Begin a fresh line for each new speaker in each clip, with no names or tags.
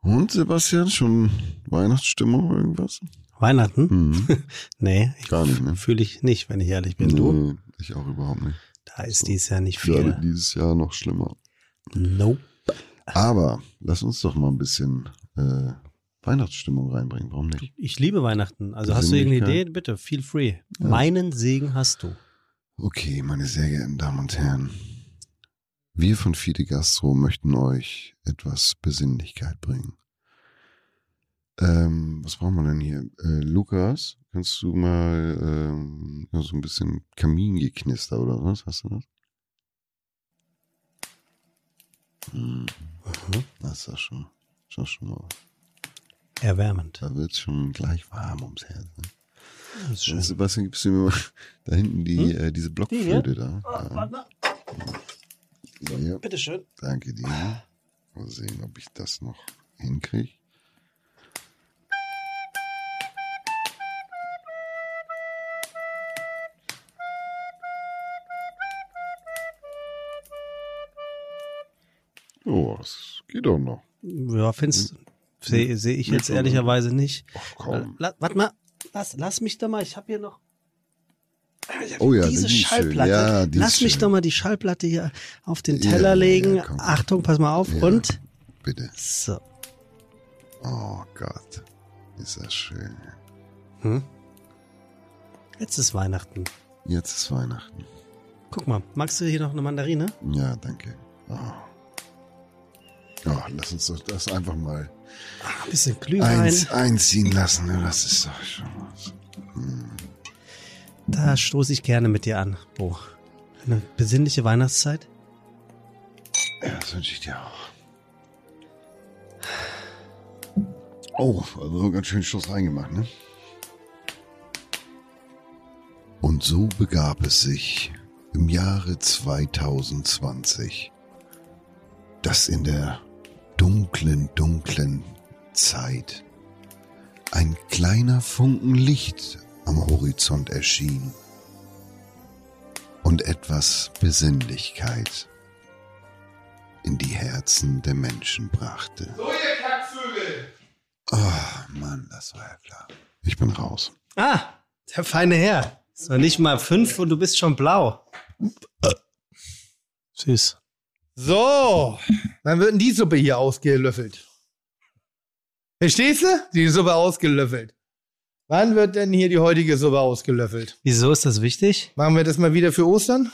Und Sebastian, schon Weihnachtsstimmung oder irgendwas?
Weihnachten?
Mhm.
Nee,
Gar nicht, ne?
fühle ich nicht, wenn ich ehrlich bin. Du?
Nee, ich auch überhaupt nicht.
Da ist dies Jahr nicht
Gerade
viel.
dieses Jahr noch schlimmer.
Nope.
Aber lass uns doch mal ein bisschen äh, Weihnachtsstimmung reinbringen. Warum nicht?
Ich liebe Weihnachten. Also hast du irgendeine Idee? Bitte, feel free.
Ja.
Meinen Segen hast du.
Okay, meine sehr geehrten Damen und Herren. Wir von Fide Gastro möchten euch etwas Besinnlichkeit bringen. Ähm, was brauchen wir denn hier? Äh, Lukas, kannst du mal ähm, ja, so ein bisschen Kamingeknister oder was? Hast du das? Hm,
Mhm.
das ist doch schon, schon, schon mal.
Erwärmend.
Da wird schon gleich warm ums Herz. Ne?
Das ist
Und
schön.
Sebastian, gibst du mir mal da hinten die, äh, diese Blockflöte da? Ja. Ja,
Bitteschön.
danke dir. Mal sehen, ob ich das noch hinkriege. Oh, das geht doch noch.
Ja,
Hm.
findest Sehe seh ich
Mir
jetzt
schon.
ehrlicherweise nicht.
Ach
Äh,
komm.
la- Warte mal. Lass, lass mich da mal. Ich habe hier noch. Ich hab
Oh ja,
diese
die ist schön.
Schallplatte.
Ja, die ist
Lass mich
schön.
doch mal die Schallplatte hier auf den
Ja,
Teller
ja,
legen.
ja, komm.
Achtung, pass mal auf.
Ja.
Und
Bitte.
so.
Oh Gott. Ist das schön.
Hm? Jetzt ist Weihnachten.
Jetzt ist Weihnachten.
Guck mal, magst du hier noch eine Mandarine?
Ja, danke. Oh. Oh, lass uns doch das einfach mal
Ein bisschen Glühwein.
Eins, einziehen lassen, ne? das ist doch schon was.
Da stoße ich gerne mit dir an, Bo. Eine besinnliche Weihnachtszeit.
Ja, das wünsche ich dir auch. Oh, also ganz schön Schuss reingemacht, ne? Und so begab es sich im Jahre 2020, dass in der dunklen, dunklen Zeit ein kleiner Funken Licht am Horizont erschien und etwas Besinnlichkeit in die Herzen der Menschen brachte.
So, ihr Kackvögel!
Ah, Mann, das war ja klar. Ich bin raus.
Ah, der feine Herr. Ist noch nicht mal fünf und du bist schon blau. Süß.
So, dann wird denn die Suppe hier ausgelöffelt. Verstehst du? Die Suppe ausgelöffelt. Wann wird denn hier die heutige Suppe ausgelöffelt?
Wieso ist das wichtig?
Machen wir das mal wieder für Ostern?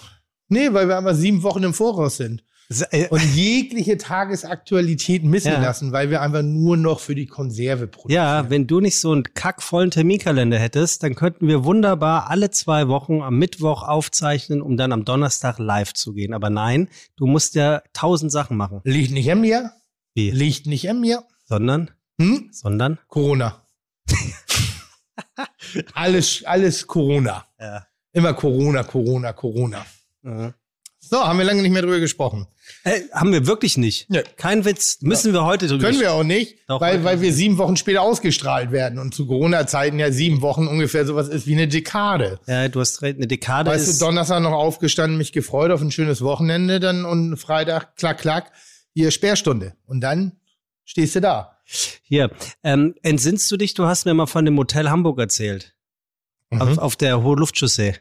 Nee, weil wir einfach sieben Wochen im Voraus sind.
S- äh,
Und jegliche Tagesaktualität missen
Ja.
lassen, weil wir einfach nur noch für die Konserve produzieren.
Ja, wenn du nicht so einen kackvollen Terminkalender hättest, dann könnten wir wunderbar alle zwei Wochen am Mittwoch aufzeichnen, um dann am Donnerstag live zu gehen. Aber nein, du musst ja tausend Sachen machen.
Liegt nicht an mir.
Wie?
Liegt nicht an mir.
Sondern,
Hm?
sondern.
Corona. alles, alles Corona.
Ja.
Immer Corona, Corona, Corona. So, haben wir lange nicht mehr drüber gesprochen.
Äh, haben wir wirklich nicht.
Nö.
Kein Witz. Müssen wir heute drüber
Können wir auch nicht,
Also Doch,
weil,
heute
weil wir sieben Wochen später ausgestrahlt werden und zu Corona-Zeiten ja sieben Wochen ungefähr sowas ist wie eine Dekade.
Ja, du hast recht, eine Dekade
Weißt du,
ist.
Donnerstag noch aufgestanden, mich gefreut auf ein schönes Wochenende, dann und Freitag, klack, klack, hier Sperrstunde. Und dann stehst du da.
hier. Ähm, entsinnst du dich, du hast mir mal von dem Motel Hamburg erzählt.
Mhm.
Auf, auf der Hohe Luftchaussee.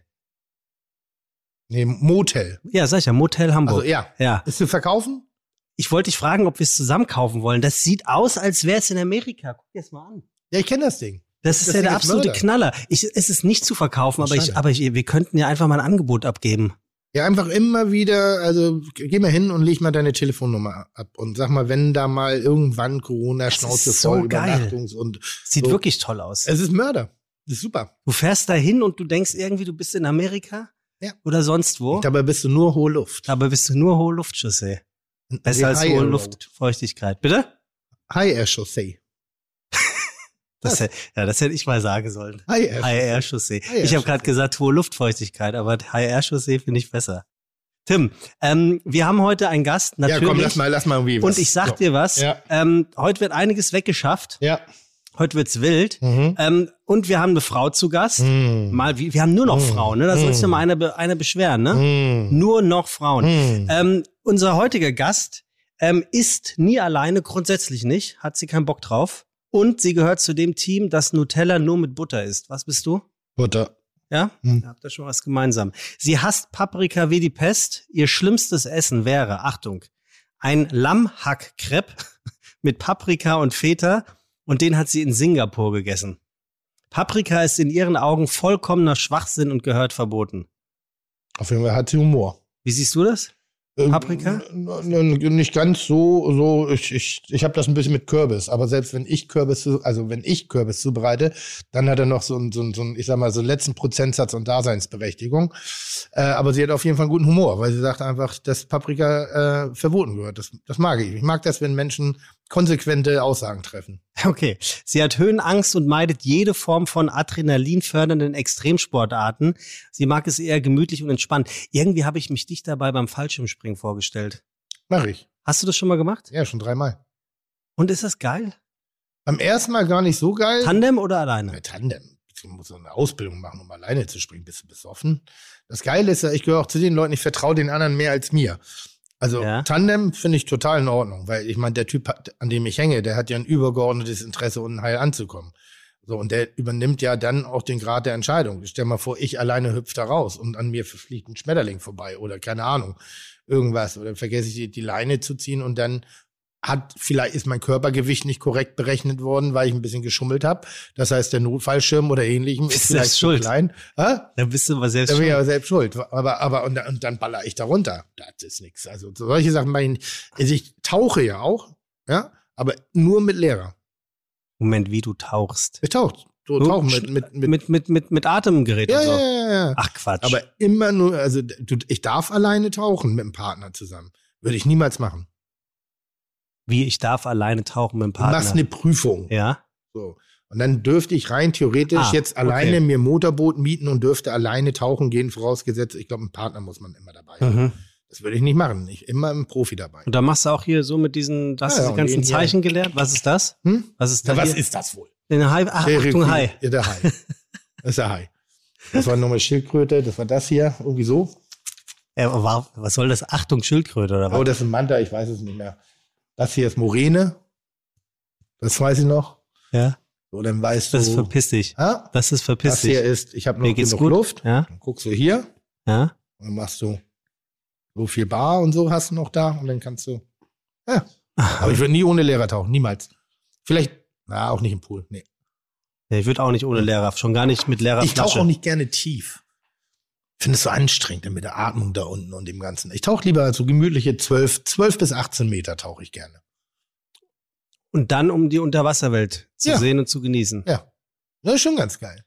Nee, Motel.
Ja, sag ich ja, Motel Hamburg.
Also ja.
ja.
Ist zu verkaufen?
Ich wollte dich fragen, ob wir es zusammen kaufen wollen. Das sieht aus, als wäre es in Amerika. Guck dir das mal an.
Ja, ich kenne das Ding.
Das ist
Das
ja
Ding
der
ist
absolute
Mörder.
Knaller. Ich, es ist nicht zu verkaufen, aber, ich,
Schade.
aber ich, wir könnten ja einfach mal ein Angebot abgeben.
Ja, einfach immer wieder, also geh mal hin und leg mal deine Telefonnummer ab und sag mal, wenn da mal irgendwann Corona
Das
Schnauze
ist so
voll
geil.
Übernachtungs und
Sieht
So.
wirklich toll aus.
es ist Mörder. Das ist super.
Du fährst da hin und du denkst irgendwie, du bist in Amerika
Ja.
oder sonst wo.
Dabei bist du nur hohe Luft.
Dabei bist du nur hohe Luftschüsse. Besser als
High
hohe
Aero-
Luftfeuchtigkeit. Bitte?
High Air Chaussee.
Das, hätte- ja, das hätte ich mal sagen sollen.
High Air.
High Air Chaussee.
High Air
Ich habe
Chaussee.
gerade gesagt hohe Luftfeuchtigkeit, aber High Air Chaussee finde ich besser. Tim, ähm, wir haben heute einen Gast, natürlich.
Ja, komm, lass mal, lass mal irgendwie was.
Und ich sag
So.
dir was,
Ja.
ähm, heute wird einiges weggeschafft,
Ja.
heute wird's wild.
Mhm.
Ähm, und wir haben eine Frau zu Gast.
Mhm.
Mal, wie- wir haben nur noch
Mhm.
Frauen, ne? Da soll sich
Mhm.
noch mal
Hm.
einer, be einer beschweren, ne?
Mhm.
Nur noch Frauen.
Mhm.
Ähm, unser heutiger Gast Ähm, isst nie alleine, grundsätzlich nicht. Hat sie keinen Bock drauf. Und sie gehört zu dem Team, das Nutella nur mit Butter isst. Was bist du?
Butter.
Ja?
Hm.
Ihr habt da schon was gemeinsam. Sie hasst Paprika wie die Pest. Ihr schlimmstes Essen wäre, Achtung, ein Lammhack-Crepe mit Paprika und Feta und den hat sie in Singapur gegessen. Paprika ist in ihren Augen vollkommener Schwachsinn und gehört verboten.
Auf jeden Fall hat sie Humor.
Wie siehst du das?
Ähm,
Paprika?
n- n- Nicht ganz so, so ich, ich, ich habe das ein bisschen mit Kürbis, aber selbst wenn ich Kürbis, zu- also wenn ich Kürbis zubereite, dann hat er noch so einen, so einen, so einen ich sag mal, so einen letzten Prozentsatz und Daseinsberechtigung. Äh, aber sie hat auf jeden Fall einen guten Humor, weil sie sagt einfach, dass Paprika äh, verboten gehört. Das, das mag ich. Ich mag das, wenn Menschen konsequente Aussagen treffen.
Okay. Sie hat Höhenangst und meidet jede Form von adrenalinfördernden Extremsportarten. Sie mag es eher gemütlich und entspannt. Irgendwie habe ich mich dich dabei beim Fallschirmspringen vorgestellt.
Mach ich.
Hast du das schon mal gemacht?
Ja, schon dreimal.
Und ist das geil?
Am ersten Mal gar nicht so geil.
Tandem oder alleine?
Bei Tandem. Du musst so eine Ausbildung machen, um alleine zu springen. Bist du besoffen? Das Geile ist ja, ich gehöre auch zu den Leuten, ich vertraue den anderen mehr als mir. Also
Ja.
Tandem finde ich total in Ordnung, weil ich meine, der Typ, hat, an dem ich hänge, der hat ja ein übergeordnetes Interesse, unten heil anzukommen. So, und der übernimmt ja dann auch den Grad der Entscheidung. Stell mal vor, ich alleine hüpfe da raus und an mir fliegt ein Schmetterling vorbei oder keine Ahnung, irgendwas. Oder vergesse ich die, die Leine zu ziehen und dann hat, vielleicht ist mein Körpergewicht nicht korrekt berechnet worden, weil ich ein bisschen geschummelt habe. Das heißt, der Notfallschirm oder ähnlichem
Bist
ist
du
vielleicht zu
schuld?
klein. Hä?
Da bist du aber selbst
Da bin ich
schuld.
aber selbst schuld. Aber, aber, und, dann- und dann baller ich da runter. Das ist nichts. Also so solche Sachen mache ich nicht. Also ich tauche ja auch, ja, aber nur mit Lehrer.
Moment, wie du tauchst.
Ich tauche. So
Du
tauchen
sch-
mit, mit, mit,
Mit, mit, mit, mit Atemgerät
ja,
und so.
ja, ja, ja.
Ach Quatsch.
Aber immer nur, also du, ich darf alleine tauchen mit dem Partner zusammen. Würde ich niemals machen.
wie ich darf alleine tauchen mit dem
Du machst
Partner.
eine Prüfung.
Ja.
So. Und dann dürfte ich rein theoretisch
Ah,
jetzt alleine mir ein Motorboot mieten und dürfte alleine tauchen gehen, vorausgesetzt, ich glaube, einen Partner muss man immer dabei haben.
Mhm.
Das würde ich nicht machen. Ich immer einen Profi dabei.
Und da machst du auch hier so mit diesen, da hast
Ja,
du
ja,
die
und
ganzen
den hier.
Zeichen gelernt. Was ist das?
Hm?
Was ist da?
Na, was
hier?
ist das wohl?
Eine Hai. Ach, Achtung, Hai.
Ja, der Hai. Das ist der Hai. Das war nochmal Schildkröte, das war das hier, irgendwie so.
Äh, war, was soll das? Achtung, Schildkröte oder was?
Oh, das ist ein Manta, ich weiß es nicht mehr. Das hier ist Morene. Das weiß ich noch.
ja?
So, dann weißt
Das ist
du.
verpiss dich.
Ah,
Das ist verpiss
das hier
dich.
ist, ich habe
Mir
noch
geht's
genug
gut.
Luft.
Ja?
Dann guckst du hier
Ja?
und dann machst du so viel Bar und so hast du noch da und dann kannst du. Ja. Aber ich würde nie ohne Lehrer tauchen, niemals. Vielleicht, na, auch nicht im Pool. Nee.
Nee, Ich würde auch nicht ohne Lehrer, schon gar nicht mit
Ich tauche
Lehrerflasche.
auch nicht gerne tief. Findest du anstrengend mit der Atmung da unten und dem Ganzen. Ich tauche lieber so gemütliche 12, 12 bis 18 Meter tauche ich gerne.
Und dann, um die Unterwasserwelt zu
Ja.
sehen und zu genießen.
Ja. Das ist schon ganz geil.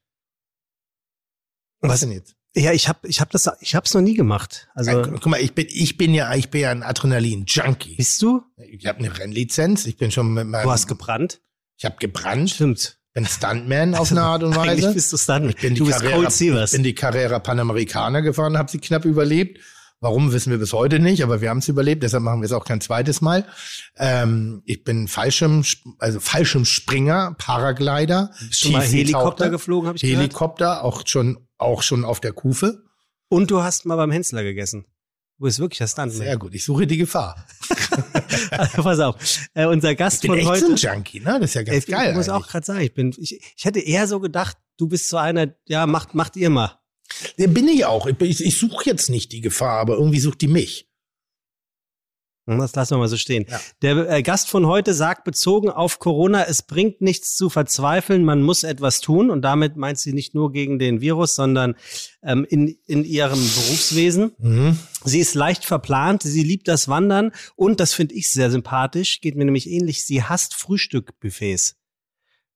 Was-
Was denn jetzt?
Ja, ich habe ich hab das, ich hab's noch nie gemacht. Also,
Nein, gu- guck mal, ich bin, ich bin ja, ich bin ja ein Adrenalin-Junkie.
bist du?
Ich habe eine Rennlizenz. Ich bin schon mit meinem,
Du hast gebrannt?
ich habe gebrannt,
Stimmt.
bin Stuntman auf eine Art und
Eigentlich
Weise.
bist du's dann.
bin die
Du bist
Carrera-
Cold Sievers.
bin die Carrera Panamericana gefahren, habe sie knapp überlebt. Warum wissen wir bis heute nicht, aber wir haben es überlebt, deshalb machen wir es auch kein zweites Mal. Ähm, ich bin Fallschirm, also Fallschirmspringer, Paraglider,
Bist schon mal Helikopter
Tiefseetaucher,
geflogen, habe ich gehört.
Helikopter, auch schon, auch schon auf der Kufe.
Und du hast mal beim Hensler gegessen. Du bist wirklich der Stuntman.
Sehr gut, ich suche die Gefahr.
Also, pass auf. Äh, unser
Ich
Gast
bin
von
echt
heute.
so ein Junkie, ne? Das ist ja ganz
Ey,
geil.
Ich muss auch
eigentlich.
gerade sagen, ich bin, ich, ich hätte eher so gedacht, du bist so einer, ja, macht, macht ihr mal.
Der bin ich auch. Ich, bin- ich, ich suche jetzt nicht die Gefahr, aber irgendwie sucht die mich.
Hm, Das lassen wir mal so stehen.
Ja.
Der äh, Gast von heute sagt, bezogen auf Corona, es bringt nichts zu verzweifeln, man muss etwas tun. Und damit meint sie nicht nur gegen den Virus, sondern ähm, in, in ihrem Berufswesen.
Mhm.
Sie ist leicht verplant, sie liebt das Wandern und das finde ich sehr sympathisch, geht mir nämlich ähnlich, sie hasst Frühstückbuffets.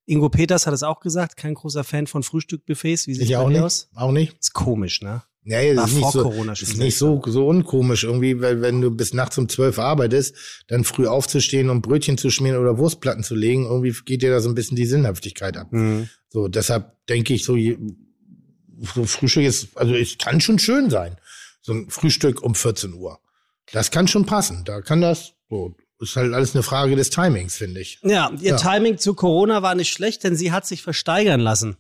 Ingo Peters hat es auch gesagt, kein großer Fan von Frühstückbuffets. Wie sieht
Ich
es bei
auch
dir
nicht.
aus?
Auch nicht.
Ist komisch, ne?
Nee,
War
das ist
vor
nicht so,
Corona schon
ist nicht so, so unkomisch irgendwie, weil wenn du bis nachts um zwölf arbeitest, dann früh aufzustehen und Brötchen zu schmieren oder Wurstplatten zu legen, irgendwie geht dir da so ein bisschen die Sinnhaftigkeit ab.
Mhm.
So, deshalb denke ich, so, je- so Frühstück ist, also es kann schon schön sein. So ein Frühstück um 14 Uhr. Das kann schon passen. Da kann das, so, ist halt alles eine Frage des Timings, finde ich.
Ja, ihr
Ja.
Timing zu Corona war nicht schlecht, denn sie hat sich versteigern lassen.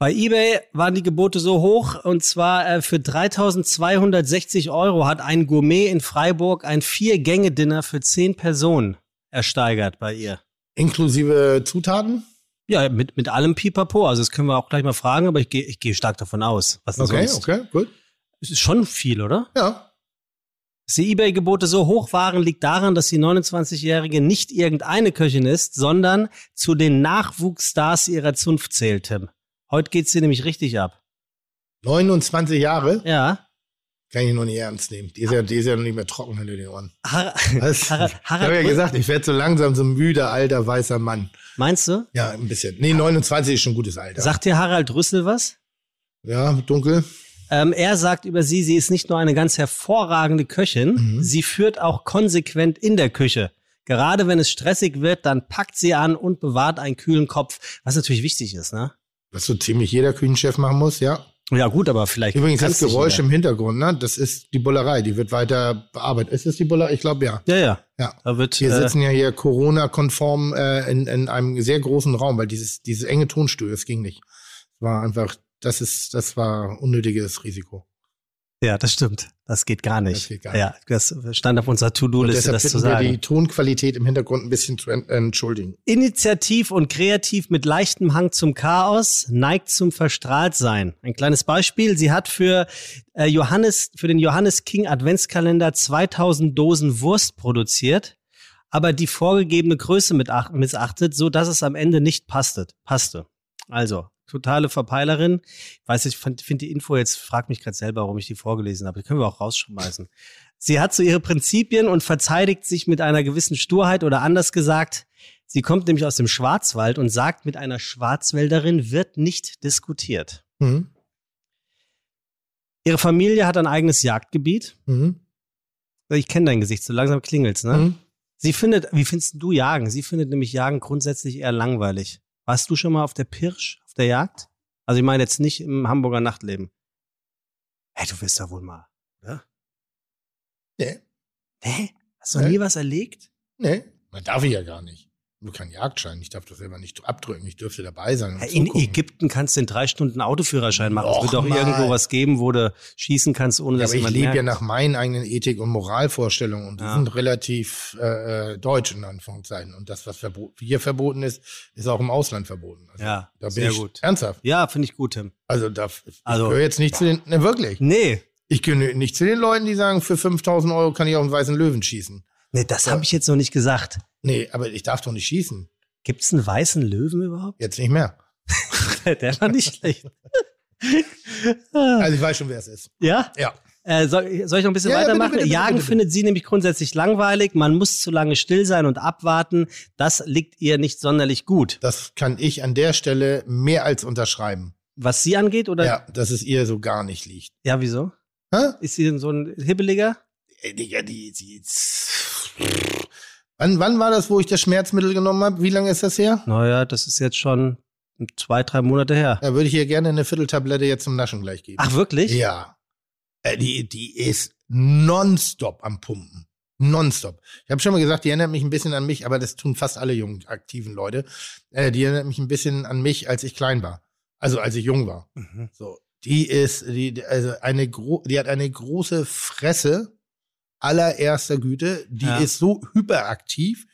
Bei eBay waren die Gebote so hoch und zwar äh, für 3260 Euro hat ein Gourmet in Freiburg ein Vier-Gänge-Dinner für zehn Personen ersteigert bei ihr.
Inklusive Zutaten?
Ja, mit, mit allem Pipapo. Also das können wir auch gleich mal fragen, aber ich gehe ich gehe stark davon aus. Was denn
Okay,
sonst?
okay, gut.
Es ist schon viel, oder?
Ja.
Dass die eBay-Gebote so hoch waren, liegt daran, dass die 29-Jährige nicht irgendeine Köchin ist, sondern zu den Nachwuchsstars ihrer Zunft zählt, Tim. Heute geht's dir nämlich richtig ab.
29 Jahre?
Ja.
Kann ich noch nicht ernst nehmen. Die ist ja, die ist ja noch nicht mehr trocken hinter den Ohren.
Har
Was?
Harald-
ich habe ja
Harald-
gesagt, ich werde so langsam so ein müder, alter, weißer Mann.
Meinst du?
Ja, ein bisschen. Nee, 29 ist schon gutes Alter.
Sagt dir Harald Rüssel was?
ja, dunkel.
Ähm, er sagt über sie, sie ist nicht nur eine ganz hervorragende Köchin,
Mhm.
sie führt auch konsequent in der Küche. Gerade wenn es stressig wird, dann packt sie an und bewahrt einen kühlen Kopf, was natürlich wichtig ist, ne?
Was so ziemlich jeder Küchenchef machen muss, ja.
Ja gut, aber vielleicht.
Übrigens, das
kann's nicht
Geräusch
jeder.
im Hintergrund, ne? Das ist die Bullerei. Die wird weiter bearbeitet. Ist das die Bullerei? Ich glaube, ja.
Ja, ja.
Ja.
Da wird,
Wir
äh,
sitzen ja hier Corona-konform äh, in, in einem sehr großen Raum, weil dieses, dieses enge Tonstuhl, das ging nicht. War einfach, das ist, das war unnötiges Risiko.
ja, das stimmt. Das geht gar nicht.
Das geht gar
Ja, das stand auf unserer
Und
To-Do-Liste,
deshalb
das zu
bitten wir die
sagen.
Tonqualität im Hintergrund ein bisschen zu en- entschuldigen.
Initiativ und kreativ mit leichtem Hang zum Chaos, neigt zum Verstrahltsein. Ein kleines Beispiel. Sie hat für, äh, Johannes, für den Johannes King Adventskalender 2000 Dosen Wurst produziert, aber die vorgegebene Größe mitacht- missachtet, so dass es am Ende nicht passte. passte. Also, totale Verpeilerin. Ich weiß nicht, ich finde find die Info jetzt, frag mich gerade selber, warum ich die vorgelesen habe. Die können wir auch rausschmeißen. Sie hat so ihre Prinzipien und verteidigt sich mit einer gewissen Sturheit oder anders gesagt, sie kommt nämlich aus dem Schwarzwald und sagt, mit einer Schwarzwälderin wird nicht diskutiert.
Mhm.
Ihre Familie hat ein eigenes Jagdgebiet.
Mhm.
Ich kenne dein Gesicht, so langsam klingelt's, ne?
Mhm.
Sie findet, wie findest du Jagen? Sie findet nämlich Jagen grundsätzlich eher langweilig. Warst du schon mal auf der Pirsch, auf der Jagd? Also ich meine jetzt nicht im Hamburger Nachtleben. Hey, du wirst da wohl mal, oder?
Nee,
Hä? Hast du
Nee.
nie was erlegt?
nee. Man darf ich ja gar nicht. Nur kein Jagdschein. Ich darf das selber nicht abdrücken. Ich dürfte dabei sein. und
Hey, in
zugucken.
Ägypten kannst du in drei Stunden Autoführerschein machen. es
Och,
wird doch
Mann.
irgendwo was geben, wo du schießen kannst, ohne
Ja,
dass
aber ich
jemand
lebe
merkt.
ja nach meinen eigenen Ethik- und Moralvorstellungen und die
Ja.
sind relativ äh, äh, deutsch in Anführungszeichen. Und das, was verbo hier verboten ist, ist auch im Ausland verboten. Also,
Ja,
da bin
sehr
ich
gut.
ernsthaft.
Ja, finde ich gut, Tim.
Also da ich
Also-
gehöre jetzt nicht zu den, ne, wirklich.
Nee,
Ich gehöre nicht zu den Leuten, die sagen, für 5000 Euro kann ich auf einen weißen Löwen schießen.
nee das habe ich jetzt noch nicht gesagt.
Nee, aber ich darf doch nicht schießen.
Gibt's einen weißen Löwen überhaupt?
Jetzt nicht mehr.
Der war nicht schlecht.
Also ich weiß schon, wer es ist.
ja?
Ja.
Äh, soll, soll ich noch ein bisschen
Ja, ja, bitte,
weitermachen?
bitte, bitte,
Jagen
bitte.
findet sie nämlich grundsätzlich langweilig. Man muss zu lange still sein und abwarten. Das liegt ihr nicht sonderlich gut.
Das kann ich an der Stelle mehr als unterschreiben.
Was sie angeht, oder?
ja, dass es ihr so gar nicht liegt.
ja wieso?
Hä?
Ist sie denn so ein Hibbeliger?
Ey, Digga, die, die. Wann, wann war das, wo ich das Schmerzmittel genommen habe? Wie lange ist das her?
Naja, das ist jetzt schon zwei, drei Monate her.
Da würde ich ihr gerne eine Vierteltablette jetzt zum Naschen gleich geben.
Ach, wirklich?
Ja. Äh, Die, die ist nonstop am Pumpen. Nonstop. Ich habe schon mal gesagt, die erinnert mich ein bisschen an mich, aber das tun fast alle jungen, aktiven Leute. Äh, die erinnert mich ein bisschen an mich, als ich klein war. Also als ich jung war.
Mhm.
So, die ist, die, die- also eine gro die hat eine große Fresse allererster Güte. Die
Ja.
ist so hyperaktiv,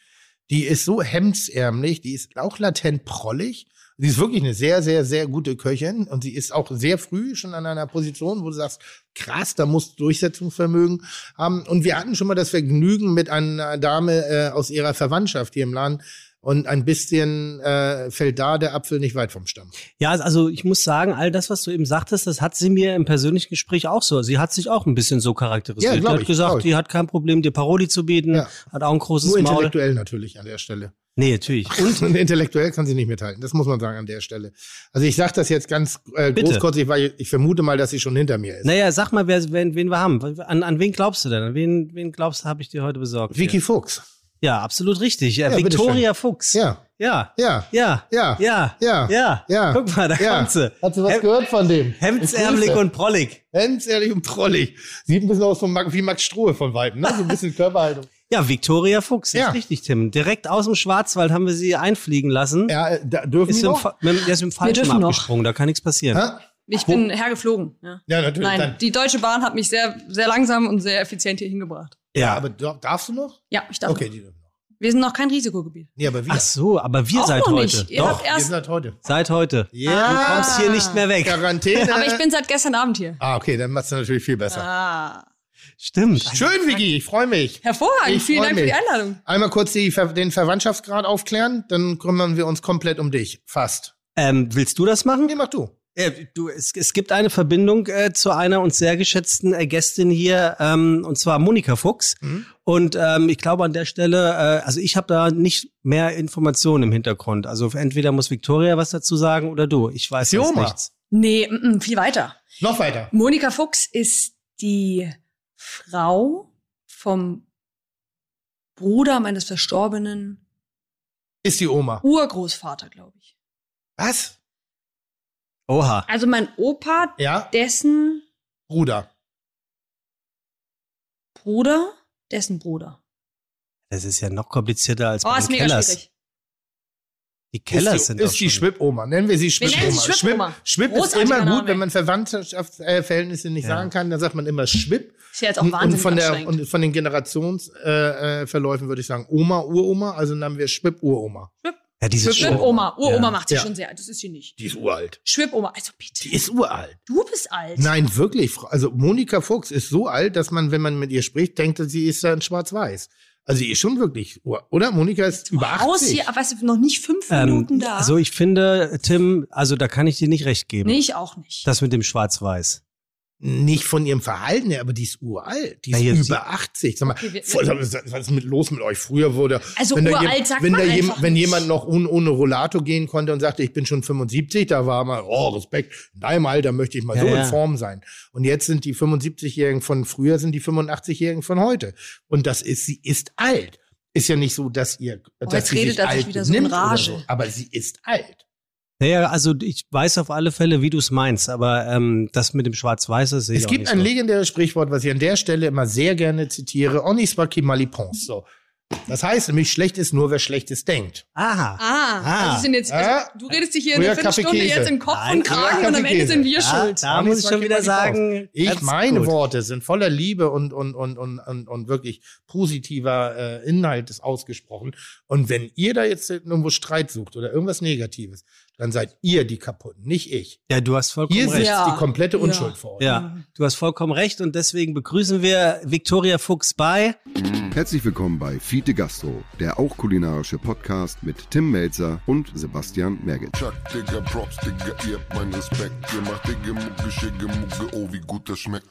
die ist so hemdsärmlich, die ist auch latent prollig. Sie ist wirklich eine sehr, sehr, sehr gute Köchin und sie ist auch sehr früh schon an einer Position, wo du sagst, krass, da musst du Durchsetzungsvermögen haben. Und wir hatten schon mal das Vergnügen mit einer Dame äh, aus ihrer Verwandtschaft hier im Laden und ein bisschen äh, fällt da der Apfel nicht weit vom Stamm.
Ja, also ich muss sagen, all das, was du eben sagtest, das hat sie mir im persönlichen Gespräch auch so. Sie hat sich auch ein bisschen so charakterisiert.
Ja,
sie
glaub
hat
ich,
gesagt,
glaub ich.
die hat kein Problem, dir Paroli zu bieten,
Ja.
hat auch ein
Nur
großes Maul.
intellektuell natürlich an der Stelle.
Nee, natürlich.
Und intellektuell kann sie nicht mithalten. Das muss man sagen an der Stelle. Also ich sage das jetzt ganz äh,
Bitte.
großkotzig, weil ich vermute mal, dass sie schon hinter mir ist.
Naja, sag mal, wer, wen, wen wir haben. An, an wen glaubst du denn? An wen, wen glaubst du, habe ich dir heute besorgt?
Vicky
hier?
Fuchs.
Ja, absolut richtig. Ja,
Ja,
Victoria Fuchs.
Ja,
Ja.
ja,
Ja.
ja, ja,
Ja.
ja.
Ja.
Ja.
Guck mal, da
Ja.
kommt sie.
Hast du was
Hem-
gehört von dem?
Hemdsärmelig und prollig.
Hemdsärmelig und prollig. Sieht ein bisschen aus von Max- wie Max Strohe von Weitem, ne? So ein bisschen Körperhaltung.
Ja, Victoria Fuchs, ist
Ja.
richtig, Tim. Direkt aus dem Schwarzwald haben wir sie einfliegen lassen.
Ja, äh, da dürfen
Ist
wir
im,
noch?
Fa- mit, dem- der ist im Fallschirm
Hm, dürfen noch.
abgesprungen, da kann nichts passieren.
Hä?
Ich bin hergeflogen. Ja.
Ja, natürlich.
Nein,
Hm, dann.
die Deutsche Bahn hat mich sehr, sehr langsam und sehr effizient hier hingebracht.
Ja.
Aber dar- darfst du noch?
Ja, ich darf.
okay,
noch.
die dürfen noch.
Wir sind noch kein Risikogebiet.
Nee, aber wir.
Ach so, aber wir
Auch
seit
noch
heute.
nicht. Ihr
Doch,
habt
wir
erst-
sind halt heute.
seit heute.
Ja.
Du kommst hier nicht mehr weg.
Quarantäne.
Ah. Aber ich bin seit gestern Abend hier.
ah, okay, dann machst du natürlich viel besser.
Ah.
Stimmt.
Schön, Vicky, ich freue mich.
Hervorragend.
Ich
Vielen
freu
Dank für die
mich.
Einladung.
Einmal kurz die, Ver- den Verwandtschaftsgrad aufklären, dann kümmern wir uns komplett um dich. Fast.
Ähm, willst du das machen?
Nee, mach du.
Äh, du, es, es gibt eine Verbindung äh, zu einer uns sehr geschätzten äh, Gästin hier, ähm, und zwar Monika Fuchs.
Mhm.
Und ähm, ich glaube an der Stelle, äh, also ich habe da nicht mehr Informationen im Hintergrund. Also entweder muss Victoria was dazu sagen oder du. Ich weiß
Die
sonst
Oma.
nichts.
Nee, mm, mm, viel weiter.
Noch weiter.
Monika Fuchs ist die Frau vom Bruder meines verstorbenen
Ist die Oma.
Urgroßvater, glaube ich.
Was?
Oha.
Also mein Opa,
Ja,
dessen
Bruder.
Bruder, dessen Bruder.
Das ist ja noch komplizierter als
Oh,
bei
ist
den
mega
Kellers.
schwierig.
Die Kellers
ist die,
sind doch
Ist die
schon-
Schwipp-Oma. Nennen wir sie
Wir
Schwipp-Oma.
nennen sie Schwipp-Oma.
Schwipp, Schwipp ist
Großartiger
immer gut,
Name.
wenn man Verwandtschaftsverhältnisse nicht
Ja.
sagen kann, dann sagt man immer Schwipp.
Ist ja jetzt auch
Und, und,
wahnsinnig
von der,
anstrengend.
und von den Generationsverläufen äh, Verläufen würde ich sagen Oma, Uroma, also nennen wir Schwipp-Uroma.
Ja, diese
Schwipp-
Schwipp-
Schwipp-Oma. Uroma
Ja.
macht sie
Ja.
schon sehr alt. Das ist sie nicht.
Die ist uralt.
Schwipp-Oma. Also bitte.
Die ist uralt.
Du bist alt.
Nein, wirklich. Frau- Also Monika Fuchs ist so alt, dass man, wenn man mit ihr spricht, denkt, sie ist dann schwarz-weiß. Also sie ist schon wirklich, ur- oder? Monika ist über 80.
Raus hier, aber weißt du, noch nicht fünf
Ähm,
Minuten da.
also ich finde, Tim, also da kann ich dir nicht recht geben.
nee, ich auch nicht.
Das mit dem Schwarz-Weiß.
Nicht von ihrem Verhalten her, aber die ist uralt. Die ist
Ja, jetzt-
über 80. Sag mal,
Okay, wir-
vor- was ist mit los mit euch? Früher wurde,
Also
wenn, da,
uralt
jem-
sagt
wenn, da
man
jem-
einfach
wenn
nicht.
jemand noch un, ohne Rollator gehen konnte und sagte, ich bin schon 75, da war mal, oh, Respekt, in deinem Alter möchte ich mal
Ja,
so
ja.
in Form sein. Und jetzt sind die 75-Jährigen von früher, sind die 85-Jährigen von heute. Und das ist, sie ist alt. Ist ja nicht so, dass ihr, dass
Oh, jetzt
sie
redet
sich
er sich
alt
wieder so in
nimmt oder
Rage.
So, aber sie ist alt.
Naja, also ich weiß auf alle Fälle, wie du es meinst, aber ähm, das mit dem Schwarz-Weiß, das sehe ich
Es
auch
gibt
nicht
ein
so.
legendäres Sprichwort, was ich an der Stelle immer sehr gerne zitiere. On pas qui mal y pense. So. Das heißt nämlich, schlecht ist nur, wer Schlechtes denkt.
Aha.
Ah,
Ah.
also sind jetzt, also,
Ah.
du redest dich hier in
Früher
der Viertelstunde
Kaffeekäse.
jetzt in Kopf
Nein,
und
früher
Kragen und am Ende
Kaffeekäse.
sind wir
Da,
schuld.
da
Anis
muss ich
war
schon wieder
Kim Anis
sagen,
Ich,
ganz
meine
gut.
Worte sind voller Liebe und, und, und, und, und, und wirklich positiver äh, Inhalt ist ausgesprochen. Und wenn ihr da jetzt irgendwo Streit sucht oder irgendwas Negatives, dann seid ihr die Kaputten, nicht ich.
Ja, du hast vollkommen
Ihr
recht.
seid
Ja.
die komplette
Ja.
Unschuld vor euch.
Ja, du hast vollkommen recht und deswegen begrüßen wir Viktoria Fuchs bei.
Herzlich willkommen bei Fiete Gastro, der auch kulinarische Podcast mit Tim Melzer und Sebastian Merget.
Chuck, Digga, Props, Digga, ihr habt meinen Respekt. Ihr macht Digga, Mucke, Schicke, Mucke, oh, wie gut das schmeckt.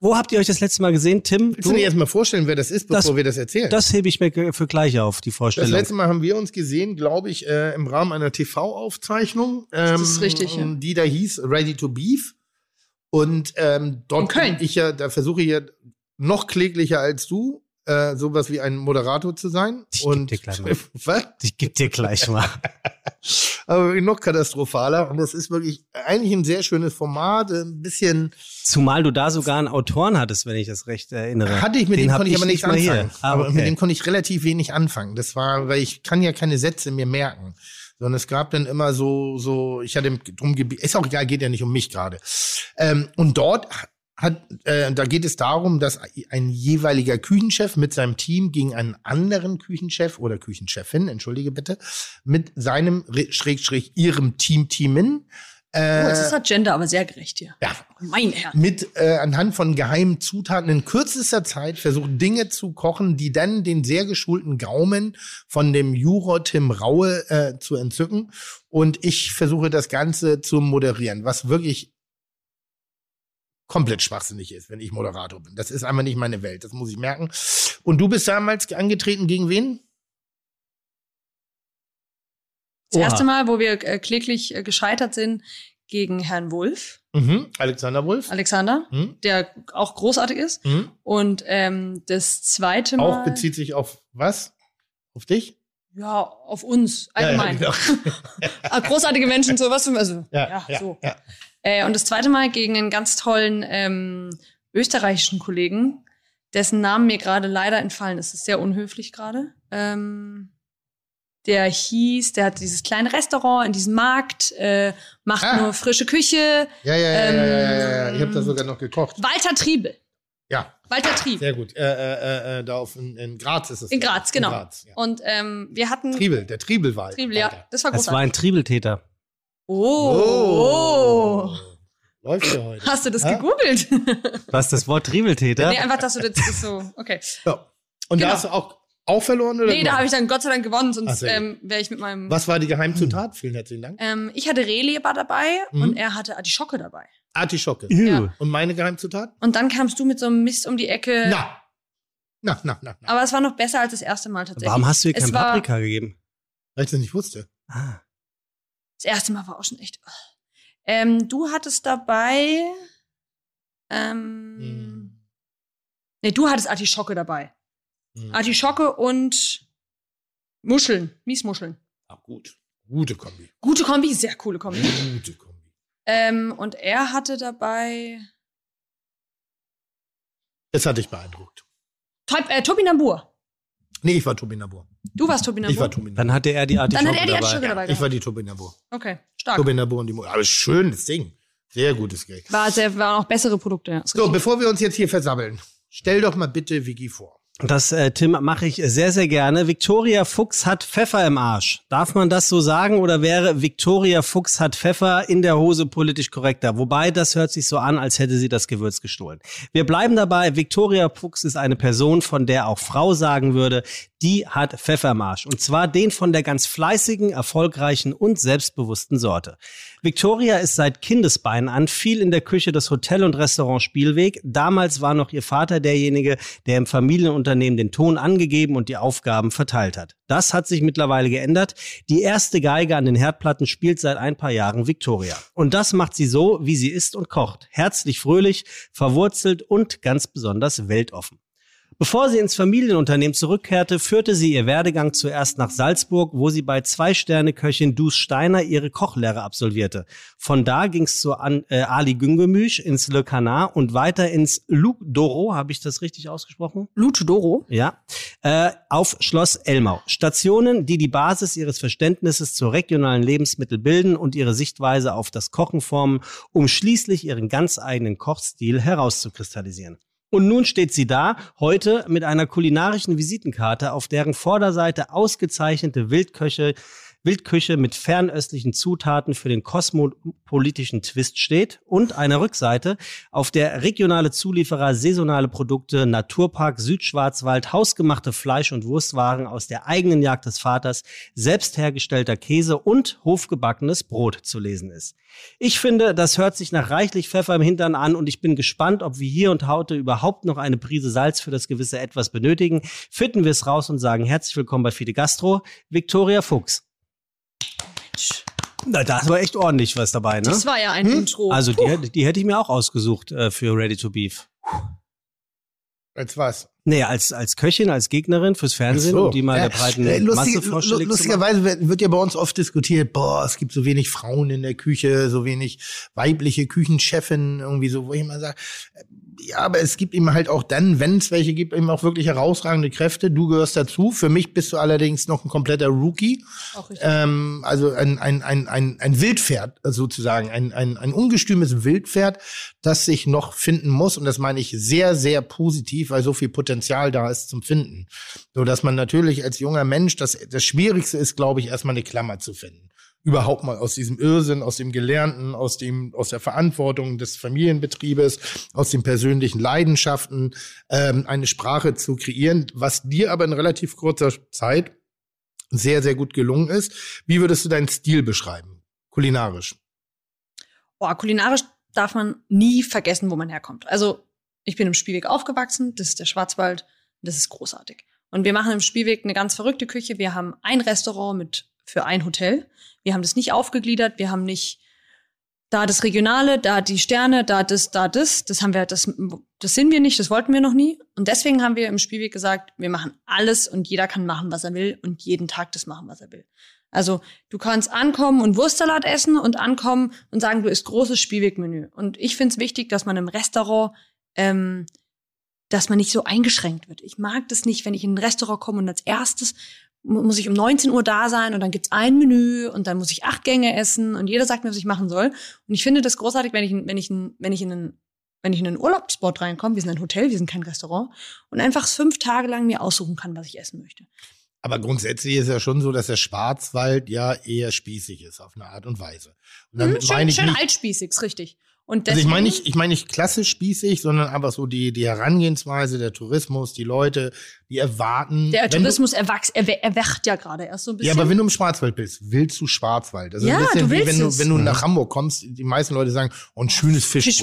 Wo habt ihr euch das letzte Mal gesehen, Tim?
Willst du mir erst mal vorstellen, wer das ist, bevor
Das-
wir das erzählen?
das hebe ich mir ge- für gleich auf, die
Das
Vorstellung.
letzte Mal haben wir uns gesehen, glaube ich, äh, im Rahmen einer TV-Aufzeichnung. Ähm,
Das ist richtig, ja.
Die da hieß Ready to Beef. Und ähm, dort
In Köln.
bin ich ja, da versuche ich ja noch kläglicher als du, äh, sowas wie ein Moderator zu sein.
Ich geb
Und
dir gleich mal.
was?
ich geb dir gleich mal.
Aber wirklich noch katastrophaler. Und das ist wirklich eigentlich ein sehr schönes Format. äh, Ein bisschen
Zumal du da sogar einen Autoren hattest, wenn ich das recht erinnere.
hatte ich mit
Den
dem
hab
konnte ich aber nichts
nicht mal hier.
anfangen.
Ah,
Aber mit
okay.
dem konnte ich relativ wenig anfangen. Das war, weil ich kann ja keine Sätze mir merken. Sondern es gab dann immer so, so, ich hatte drum gebiet, ist auch egal, geht ja nicht um mich gerade. Ähm, und dort hat, äh, da geht es darum, dass ein jeweiliger Küchenchef mit seinem Team gegen einen anderen Küchenchef oder Küchenchefin, entschuldige bitte, mit seinem, Re- Schräg, Schräg, ihrem Team, Teamin,
Oh,
äh,
jetzt ist das Gender aber sehr gerecht hier. Oh,
ja,
Mein Herr.
mit äh, anhand von geheimen Zutaten in kürzester Zeit versucht, Dinge zu kochen, die dann den sehr geschulten Gaumen von dem Juror Tim Raue äh, zu entzücken. Und ich versuche das Ganze zu moderieren, was wirklich komplett schwachsinnig ist, wenn ich Moderator bin. Das ist einfach nicht meine Welt, das muss ich merken. Und du bist damals angetreten gegen wen?
Das
Oha.
erste Mal, wo wir äh, kläglich äh, gescheitert sind gegen Herrn Wolf,
Mhm. Alexander Wolf.
Alexander,
mhm.
der auch großartig ist.
Mhm.
Und ähm, das zweite Mal.
Auch bezieht sich auf was? Auf dich?
Ja, auf uns allgemein.
Ja, ja, genau.
Ah, Großartige Menschen, sowas. Also,
Ja,
ja,
ja,
so.
ja.
Äh, und das zweite Mal gegen einen ganz tollen ähm, österreichischen Kollegen, dessen Namen mir gerade leider entfallen ist. Das ist sehr unhöflich gerade. Ähm, der hieß, der hat dieses kleine Restaurant in diesem Markt, äh, macht
Ah.
nur frische Küche.
Ja, ja, ja, ja, ja, ja, ja.
Ähm,
Ich habe da sogar noch gekocht.
Walter Triebe.
Ja,
Walter Triebe.
sehr gut. Äh, äh, äh, äh, da auf, in, in Graz ist es.
In Graz, genau.
Graz, ja.
Und ähm, wir hatten
Triebel, der Triebelwald.
Triebel, ja,
Weiter.
das war
Es war
großartig.
ein Triebeltäter.
Oh. oh.
Läuft ja heute.
Hast du das
Ja?
gegoogelt?
Was, das Wort Triebeltäter?
nee, einfach, dass du das ist so, okay.
So. Und
Genau.
da hast du auch, auch verloren? Oder
Nee, da
gewonnen?
habe ich dann Gott sei Dank gewonnen,
Ach,
sonst
sehr gut.
ähm, wäre ich mit meinem...
Also, Was war die Geheimzutat? Vielen herzlichen Dank.
Ähm, ich hatte Rehleber dabei
Mhm.
und er hatte Artischocke dabei.
Artischocke.
Ew.
Und meine Geheimzutat?
Und dann kamst du mit so einem Mist um die Ecke.
Na. Na, na, na, na.
Aber es war noch besser als das erste Mal tatsächlich.
Warum hast du ihr
Es
kein
war-
Paprika gegeben?
Weil ich das nicht wusste.
Ah,
Das erste Mal war auch schon echt. Ähm, du hattest dabei. Ähm,
Hm.
Nee, du hattest Artischocke dabei.
Hm.
Artischocke und Muscheln, Miesmuscheln.
Ah, gut. Gute Kombi.
Gute Kombi, sehr coole Kombi.
Gute Kombi.
ähm, und er hatte dabei.
Das hat dich beeindruckt.
Top, äh, Topinambur.
Nee, ich war Turbinabur.
Du warst Topinambur.
Ich war Turbinabur.
dann hatte er die Artischocke
Dann hat er die
dabei.
Artischocke dabei.
Ich war
gehabt.
die Turbinabur.
okay, stark.
Turbinabur und die Mutter. Aber schönes Ding. Sehr gutes Geld.
War sehr, waren auch bessere Produkte. ja.
So, bevor wir uns jetzt hier versammeln, stell doch mal bitte Vicky vor.
Und Das, äh, Tim, mache ich sehr, sehr gerne. Victoria Fuchs hat Pfeffer im Arsch. Darf man das so sagen oder wäre Victoria Fuchs hat Pfeffer in der Hose politisch korrekter? Wobei, das hört sich so an, als hätte sie das Gewürz gestohlen. Wir bleiben dabei. Victoria Fuchs ist eine Person, von der auch Frau sagen würde, die hat Pfeffer im Arsch. Und zwar den von der ganz fleißigen, erfolgreichen und selbstbewussten Sorte. Victoria ist seit Kindesbeinen an viel in der Küche des Hotel- und Restaurants Spielweg. Damals war noch ihr Vater derjenige, der im Familienunternehmen den Ton angegeben und die Aufgaben verteilt hat. Das hat sich mittlerweile geändert. Die erste Geige an den Herdplatten spielt seit ein paar Jahren Victoria. Und das macht sie so, wie sie ist und kocht. Herzlich fröhlich, verwurzelt und ganz besonders weltoffen. Bevor sie ins Familienunternehmen zurückkehrte, führte sie ihr Werdegang zuerst nach Salzburg, wo sie bei Zwei-Sterne-Köchin Dus Steiner ihre Kochlehre absolvierte. Von da ging es zu An äh, Ali Güngemüsch ins Le Canard und weiter ins Luc Doro. Habe ich das richtig ausgesprochen?
Luchadoro.
Ja, äh, auf Schloss Elmau. Stationen, die die Basis ihres Verständnisses zur regionalen Lebensmittel bilden und ihre Sichtweise auf das Kochen formen, um schließlich ihren ganz eigenen Kochstil herauszukristallisieren. Und nun steht sie da, heute mit einer kulinarischen Visitenkarte, auf deren Vorderseite ausgezeichnete Wildköche, Wildküche mit fernöstlichen Zutaten für den kosmopolitischen Twist steht und einer Rückseite, auf der regionale Zulieferer, saisonale Produkte, Naturpark, Südschwarzwald, hausgemachte Fleisch- und Wurstwaren aus der eigenen Jagd des Vaters, selbst hergestellter Käse und hofgebackenes Brot zu lesen ist. Ich finde, das hört sich nach reichlich Pfeffer im Hintern an und ich bin gespannt, ob wir hier und heute überhaupt noch eine Prise Salz für das gewisse Etwas benötigen. Fitten wir es raus und sagen herzlich willkommen bei Fide Gastro, Viktoria Fuchs. Na, das war echt ordentlich was dabei, ne?
Das war ja ein
Hm?
Intro.
Also die, hätte- die hätte ich mir auch ausgesucht äh, für Ready to Beef.
Als was?
Nee, als, als Köchin, als Gegnerin fürs Fernsehen,
Ach so.
um die mal
Ja,
der breiten
äh,
Masse
lu-
vorstellig zu machen.
Lustigerweise wird- wird ja bei uns oft diskutiert, boah, es gibt so wenig Frauen in der Küche, so wenig weibliche Küchenchefin, irgendwie so, wo ich immer sage, ja, aber es gibt eben halt auch dann, wenn es welche gibt, eben auch wirklich herausragende Kräfte. Du gehörst dazu. Für mich bist du allerdings noch ein kompletter Rookie.
Auch richtig.
Ähm, also ein, ein, ein, ein, ein Wildpferd sozusagen, ein, ein, ein ungestümes Wildpferd, das sich noch finden muss. Und das meine ich sehr, sehr positiv, weil so viel Potenzial da ist zum Finden. So dass man natürlich als junger Mensch, das, das Schwierigste ist, glaube ich, erstmal eine Klammer zu finden. Überhaupt mal aus diesem Irrsinn, aus dem Gelernten, aus dem, aus der Verantwortung des Familienbetriebes, aus den persönlichen Leidenschaften, ähm, eine Sprache zu kreieren, was dir aber in relativ kurzer Zeit sehr, sehr gut gelungen ist. Wie würdest du deinen Stil beschreiben? Kulinarisch.
Boah, kulinarisch darf man nie vergessen, wo man herkommt. Also, ich bin im Spielweg aufgewachsen, das ist der Schwarzwald, und das ist großartig. Und wir machen im Spielweg eine ganz verrückte Küche. Wir haben ein Restaurant mit für ein Hotel. Wir haben das nicht aufgegliedert, wir haben nicht da das Regionale, da die Sterne, da das, da das. Das haben wir, das, das sind wir nicht, das wollten wir noch nie. Und deswegen haben wir im Spielweg gesagt, wir machen alles und jeder kann machen, was er will und jeden Tag das machen, was er will. Also du kannst ankommen und Wurstsalat essen und ankommen und sagen, du isst großes Spielwegmenü. Und ich finde es wichtig, dass man im Restaurant ähm, dass man nicht so eingeschränkt wird. Ich mag das nicht, wenn ich in ein Restaurant komme und als erstes mu- muss ich um 19 Uhr da sein und dann gibt's ein Menü und dann muss ich acht Gänge essen und jeder sagt mir, was ich machen soll. Und ich finde das großartig, wenn ich, in- wenn ich, in- wenn ich in einen wenn ich in einen Urlaubsspot reinkomme, wir sind ein Hotel, wir sind kein Restaurant, und einfach fünf Tage lang mir aussuchen kann, was ich essen möchte.
Aber grundsätzlich ist ja schon so, dass der Schwarzwald ja eher spießig ist, auf eine Art und Weise. Und damit
Hm, schön
meine ich
schön
nicht,
altspießig, ist richtig. Und
also ich meine
deswegen-
nicht, ich meine nicht klassisch spießig, sondern einfach so die, die Herangehensweise, der Tourismus, die Leute, die erwarten.
Der
wenn du-
Tourismus erwachs, erwe- erwacht ja gerade erst so ein
Ja,
bisschen.
aber wenn du im Schwarzwald bist, willst du Schwarzwald. Das ist
Ja,
ein bisschen
du
wie
willst
wenn du,
es.
wenn du
Mhm.
nach Hamburg kommst, die meisten Leute sagen, oh, ein schönes Fischbrötchen.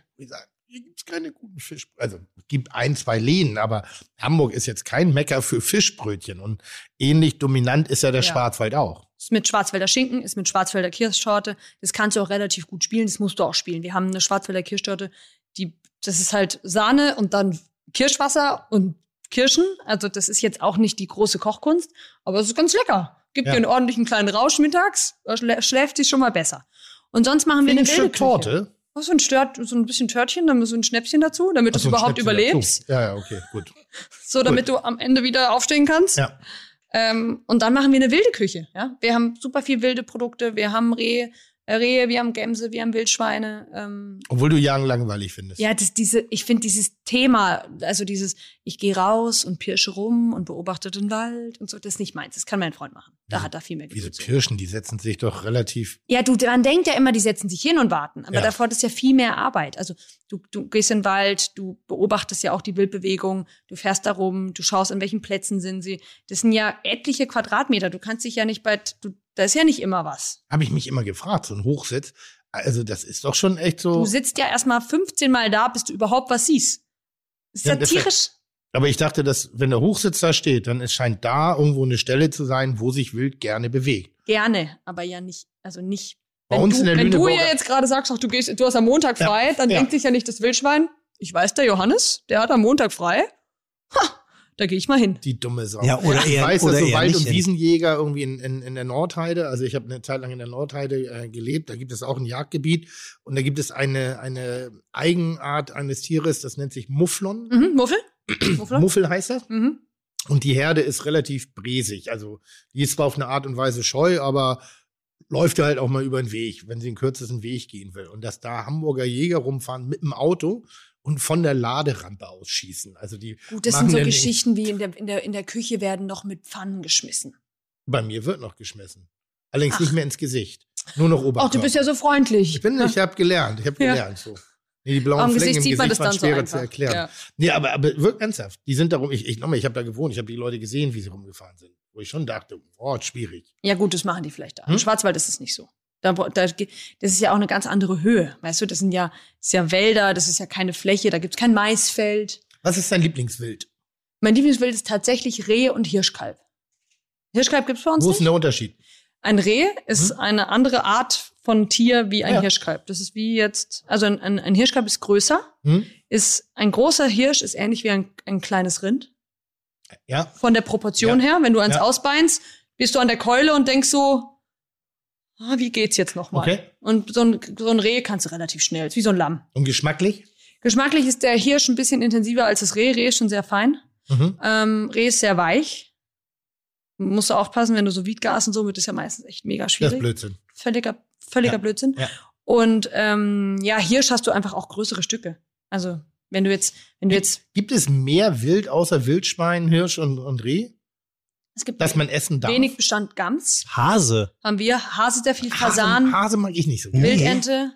Fischbrötchen.
Ich sage, hier gibt's keine guten Fischbrötchen. Also es gibt ein, zwei Läden, aber Hamburg ist jetzt kein Mecker für Fischbrötchen. Und ähnlich dominant ist ja der
Ja.
Schwarzwald auch.
Ist mit Schwarzwälder Schinken, ist mit Schwarzwälder Kirschtorte. Das kannst du auch relativ gut spielen, das musst du auch spielen. Wir haben eine Schwarzwälder Kirschtorte, die, das ist halt Sahne und dann Kirschwasser und Kirschen. Also das ist jetzt auch nicht die große Kochkunst, aber es ist ganz lecker. Gibt
Ja.
dir einen ordentlichen kleinen Rausch mittags, da schlä schläft dich schon mal besser. Und sonst machen wir eine wilde Küche.
Torte.
Oh, so ein, Stört, so ein bisschen Törtchen, dann so ein Schnäppchen dazu, damit du
Ach so,
es
ein
überhaupt
Schnäppchen dazu.
überlebst.
Ja, ja, okay, gut.
So, damit du am Ende wieder aufstehen kannst.
Ja.
Ähm, und dann machen wir eine wilde Küche. Ja? Wir haben super viel wilde Produkte. Wir haben Rehe, äh, Rehe wir haben Gämse, wir haben Wildschweine. Ähm,
Obwohl du Jagen langweilig findest.
ja, das, diese, ich finde dieses Thema, also dieses, ich gehe raus und pirsche rum und beobachte den Wald und so, das ist nicht meins. Das kann mein Freund machen. Da
Diese-
hat er viel mehr
Diese
Gefühl zu.
Pirschen, die setzen sich doch relativ.
Ja, du, man denkt ja immer, die setzen sich hin und warten. Aber
Ja.
davor ist ja viel mehr Arbeit. Also du, du gehst in den Wald, du beobachtest ja auch die Wildbewegung, du fährst da rum, du schaust, an welchen Plätzen sind sie. Das sind ja etliche Quadratmeter. Du kannst dich ja nicht bei, du, da ist ja nicht immer was.
Habe ich mich immer gefragt, so ein Hochsitz. Also, das ist doch schon echt so.
Du sitzt ja erstmal 15 Mal da, bis du überhaupt was siehst. Ist
Ja,
ja,
das-
tierisch.
Aber ich dachte, dass wenn der Hochsitz da steht, dann es scheint da irgendwo eine Stelle zu sein, wo sich Wild gerne bewegt.
Gerne, aber ja nicht, also nicht.
Bei
wenn
uns
du,
in der
Wenn du
Lüneburger-
ihr jetzt gerade sagst, ach, du gehst, du hast am Montag
Ja,
frei, dann
ja.
denkt sich ja nicht das Wildschwein. Ich weiß, der Johannes, der hat am Montag frei. Ha, da gehe ich mal hin.
Die dumme Sau.
Ja, oder
ich
eher-
weiß,
oder
dass so
eher
Wald-
nicht
und
hin.
Wiesenjäger irgendwie in, in, in der Nordheide, also ich habe eine Zeit lang in der Nordheide äh, gelebt, da gibt es auch ein Jagdgebiet und da gibt es eine, eine Eigenart eines Tieres, das nennt sich Mufflon.
Mhm, Muffel? Muffel?
Muffel heißt das.
Mhm.
Und die Herde ist relativ bresig. Also die ist zwar auf eine Art und Weise scheu, aber läuft ihr halt auch mal über den Weg, wenn sie den kürzesten Weg gehen will. Und dass da Hamburger Jäger rumfahren mit dem Auto und von der Laderampe aus schießen. Also die
Gut, das
Machen
sind so
wir nicht.
Geschichten wie in der, in, der, in der Küche werden noch mit Pfannen geschmissen.
bei mir wird noch geschmissen. Allerdings
Ach.
nicht mehr ins Gesicht. Nur noch
Ach,
Oberkörper.
du bist ja so freundlich.
Ich bin, ich habe gelernt, ich habe
Ja.
gelernt so. Nee, die blauen
Am
Flecken
Gesicht
im
sieht
Gesicht
man das dann
waren
so
schwerer
einfach.
zu erklären.
Ja.
Nee, aber, aber wirklich ernsthaft. Die sind darum, ich, ich nochmal, ich habe da gewohnt, ich habe die Leute gesehen, wie sie rumgefahren sind. Wo ich schon dachte, boah, schwierig.
ja gut, das machen die vielleicht da.
Hm?
Im Schwarzwald ist es nicht so. Da, bra- da, ge- das ist ja auch eine ganz andere Höhe. Weißt du, das sind ja, das ist ja Wälder, das ist ja keine Fläche, da gibt's kein Maisfeld.
Was ist dein Lieblingswild?
Mein Lieblingswild ist tatsächlich Rehe und Hirschkalb. Hirschkalb gibt's bei uns
Wo ist denn
nicht.
der Unterschied?
Ein Reh ist eine andere Art von Tier wie ein
Ja.
Hirschkalb. Das ist wie jetzt, also ein, ein, ein Hirschkalb ist größer,
Hm?
ist ein großer Hirsch ist ähnlich wie ein, ein kleines Rind.
Ja,
Von der Proportion her, wenn du eins
Ja.
ausbeinst, bist du an der Keule und denkst so, ah, wie geht's jetzt nochmal?
okay.
Und so ein, so ein Reh kannst du relativ schnell, ist wie so ein Lamm.
Und geschmacklich?
Geschmacklich ist der Hirsch ein bisschen intensiver als das Reh. Reh ist schon sehr fein.
Mhm.
Ähm, Reh ist sehr weich. Musst du aufpassen, wenn du so Wiedgas und so mit, ist ja meistens echt mega
Das ist
schwierig.
Blödsinn.
Völliger, völliger
Ja.
Blödsinn.
Ja.
Und ähm, ja, Hirsch hast du einfach auch größere Stücke. Also, wenn du jetzt, wenn du jetzt,
Gibt es mehr Wild außer Wildschwein, Hirsch und, und Reh,
es gibt
das man essen darf?
wenig Bestand Gans.
Hase.
Haben wir Hase sehr viel,
Hasen,
Fasan,
Hase mag ich nicht so gerne.
Wild-
Wildente.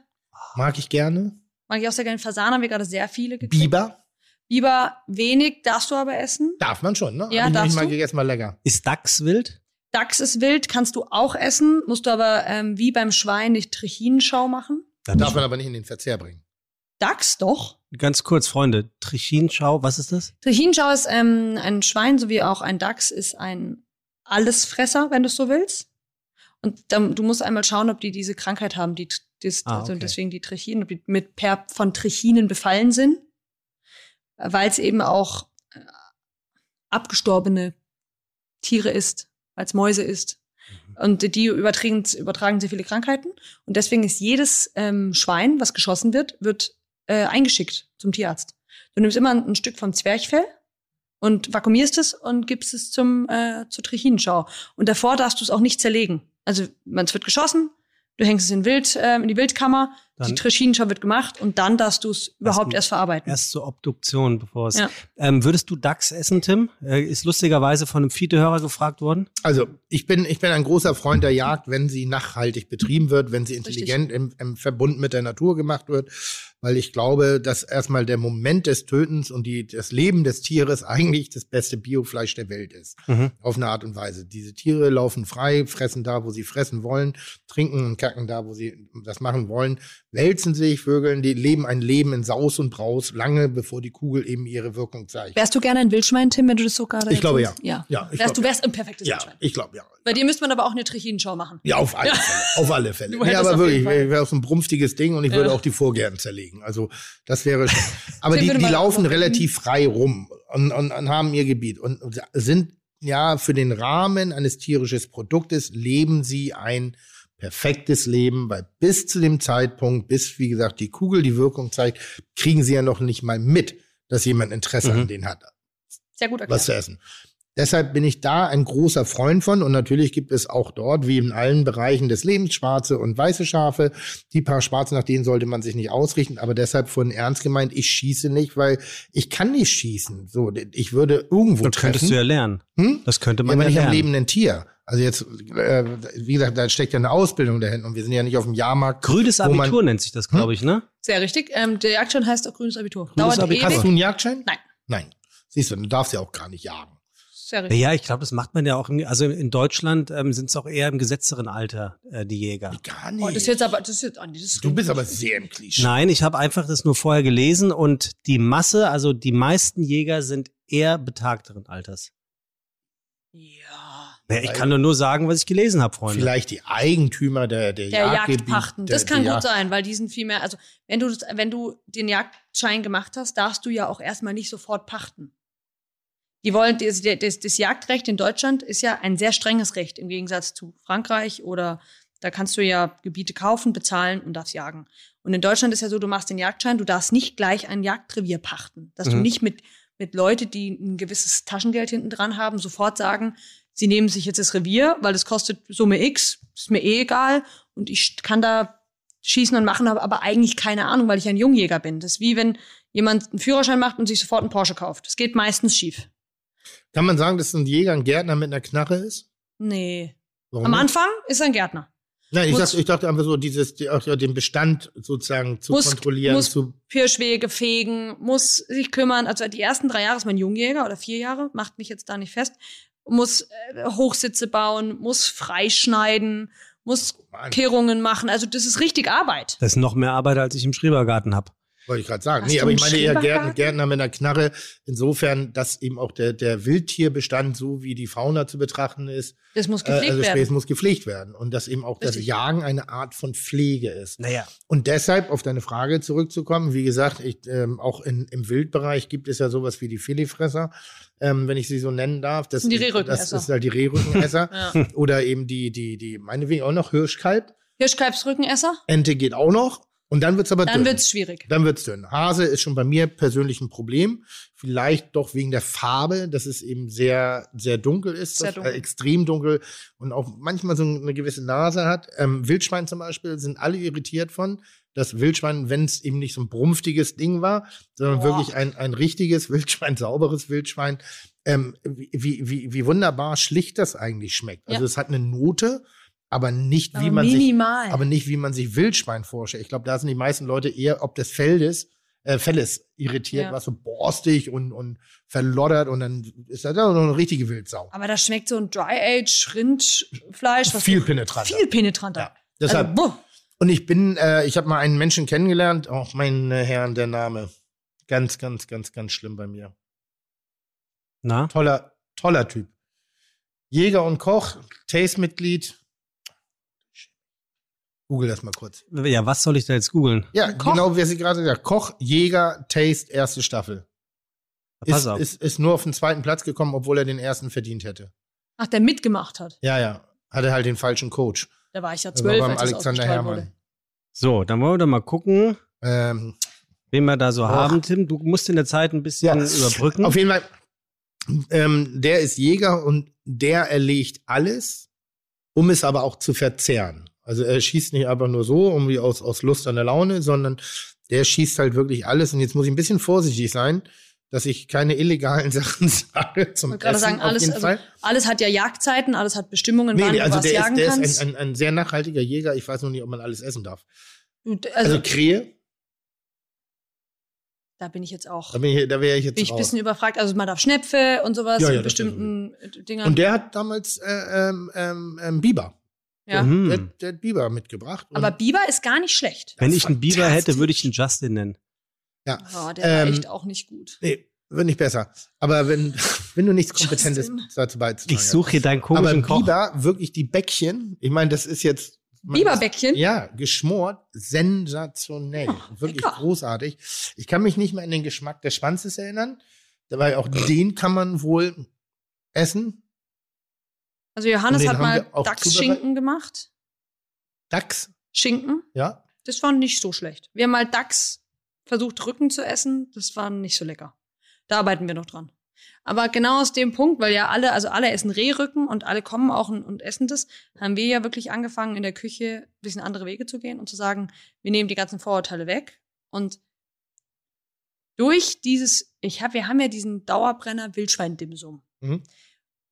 Mag ich gerne.
Mag ich auch sehr gerne Fasan, haben wir gerade sehr viele gekriegt.
Biber
Biber wenig, darfst du aber essen.
darf man schon, ne?
Ja,
Hab ich noch nicht
darfst
mal
du?
gegessen, mal lecker.
Ist Dachs wild?
Dachs ist wild, kannst du auch essen, musst du aber ähm, wie beim Schwein nicht Trichinenschau machen.
Dann
Darf man aber nicht in den Verzehr bringen.
Dachs doch.
Ganz kurz, Freunde. Trichinschau, was ist das?
Trichinenschau ist ähm, ein Schwein, sowie auch ein Dachs ist ein Allesfresser, wenn du es so willst. Und dann, du musst einmal schauen, ob die diese Krankheit haben, die, die
Ah,
also
okay.
deswegen die Trichinen, ob die mit per, von Trichinen befallen sind, weil es eben auch äh, abgestorbene Tiere ist, als Mäuse ist.
Mhm.
Und die übertragen, übertragen sehr viele Krankheiten. Und deswegen ist jedes ähm, Schwein, was geschossen wird, wird äh, eingeschickt zum Tierarzt. Du nimmst immer ein Stück vom Zwerchfell und vakuumierst es und gibst es zum, äh, zur Trichinenschau. Und davor darfst du es auch nicht zerlegen. Also man- es wird geschossen, du hängst es in, Wild, äh, in die Wildkammer,
Dann-
die Trichinenschau wird gemacht und dann darfst du es überhaupt
gut.
erst verarbeiten.
Erst zur Obduktion, bevor es.
Ja.
Ähm, würdest du Dachs essen, Tim? Äh, ist lustigerweise von einem Fiete-Hörer gefragt worden.
Also ich bin, ich bin ein großer Freund der Jagd, wenn sie nachhaltig betrieben wird, wenn sie
Richtig.
intelligent im, im Verbund mit der Natur gemacht wird, weil ich glaube, dass erstmal der Moment des Tötens und die, das Leben des Tieres eigentlich das beste Biofleisch der Welt ist.
Mhm.
Auf eine Art und Weise. Diese Tiere laufen frei, fressen da, wo sie fressen wollen, trinken und kacken da, wo sie das machen wollen, wälzen sich, vögeln, die leben ein Leben in Saus und Braus, lange bevor die Kugel eben ihre Wirkung zeigt.
Wärst du gerne ein Wildschwein, Tim, wenn du das so gerade
Ich glaube,
erzählst? Ja.
Ja, ich
wärst,
glaub,
du wärst ein perfektes
Ja,
Wildschwein.
ich glaube, ja.
Bei dir müsste man aber auch eine Trichinenschau machen.
Ja, auf alle Fälle. Auf alle Fälle.
Du
Nee,
hättest
aber
auf
wirklich,
jeden Fall-
wäre auch so ein brumpftiges Ding und ich würde
Ja.
auch die Vorgärten zerlegen. Also das wäre schon. Aber
Tim
die,
würde
die
mal-
laufen relativ frei rum und, und, und haben ihr Gebiet und und sind ja für den Rahmen eines tierischen Produktes leben sie ein perfektes Leben, weil bis zu dem Zeitpunkt, bis wie gesagt die Kugel die Wirkung zeigt, kriegen sie ja noch nicht mal mit, dass jemand Interesse
Mhm.
an denen hat
Sehr
was
gut erklärt.
zu essen. Deshalb bin ich da ein großer Freund von und natürlich gibt es auch dort, wie in allen Bereichen des Lebens, schwarze und weiße Schafe. Die paar Schwarze, nach denen sollte man sich nicht ausrichten, aber deshalb von ernst gemeint, ich schieße nicht, weil ich kann nicht schießen. So, ich würde irgendwo
Das könntest
treffen.
du ja lernen.
hm?
Das könnte
Ja,
man
aber
ja,
nicht am
lernen.
lebenden Tier. Also jetzt, äh, wie gesagt, da steckt ja eine Ausbildung dahinter und wir sind ja nicht auf dem Jahrmarkt.
Grünes
Wo man- Hm?
Abitur nennt sich das, glaube ich, ne?
Sehr richtig. Ähm, der Jagdschein heißt auch grünes Abitur.
Grünes
Dauert
Abitur.
ewig.
Hast du einen Jagdschein?
Nein.
Nein. Siehst du, du darfst ja auch gar nicht jagen.
Sehr richtig.
Ja, ich glaube, das macht man ja auch. In, also in Deutschland ähm, sind es auch eher im gesetzteren Alter äh, die Jäger.
Gar nicht.
Oh, das ist jetzt aber, das ist jetzt, oh, nee, das ist
du bist aber sehr im Klischee.
Nein, ich habe einfach das nur vorher gelesen und die Masse, also die meisten Jäger sind eher betagteren Alters.
Ja.
Naja, ich kann doch nur sagen, was ich gelesen habe, Freunde.
Vielleicht die Eigentümer der, der,
Der
Jagdgebiet-
Jagdpachten.
der-
Das kann
der
gut
Jagd-
sein, weil die sind viel mehr, also, wenn du, das- wenn du den Jagdschein gemacht hast, darfst du ja auch erstmal nicht sofort pachten. Die wollen, das, das, das Jagdrecht in Deutschland ist ja ein sehr strenges Recht im Gegensatz zu Frankreich oder da kannst du ja Gebiete kaufen, bezahlen und darfst jagen. Und in Deutschland ist ja so, du machst den Jagdschein, du darfst nicht gleich ein Jagdrevier pachten. Dass du
Mhm.
nicht mit, mit Leute, die ein gewisses Taschengeld hinten dran haben, sofort sagen, sie nehmen sich jetzt das Revier, weil das kostet Summe X, ist mir eh egal und ich kann da schießen und machen, habe aber eigentlich keine Ahnung, weil ich ein Jungjäger bin. Das ist wie wenn jemand einen Führerschein macht und sich sofort einen Porsche kauft. Das geht meistens schief.
Kann man sagen, dass ein Jäger ein Gärtner mit einer Knarre ist?
Nee.
Warum
Am
nicht?
Anfang ist er ein Gärtner.
Nein, ich
muss-
dachte, ich dachte einfach so, dieses, die, auch, ja, den Bestand sozusagen zu
Muss-
kontrollieren,
muss-
zu
Pirschwege fegen, muss sich kümmern. Also die ersten drei Jahre ist mein Jungjäger oder vier Jahre, macht mich jetzt da nicht fest. Muss äh, Hochsitze bauen, muss freischneiden, muss
Mann,
Kehrungen machen. Also das ist richtig Arbeit.
Das ist noch mehr Arbeit, als ich im Schrebergarten habe.
wollte ich gerade sagen.
Hast
Nee,
du
aber ich
einen
meine eher Gärtner,
Schrebergarten?
Gärtner mit einer Knarre, insofern, dass eben auch der, der Wildtierbestand, so wie die Fauna zu betrachten ist,
Das muss
äh,
gepflegt
also
werden.
es muss gepflegt werden. Und dass eben auch das
Richtig.
Jagen eine Art von Pflege ist.
Naja,
Und deshalb, auf deine Frage zurückzukommen, wie gesagt, ich, ähm, auch in, im Wildbereich gibt es ja sowas wie die Filetfresser, ähm, wenn ich sie so nennen darf. Das,
Sind die
Das
Rehrückenesser.
ist halt die Rehrückenesser.
Ja.
Oder eben die, die, die, meinetwegen auch noch Hirschkalb.
Hirschkalbsrückenesser,
Ente geht auch noch. Und dann wird's aber
dann
dünn.
wird's schwierig.
Dann wird's dünn. Hase ist schon bei mir persönlich ein Problem. Vielleicht doch wegen der Farbe, dass es eben sehr, sehr dunkel ist,
Sehr
dass-
dunkel.
Äh, extrem dunkel und auch manchmal so eine gewisse Nase hat. Ähm, Wildschwein zum Beispiel sind alle irritiert von, dass Wildschwein, wenn es eben nicht so ein brumpftiges Ding war, sondern
Boah.
wirklich ein, ein richtiges Wildschwein, sauberes Wildschwein, ähm, wie, wie, wie- wie wunderbar schlicht das eigentlich schmeckt. Also
Ja.
es hat eine Note, aber nicht, wie
Aber
man sich
minimal.
aber nicht, wie man sich Wildschwein vorstellt. Ich glaube, da sind die meisten Leute eher ob des Feldes, äh, Felles irritiert,
Ja.
was so borstig und, und verloddert und dann ist das ja noch eine richtige Wildsau.
Aber da schmeckt so ein Dry-Age-Rindfleisch was
Viel penetranter.
viel penetranter.
Ja. Deshalb,
Also, boah,
und ich bin, äh, ich habe mal einen Menschen kennengelernt, auch meine Herren, der Name. Ganz, ganz, ganz, ganz schlimm bei mir.
na?
Toller, toller Typ. Jäger und Koch, Taste-Mitglied. Google das mal kurz.
Ja, was soll ich da jetzt googeln?
Ja,
Koch?
genau wie sie gerade gesagt hat. Koch, Jäger, Taste, erste Staffel.
Pass
ist,
auf.
Ist, ist nur auf den zweiten Platz gekommen, obwohl er den ersten verdient hätte.
ach, der mitgemacht hat.
Ja, ja. Hatte halt den falschen Coach.
Da war ich ja
Das war
zwölf,
beim
als das
Also, Alexander
ausgestrahlt wurde.
Herrmann.
so, dann wollen wir doch mal gucken,
Ähm,
wen wir da so haben, Tim. Du musst in der Zeit ein bisschen überbrücken.
Auf jeden Fall, ähm, der ist Jäger und der erlegt alles, um es aber auch zu verzehren. Also er schießt nicht einfach nur so, um wie aus, aus Lust an der Laune, sondern der schießt halt wirklich alles. Und jetzt muss ich ein bisschen vorsichtig sein, dass ich keine illegalen Sachen sage zum
wollte gerade
Essen
sagen,
auf
alles,
jeden
also,
Fall.
alles hat ja Jagdzeiten, alles hat Bestimmungen, wann
Nee, nee,
du
also
was
der
jagen
ist, der
kannst.
ist ein, ein, ein sehr nachhaltiger Jäger. Ich weiß nur nicht, ob man alles essen darf.
Und, also,
Also, Krähe,
da bin ich jetzt auch,
da,
bin
bin ich, da wäre ich jetzt
ich ein
raus.
bisschen überfragt. Also man darf Schnäpfe und sowas,
Ja, ja,
und
das
bestimmten äh, Dingern.
Und der hat damals äh, ähm, ähm, ähm, Biber.
ja.
Mhm.
Der, der hat Biber mitgebracht. Und
Aber Biber ist gar nicht schlecht.
Wenn ich einen Biber hätte, würde ich einen
fantastisch.
Justin nennen.
Oh, der war
Ähm,
echt auch nicht gut.
Nee, wird nicht besser. Aber wenn, wenn du nichts Kompetentes
Justin.
dazu beizutragen
Ich suche hier deinen
hast. Aber
komischen Koch.
Biber, wirklich die Bäckchen, ich meine, das ist jetzt.
Biberbäckchen?
Ja, geschmort, sensationell. wirklich
lecker.
großartig. Ich kann mich nicht mehr an den Geschmack des Schwanzes erinnern, weil auch den kann man wohl essen.
Also
Und
Johannes
den
hat
haben
mal
wir auch
Dachsschinken gemacht.
Dachs,
Schinken.
ja.
Das war nicht so schlecht. Wir haben mal Dachs versucht, Rücken zu essen. Das war nicht so lecker. Da arbeiten wir noch dran. Aber genau aus dem Punkt, weil ja alle, also alle essen Rehrücken und alle kommen auch und, und essen das, haben wir ja wirklich angefangen, in der Küche ein bisschen andere Wege zu gehen und zu sagen, wir nehmen die ganzen Vorurteile weg. Und durch dieses, ich hab, wir haben ja diesen Dauerbrenner Wildschwein-Dimsum.
Mhm.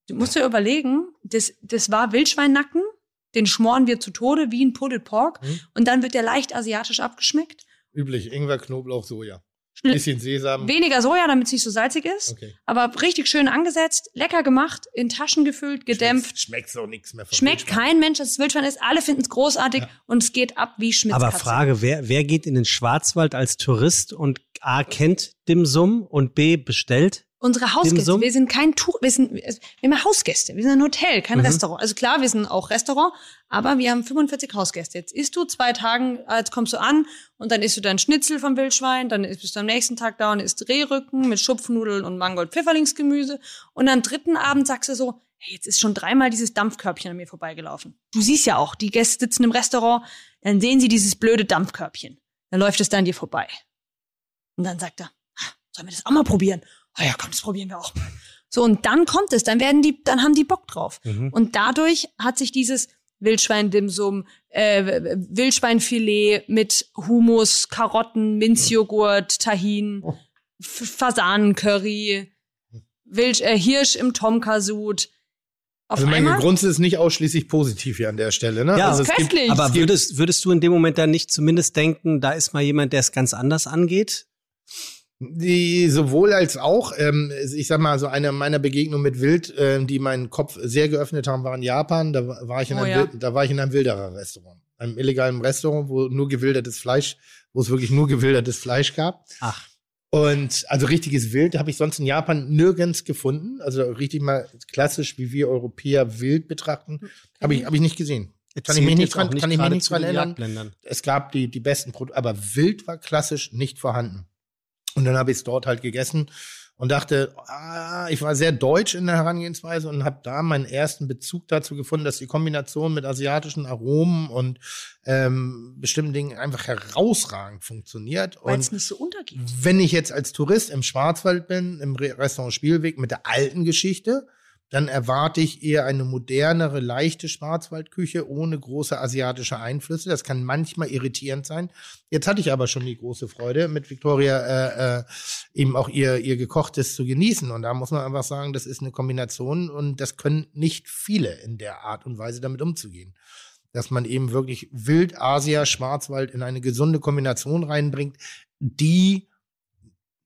Du musst dir überlegen, das, das war Wildschweinnacken, den schmoren wir zu Tode wie ein Pulled Pork
Mhm.
und dann wird der leicht asiatisch abgeschmeckt.
Üblich, Ingwer, Knoblauch, Soja.
Schl-
Bisschen Sesam.
Weniger Soja, damit es nicht so salzig ist,
Okay.
aber richtig schön angesetzt, lecker gemacht, in Taschen gefüllt, gedämpft.
Schmeckt schmeckt's auch nichts mehr von
Schmeckt
Wildschwein.
kein Mensch, dass es Wildschwein ist. Alle finden es großartig
Ja.
und es geht ab wie Schmitzkatze.
Aber Frage, wer, wer geht in den Schwarzwald als Tourist und A kennt Dimsum und B bestellt?
Unsere Hausgäste,
Dimsum?
wir sind kein Tour, wir sind, wir haben ja Hausgäste, wir sind ein Hotel, kein
Mhm.
Restaurant. Also klar, wir sind auch Restaurant, aber wir haben 45 Hausgäste. Jetzt isst du zwei Tagen, äh, jetzt kommst du an und dann isst du dein Schnitzel vom Wildschwein, dann isst- bist du am nächsten Tag da und isst Rehrücken mit Schupfnudeln und Mangold-Pfifferlingsgemüse und am dritten Abend sagst du so, hey, jetzt ist schon dreimal dieses Dampfkörbchen an mir vorbeigelaufen. Du siehst ja auch, die Gäste sitzen im Restaurant, dann sehen sie dieses blöde Dampfkörbchen. Dann läuft es da an dir vorbei. Und dann sagt er, "Ah, sollen wir das auch mal probieren? Ah ja, komm, das probieren wir auch mal. So, und dann kommt es, dann werden die, dann haben die Bock drauf.
Mhm.
Und dadurch hat sich dieses Wildschwein-Dimsum, äh, Wildschweinfilet mit Hummus, Karotten, Minzjoghurt, Tahin, F- Fasanencurry, Wild, äh, Hirsch im Tomkasud. Auf
Also mein
einmal
Grund ist nicht ausschließlich positiv hier an der Stelle. Ne?
Ja,
also es gibt,
köstlich.
Aber würdest, würdest du in dem Moment dann nicht zumindest denken, da ist mal jemand, der es ganz anders angeht?
die sowohl als auch, ähm, ich sag mal, so eine meiner Begegnungen mit Wild, ähm, die meinen Kopf sehr geöffnet haben, war in Japan. Da wa- war ich in,
Oh,
einem,
ja.
Wil- da war ich in einem Wilderer-Restaurant. Einem illegalen Restaurant, wo nur gewildertes Fleisch, wo es wirklich nur gewildertes Fleisch gab.
Ach.
Und also richtiges Wild habe ich sonst in Japan nirgends gefunden. Also richtig mal klassisch, wie wir Europäer Wild betrachten, habe
Mhm.
ich, hab ich nicht gesehen. Kann ich mich
Zählt
nicht
jetzt
dran-
auch
kann ich mich
gerade
nicht
zu
dran
den
erinnern.
Jagdländern.
es gab die, die besten Produkte, aber wild war klassisch nicht vorhanden. Und dann habe ich es dort halt gegessen und dachte, ah, ich war sehr deutsch in der Herangehensweise und habe da meinen ersten Bezug dazu gefunden, dass die Kombination mit asiatischen Aromen und ähm, bestimmten Dingen einfach herausragend funktioniert.
weil
Und
es nicht so untergeht.
wenn ich jetzt als Tourist im Schwarzwald bin, im Re- Restaurant Spielweg mit der alten Geschichte, dann erwarte ich eher eine modernere, leichte Schwarzwaldküche ohne große asiatische Einflüsse. Das kann manchmal irritierend sein. Jetzt hatte ich aber schon die große Freude, mit Victoria äh, äh, eben auch ihr, ihr Gekochtes zu genießen. Und da muss man einfach sagen, das ist eine Kombination und das können nicht viele in der Art und Weise damit umzugehen. Dass man eben wirklich Wild, Asia, Schwarzwald in eine gesunde Kombination reinbringt, die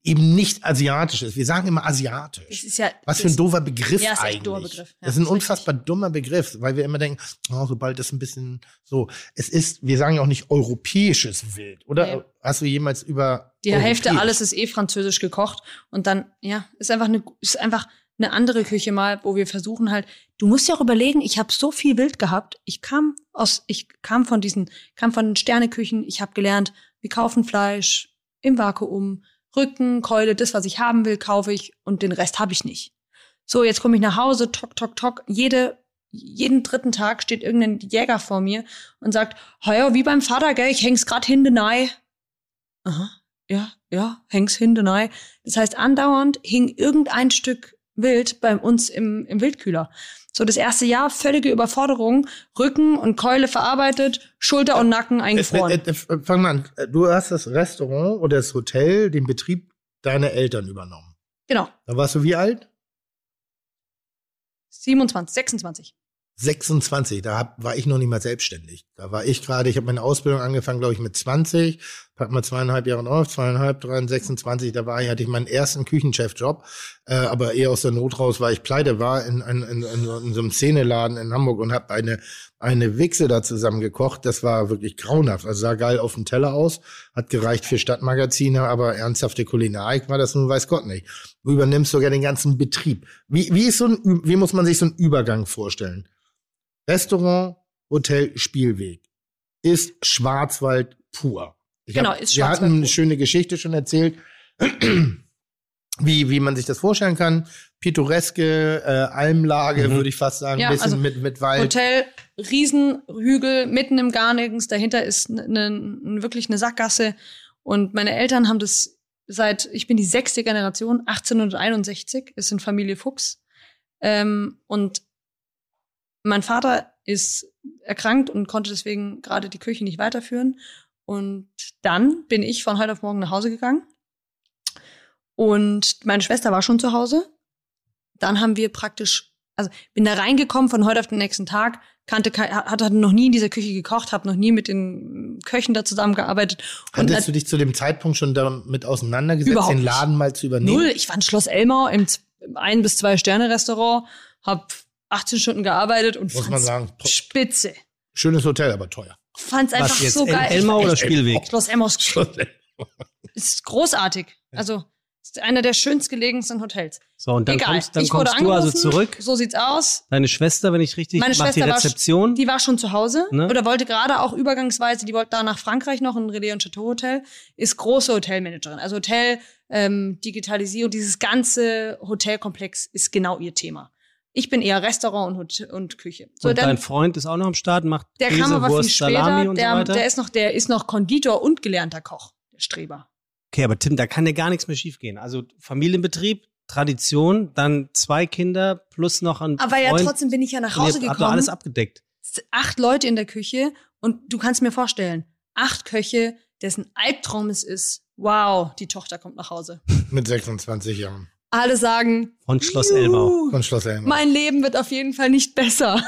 eben nicht asiatisch ist. Wir sagen immer
Das
asiatisch.
ist ja,
Was für ein
das-
doofer Begriff
Ja, ist echt
eigentlich.
ein doofer Begriff. Ja,
das ist ein
ist richtig.
unfassbar dummer Begriff, weil wir immer denken, oh, sobald das ein bisschen so. Es ist, wir sagen ja auch nicht europäisches Wild, oder?
Nee.
Hast du jemals über
Die Hälfte
europäisch-
alles ist eh französisch gekocht und dann ja, ist einfach eine ist einfach eine andere Küche mal, wo wir versuchen halt, du musst ja auch überlegen, ich habe so viel wild gehabt. Ich kam aus ich kam von diesen kam von den Sterneküchen, ich habe gelernt, wir kaufen Fleisch im Vakuum, Rücken, Keule, das was ich haben will, kaufe ich und den Rest habe ich nicht. So, jetzt komme ich nach Hause, tok tok tok, jede jeden dritten Tag steht irgendein Jäger vor mir und sagt, "Heuer wie beim Vater, gell, ich häng's grad hinten nei." Aha. ja, ja, häng's hinten rein. Das heißt, andauernd hing irgendein Stück Wild bei uns im, im Wildkühler. So das erste Jahr völlige Überforderung, Rücken und Keule verarbeitet, Schulter und Nacken eingefroren.
Äh, äh, äh, Fang mal an. Du hast das Restaurant oder das Hotel, den Betrieb deiner Eltern übernommen.
genau,
Da warst du wie alt?
27, 26.
26. Da hab, war ich noch nicht mal selbstständig. Da war ich gerade, ich habe meine Ausbildung angefangen, glaube ich, mit 20. Pack mal zweieinhalb Jahre auf, zweieinhalb, drei, 26. Da war ich, hatte ich meinen ersten Küchenchefjob, äh, aber eher aus der Not raus, weil ich pleite war in, in, in, in, so, in so einem Szeneladen in Hamburg und habe eine, eine Wichse da zusammengekocht. Das war wirklich grauenhaft. Also sah geil auf dem Teller aus, hat gereicht für Stadtmagazine, aber ernsthafte Kulinarik war das nun weiß Gott nicht. Du übernimmst sogar den ganzen Betrieb. Wie, wie, ist so ein, Ü- wie muss man sich so einen Übergang vorstellen? Restaurant, Hotel, Spielweg ist Schwarzwald pur. Ich
Genau,
hab,
ist
wir
Schwarzwald
hatten eine
pur.
schöne Geschichte schon erzählt, wie, wie man sich das vorstellen kann. Pittoreske äh, Almlage,
Mhm.
würde ich fast sagen,
Ja,
bisschen
also
mit, mit Wald.
Hotel, Riesenhügel, mitten im Gar nirgends. Dahinter ist ne- ne- n- wirklich eine Sackgasse. Und meine Eltern haben das seit, ich bin die sechste Generation, 1861, ist in Familie Fuchs. Ähm, und mein Vater ist erkrankt und konnte deswegen gerade die Küche nicht weiterführen. Und dann bin ich von heute auf morgen nach Hause gegangen. Und meine Schwester war schon zu Hause. Dann haben wir praktisch, also bin da reingekommen von heute auf den nächsten Tag, kannte, kei- hatte, hatte noch nie in dieser Küche gekocht, habe noch nie mit den Köchen da zusammengearbeitet. Und
Hattest du dich zu dem Zeitpunkt schon damit auseinandergesetzt,
Überhaupt
den
nicht.
Laden mal zu übernehmen?
Null. Ich war in Schloss Elmau im, Z- im ein bis zwei Sterne Restaurant, hab 18 Stunden gearbeitet und
Muss man
fand's
sagen. Pro-
spitze.
Schönes Hotel, aber teuer.
Fand's einfach
Was jetzt?
so
El
geil.
Elmau oder
Ich- Oh,
Spielweg?
Schloss Elmau ist, ist großartig. Also ist einer der schönst gelegensten Hotels.
So, und dann
Egal.
kommst, dann
ich wurde
kommst du also
angerufen,
zurück.
So sieht's aus.
Deine Schwester, wenn ich richtig,
Meine
macht die
Schwester war sch-
Rezeption.
Die war schon zu Hause
Ne?
oder wollte gerade auch übergangsweise, die wollte da nach Frankreich noch in Relais und Chateau Hotel, ist große Hotelmanagerin. Also Hotel, ähm, Digitalisierung, dieses ganze Hotelkomplex ist genau ihr Thema. Ich bin eher Restaurant und, Hotel und Küche. So,
und
dann,
dein Freund ist auch noch am Start, macht
der
Käse,
kam aber viel
Wurst,
später.
Salami und
der,
so weiter.
der, ist noch, der ist noch Konditor und gelernter Koch, der Streber.
okay, aber Tim, da kann ja gar nichts mehr schiefgehen. Also Familienbetrieb, Tradition, dann zwei Kinder plus noch ein
Aber ja,
Freund.
trotzdem bin ich ja nach
Und ihr
Hause
habt doch
gekommen.
alles abgedeckt.
s- acht Leute in der Küche und du kannst mir vorstellen, acht Köche, dessen Albtraum es ist, wow, die Tochter kommt nach Hause.
Mit 26 Jahren.
Alle sagen,
Von Schloss
"Juhu,
Elbau.
Von Schloss Elmau.
Mein Leben wird auf jeden Fall nicht besser.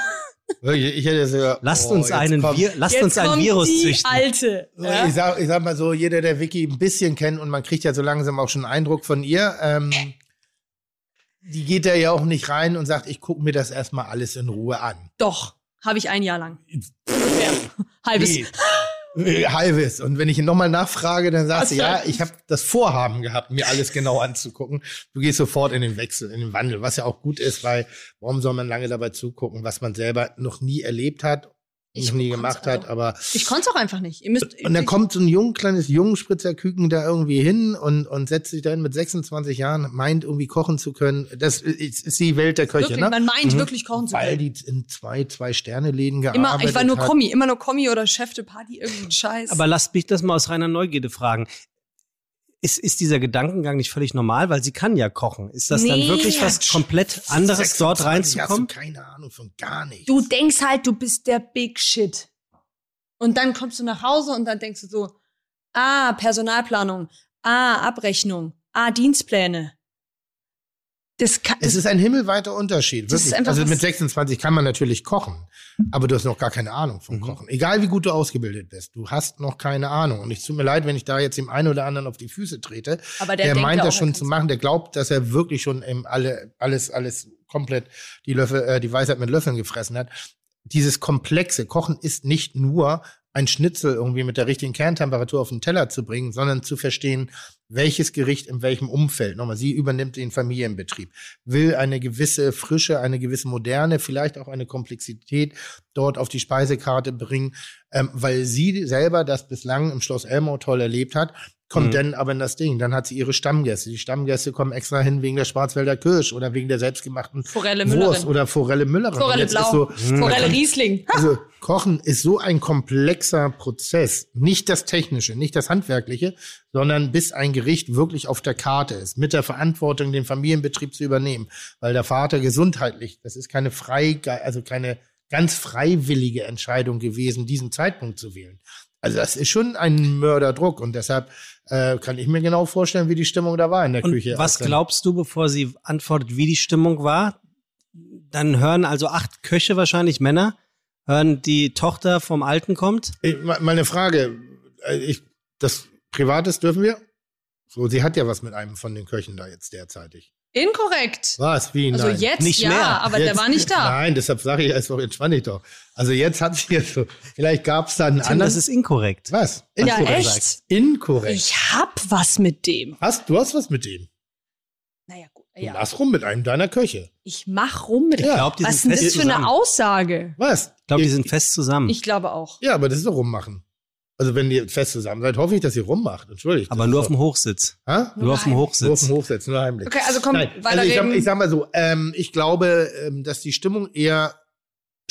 Wirklich, ich hätte sogar,
Lasst
oh,
uns
jetzt
einen,
kommt-
Wir lasst
Jetzt
uns ein
kommt
Virus
die
züchten.
Alte.
So,
Ja?
Ich, sag, ich sag mal so, jeder, der Vicky ein bisschen kennt und man kriegt ja so langsam auch schon einen Eindruck von ihr, ähm, die geht da ja auch nicht rein und sagt, ich gucke mir das erstmal alles in Ruhe an.
Doch, habe ich ein Jahr lang. Ja, Halbes.
Hm. Nee. Äh, Halbes. Und wenn ich ihn nochmal nachfrage, dann sagst
Ach
du,
so.
ja, ich habe das Vorhaben gehabt, mir alles genau anzugucken. Du gehst sofort in den Wechsel, in den Wandel, was ja auch gut ist, weil warum soll man lange dabei zugucken, was man selber noch nie erlebt hat,
Ich
noch nie
kann's
gemacht hat,
auch.
aber
Ich konnte es auch einfach nicht. Ihr müsst,
Und dann
ich-
kommt so ein jung, kleines Jungspritzer-Küken da irgendwie hin und, und setzt sich dahin mit 26 Jahren, meint irgendwie kochen zu können. Das ist, ist die Welt der Köche,
wirklich,
ne?
man meint
Mhm.
wirklich kochen zu
Weil
können.
die in zwei, zwei Sterne-Läden gearbeitet
Immer, ich war nur
hat.
Kommi, immer nur Kommi oder Chef de Party, irgendein Scheiß.
Aber lasst mich das mal aus reiner Neugierde fragen. Ist, ist dieser Gedankengang nicht völlig normal, weil sie kann ja kochen? Ist das dann
Nee.
wirklich was komplett anderes, dort
26
reinzukommen?
Hast du keine Ahnung von gar nichts.
du denkst halt, du bist der Big Shit. Und dann kommst du nach Hause und dann denkst du so, ah, Personalplanung, ah, Abrechnung, ah, Dienstpläne. Das kann,
es
das,
ist ein himmelweiter Unterschied.
Das
Wirklich.
ist einfach
also
was-
mit 26 kann man natürlich kochen, aber du hast noch gar keine Ahnung vom
Mhm.
Kochen. Egal wie gut du ausgebildet bist, du hast noch keine Ahnung. Und ich tut mir leid, wenn ich da jetzt dem einen oder anderen auf die Füße trete.
aber der,
der,
denkt
meint
ja auch,
das schon
er
zu
kann's.
machen, der glaubt, dass er wirklich schon ähm, alle, alles, alles komplett die Löffel, äh, die Weisheit mit Löffeln gefressen hat. Dieses komplexe Kochen ist nicht nur ein Schnitzel irgendwie mit der richtigen Kerntemperatur auf den Teller zu bringen, sondern zu verstehen, welches Gericht in welchem Umfeld. Nochmal, sie übernimmt den Familienbetrieb, will eine gewisse Frische, eine gewisse Moderne, vielleicht auch eine Komplexität dort auf die Speisekarte bringen, ähm, weil sie selber das bislang im Schloss Elmau toll erlebt hat kommt
Mhm.
dann aber in das Ding. Dann hat sie ihre Stammgäste. Die Stammgäste kommen extra hin wegen der Schwarzwälder Kirsch oder wegen der selbstgemachten
Forelle
Wurst
Müllerin.
oder Forelle Müllerin. Und
Forelle
jetzt ist
Blau.
so,
Forelle Riesling.
also Kochen ist so ein komplexer Prozess. Nicht das Technische, nicht das Handwerkliche, sondern bis ein Gericht wirklich auf der Karte ist, mit der Verantwortung, den Familienbetrieb zu übernehmen. Weil der Vater gesundheitlich, das ist keine frei, also keine ganz freiwillige Entscheidung gewesen, diesen Zeitpunkt zu wählen. Also das ist schon ein Mörderdruck und deshalb äh, kann ich mir genau vorstellen, wie die Stimmung da war in der
Und
Küche.
was
als dann-
glaubst du, bevor sie antwortet, wie die Stimmung war? Dann hören also acht Köche wahrscheinlich Männer, hören die Tochter vom Alten kommt.
Ich, me- meine Frage, äh, ich, das Privates dürfen wir? So, sie hat ja was mit einem von den Köchen da jetzt derzeitig.
Inkorrekt.
Was? Wie?
Also
Nein.
jetzt
Nicht
ja,
mehr.
aber der
Jetzt-
war nicht da.
Nein, deshalb sage ich, also entspann dich doch. Also jetzt hat sie jetzt so, vielleicht gab es da einen
Tim, das
anderen.
ist inkorrekt.
was?
Ja,
du
echt?
sagst.
Inkorrekt.
Ich hab was mit dem.
Hast, du hast was mit dem.
Naja, gut.
Du
Ja.
machst rum mit einem deiner Köche.
Ich mach rum mit
Ja.
dem.
glaub, die
Was ist
sind
denn das
fest
für eine
zusammen.
Aussage?
Was?
Ich glaube, die sind fest zusammen.
Ich glaube auch.
Ja, aber das ist doch rummachen. Also wenn ihr fest zusammen seid, hoffe ich, dass ihr rummacht. Entschuldigt.
aber
Das
nur
ist
auf dem Hochsitz.
doch- Hä?
Nur auf dem
Nur auf
Hochsitz.
dem Hochsitz, nur heimlich.
Okay, also komm,
Nein,
weiter
also ich, sag,
reden.
ich sag mal so, ähm, ich glaube, ähm, dass die Stimmung eher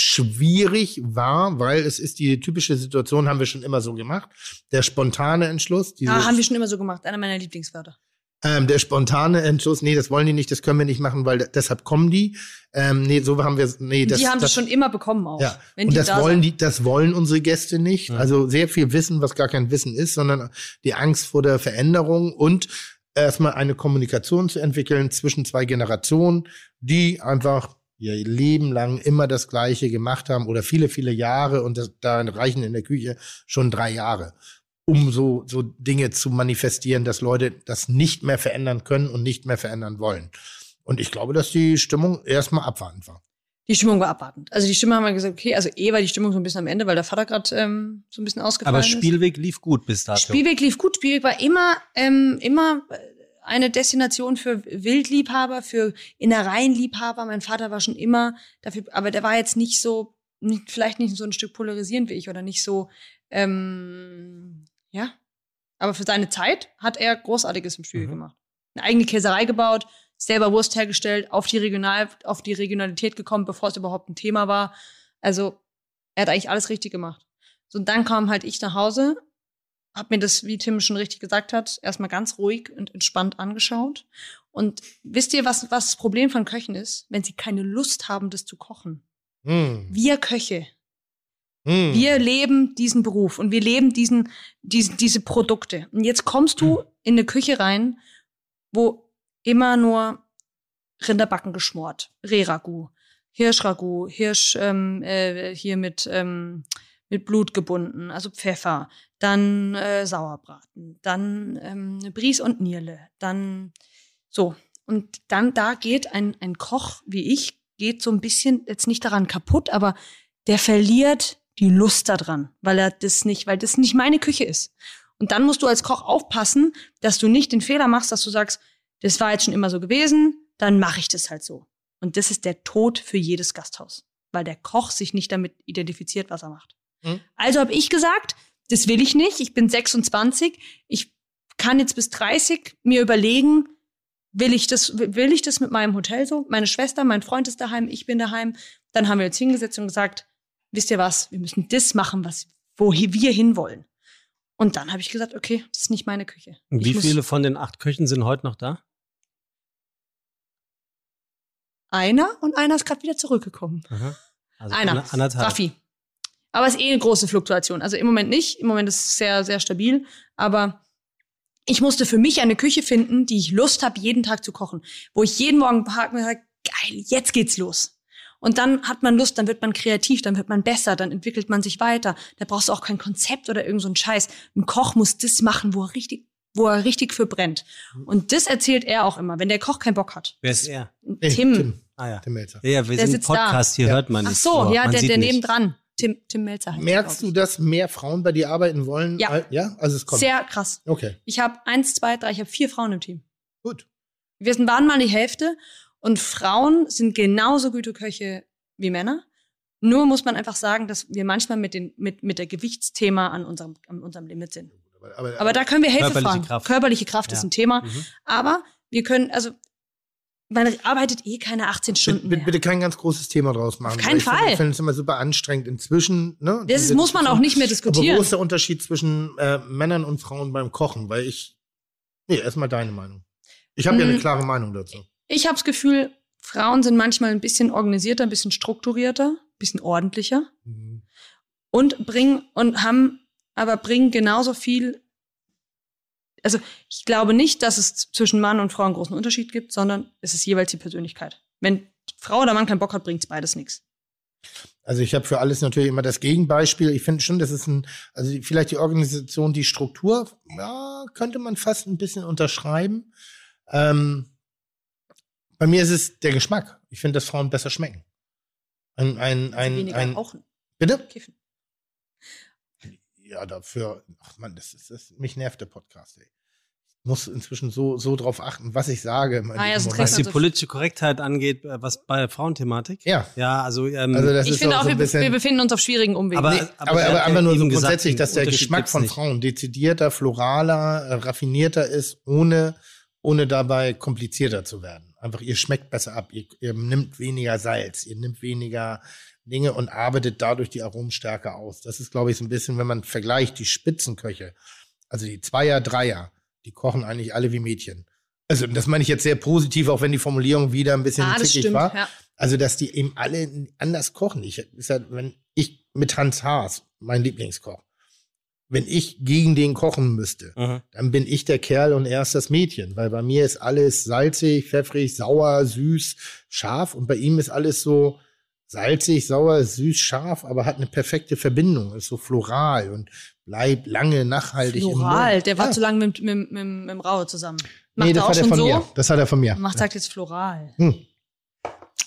schwierig war, weil es ist die typische Situation, haben wir schon immer so gemacht. Der spontane Entschluss, dieses,
Ah, haben wir schon immer so gemacht. Einer meiner Lieblingswörter.
ähm, der spontane Entschluss, nee, das wollen die nicht, das können wir nicht machen, weil de- deshalb kommen die. Ähm, nee, so haben wir nee,
Und
das,
die haben
das
das schon immer bekommen auch.
ja,
Wenn
und
die
das
da
wollen
sind.
die, das wollen unsere Gäste nicht.
Ja.
Also sehr viel Wissen, was gar kein Wissen ist, sondern die Angst vor der Veränderung und erstmal eine Kommunikation zu entwickeln zwischen zwei Generationen, die einfach ihr Leben lang immer das Gleiche gemacht haben oder viele, viele Jahre und das, da reichen in der Küche schon drei Jahre, um so, so Dinge zu manifestieren, dass Leute das nicht mehr verändern können und nicht mehr verändern wollen. Und ich glaube, dass die Stimmung erstmal abwartend war.
Die Stimmung war abwartend. Also die Stimmung haben wir gesagt, okay, also eh war die Stimmung so ein bisschen am Ende, weil der Vater gerade ähm, so ein bisschen ausgefallen
Aber
ist.
Spielweg lief gut bis dato.
Spielweg lief gut. Spielweg war immer, ähm, immer äh, eine Destination für Wildliebhaber, für Innereienliebhaber. Mein Vater war schon immer dafür, aber der war jetzt nicht so, nicht, vielleicht nicht so ein Stück polarisierend wie ich oder nicht so, ähm, ja. Aber für seine Zeit hat er Großartiges im Spiel
Mhm.
gemacht. Eine eigene Käserei gebaut, selber Wurst hergestellt, auf die, Regional, auf die Regionalität gekommen, bevor es überhaupt ein Thema war. Also, er hat eigentlich alles richtig gemacht. So, und dann kam halt ich nach Hause, hab mir das, wie Tim schon richtig gesagt hat, erstmal ganz ruhig und entspannt angeschaut. Und wisst ihr, was, was das Problem von Köchen ist? Wenn sie keine Lust haben, das zu kochen.
Hm.
Wir Köche,
Hm.
wir leben diesen Beruf und wir leben diesen, diesen, diese Produkte. Und jetzt kommst du in eine Küche rein, wo immer nur Rinderbacken geschmort, Rehragout, Hirschragout, Hirsch ähm, äh, hier mit, ähm, mit Blut gebunden, also Pfeffer, dann äh, Sauerbraten, dann ähm, Bries und Nierle, dann so. Und dann da geht ein, ein Koch wie ich, geht so ein bisschen jetzt nicht daran kaputt, aber der verliert die Lust daran, weil er das nicht, weil das nicht meine Küche ist. Und dann musst du als Koch aufpassen, dass du nicht den Fehler machst, dass du sagst, das war jetzt schon immer so gewesen, dann mache ich das halt so. Und das ist der Tod für jedes Gasthaus, weil der Koch sich nicht damit identifiziert, was er macht.
Hm?
Mhm.
Also habe ich gesagt, das will ich nicht, ich bin 26, ich kann jetzt bis 30 mir überlegen, will ich das will ich das mit meinem Hotel so? Meine Schwester, mein Freund ist daheim, ich bin daheim. Dann haben wir uns hingesetzt und gesagt, wisst ihr was, wir müssen das machen, was wo hi- wir hinwollen. Und dann habe ich gesagt, okay, das ist nicht meine Küche.
Und
Ich
Wie
muss-
viele von den acht Köchen sind heute noch da?
Einer und einer ist gerade wieder zurückgekommen.
Also
einer.
ander- Anderthalb.
Raffi. Aber es ist eh eine große Fluktuation. Also im Moment nicht. Im Moment ist es sehr, sehr stabil. Aber ich musste für mich eine Küche finden, die ich Lust habe, jeden Tag zu kochen. Wo ich jeden Morgen parke und sage, geil, jetzt geht's los. Und dann hat man Lust, dann wird man kreativ, dann wird man besser, dann entwickelt man sich weiter. Da brauchst du auch kein Konzept oder irgend so einen Scheiß. Ein Koch muss das machen, wo er richtig, wo er richtig für brennt.
Mhm.
Und das erzählt er auch immer, wenn der Koch keinen Bock hat.
Wer ist er?
Nee,
Tim.
Ah ja.
Tim Melzer.
Ja, wir
Der
sind im
sitzt da.
Podcast, hier
Ja.
hört man
Ach
nicht.
so, ja,
man
der,
sieht
der
nicht.
nebendran. Tim, Tim Melzer heißt er,
Merkst
glaub
du,
ich.
dass mehr Frauen bei dir arbeiten wollen?
Ja.
Al- Ja, also es kommt.
Sehr krass.
okay,
Ich habe eins, zwei, drei, ich habe vier Frauen im Team.
gut.
Wir sind, waren mal die Hälfte und Frauen sind genauso gute Köche wie Männer. Nur muss man einfach sagen, dass wir manchmal mit, den, mit, mit der Gewichtsthema an unserem, an unserem Limit sind.
Aber, aber,
Aber da können wir Hilfe
Körperliche
fragen.
Kraft.
Körperliche Kraft ist
Ja.
ein Thema.
Mhm.
Aber wir können, also man arbeitet eh keine 18 Stunden
bitte,
mehr.
bitte kein ganz großes Thema draus machen.
Auf keinen
Ich find-
Fall.
Ich finde es immer super anstrengend. Inzwischen, ne?
Das
diese
muss man
Diskussion.
auch nicht mehr
Aber wo
diskutieren.
ist der Unterschied zwischen äh, Männern und Frauen beim Kochen? Weil ich. Nee, erstmal deine Meinung. Ich habe ja eine
Mm.
klare Meinung dazu.
Ich habe das Gefühl, Frauen sind manchmal ein bisschen organisierter, ein bisschen strukturierter, ein bisschen ordentlicher.
Mhm.
und bringen und haben aber bringen genauso viel. Also ich glaube nicht, dass es zwischen Mann und Frau einen großen Unterschied gibt, sondern es ist jeweils die Persönlichkeit. Wenn Frau oder Mann keinen Bock hat, bringt beides nichts.
Also ich habe für alles natürlich immer das Gegenbeispiel. Ich finde schon, das ist ein, also die- vielleicht die Organisation, die Struktur, ja, könnte man fast ein bisschen unterschreiben. Ähm, bei mir ist es der Geschmack. Ich finde, dass Frauen besser schmecken. Ein, ein, ein,
Also weniger
ein,
rauchen,
bitte?
kiffen.
Ja, dafür, ach man, das ist, das, mich nervt der Podcast, ey. Ich muss inzwischen so, so drauf achten, was ich sage.
Ah ja, sonst
Was
kriegst
die
Also-
politische Korrektheit angeht, äh, was bei der Frauenthematik.
ja,
Ja, also, ähm,
also das
ich
ist
finde
auch
auch,
so ein
wir, wir
bisschen.
befinden uns auf schwierigen Umwegen.
Aber-
Nee, aber, aber,
er hat ja
einfach nur so
eben gesagt,
grundsätzlich, dass der
den Unterschied
Geschmack
gibt's
von
nicht.
Frauen dezidierter, floraler, äh, raffinierter ist, ohne, ohne dabei komplizierter zu werden. Einfach, ihr schmeckt besser ab, ihr, ihr nimmt weniger Salz, ihr nimmt weniger Dinge und arbeitet dadurch die Aromenstärke aus. Das ist, glaube ich, so ein bisschen, wenn man vergleicht, die Spitzenköche, also die Zweier, Dreier, die kochen eigentlich alle wie Mädchen. Also, das meine ich jetzt sehr positiv, auch wenn die Formulierung wieder ein bisschen
ah, das
zickig
stimmt.
war.
Ja.
Also, dass die eben alle anders kochen. Ich, ist ja, wenn ich mit Hans Haas, mein Lieblingskoch, wenn ich gegen den kochen müsste,
Mhm.
dann bin ich der Kerl und er ist das Mädchen, weil bei mir ist alles salzig, pfeffrig, sauer, süß, scharf und bei ihm ist alles so salzig, sauer, süß, scharf, aber hat eine perfekte Verbindung, ist so floral und bleibt lange nachhaltig. im
Floral,
Mund.
der war
ja.
zu lange mit, mit, mit, mit dem Rau zusammen. Macht
Nee, das
er auch
hat er
schon
von
so?
mir. Das hat er von mir.
Macht sagt jetzt floral.
Hm.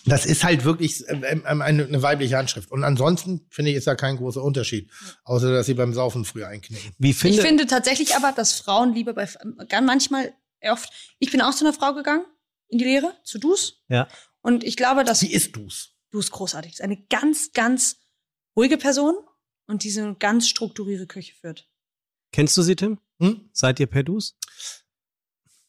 Das ist halt wirklich ähm, ähm, eine, eine weibliche Handschrift. Und ansonsten finde ich, ist da kein großer Unterschied. Außer, dass sie beim Saufen früher einknicken.
Wie finde,
ich finde tatsächlich aber, dass Frauen lieber bei ganz manchmal oft. Ich bin auch zu einer Frau gegangen in die Lehre zu Dus.
Ja.
Und ich glaube, dass
Sie ist du's.
Du ist großartig. Ist eine ganz, ganz ruhige Person und diese ganz strukturierte Küche führt.
kennst du sie, Tim?
Hm?
Seid ihr per Dus?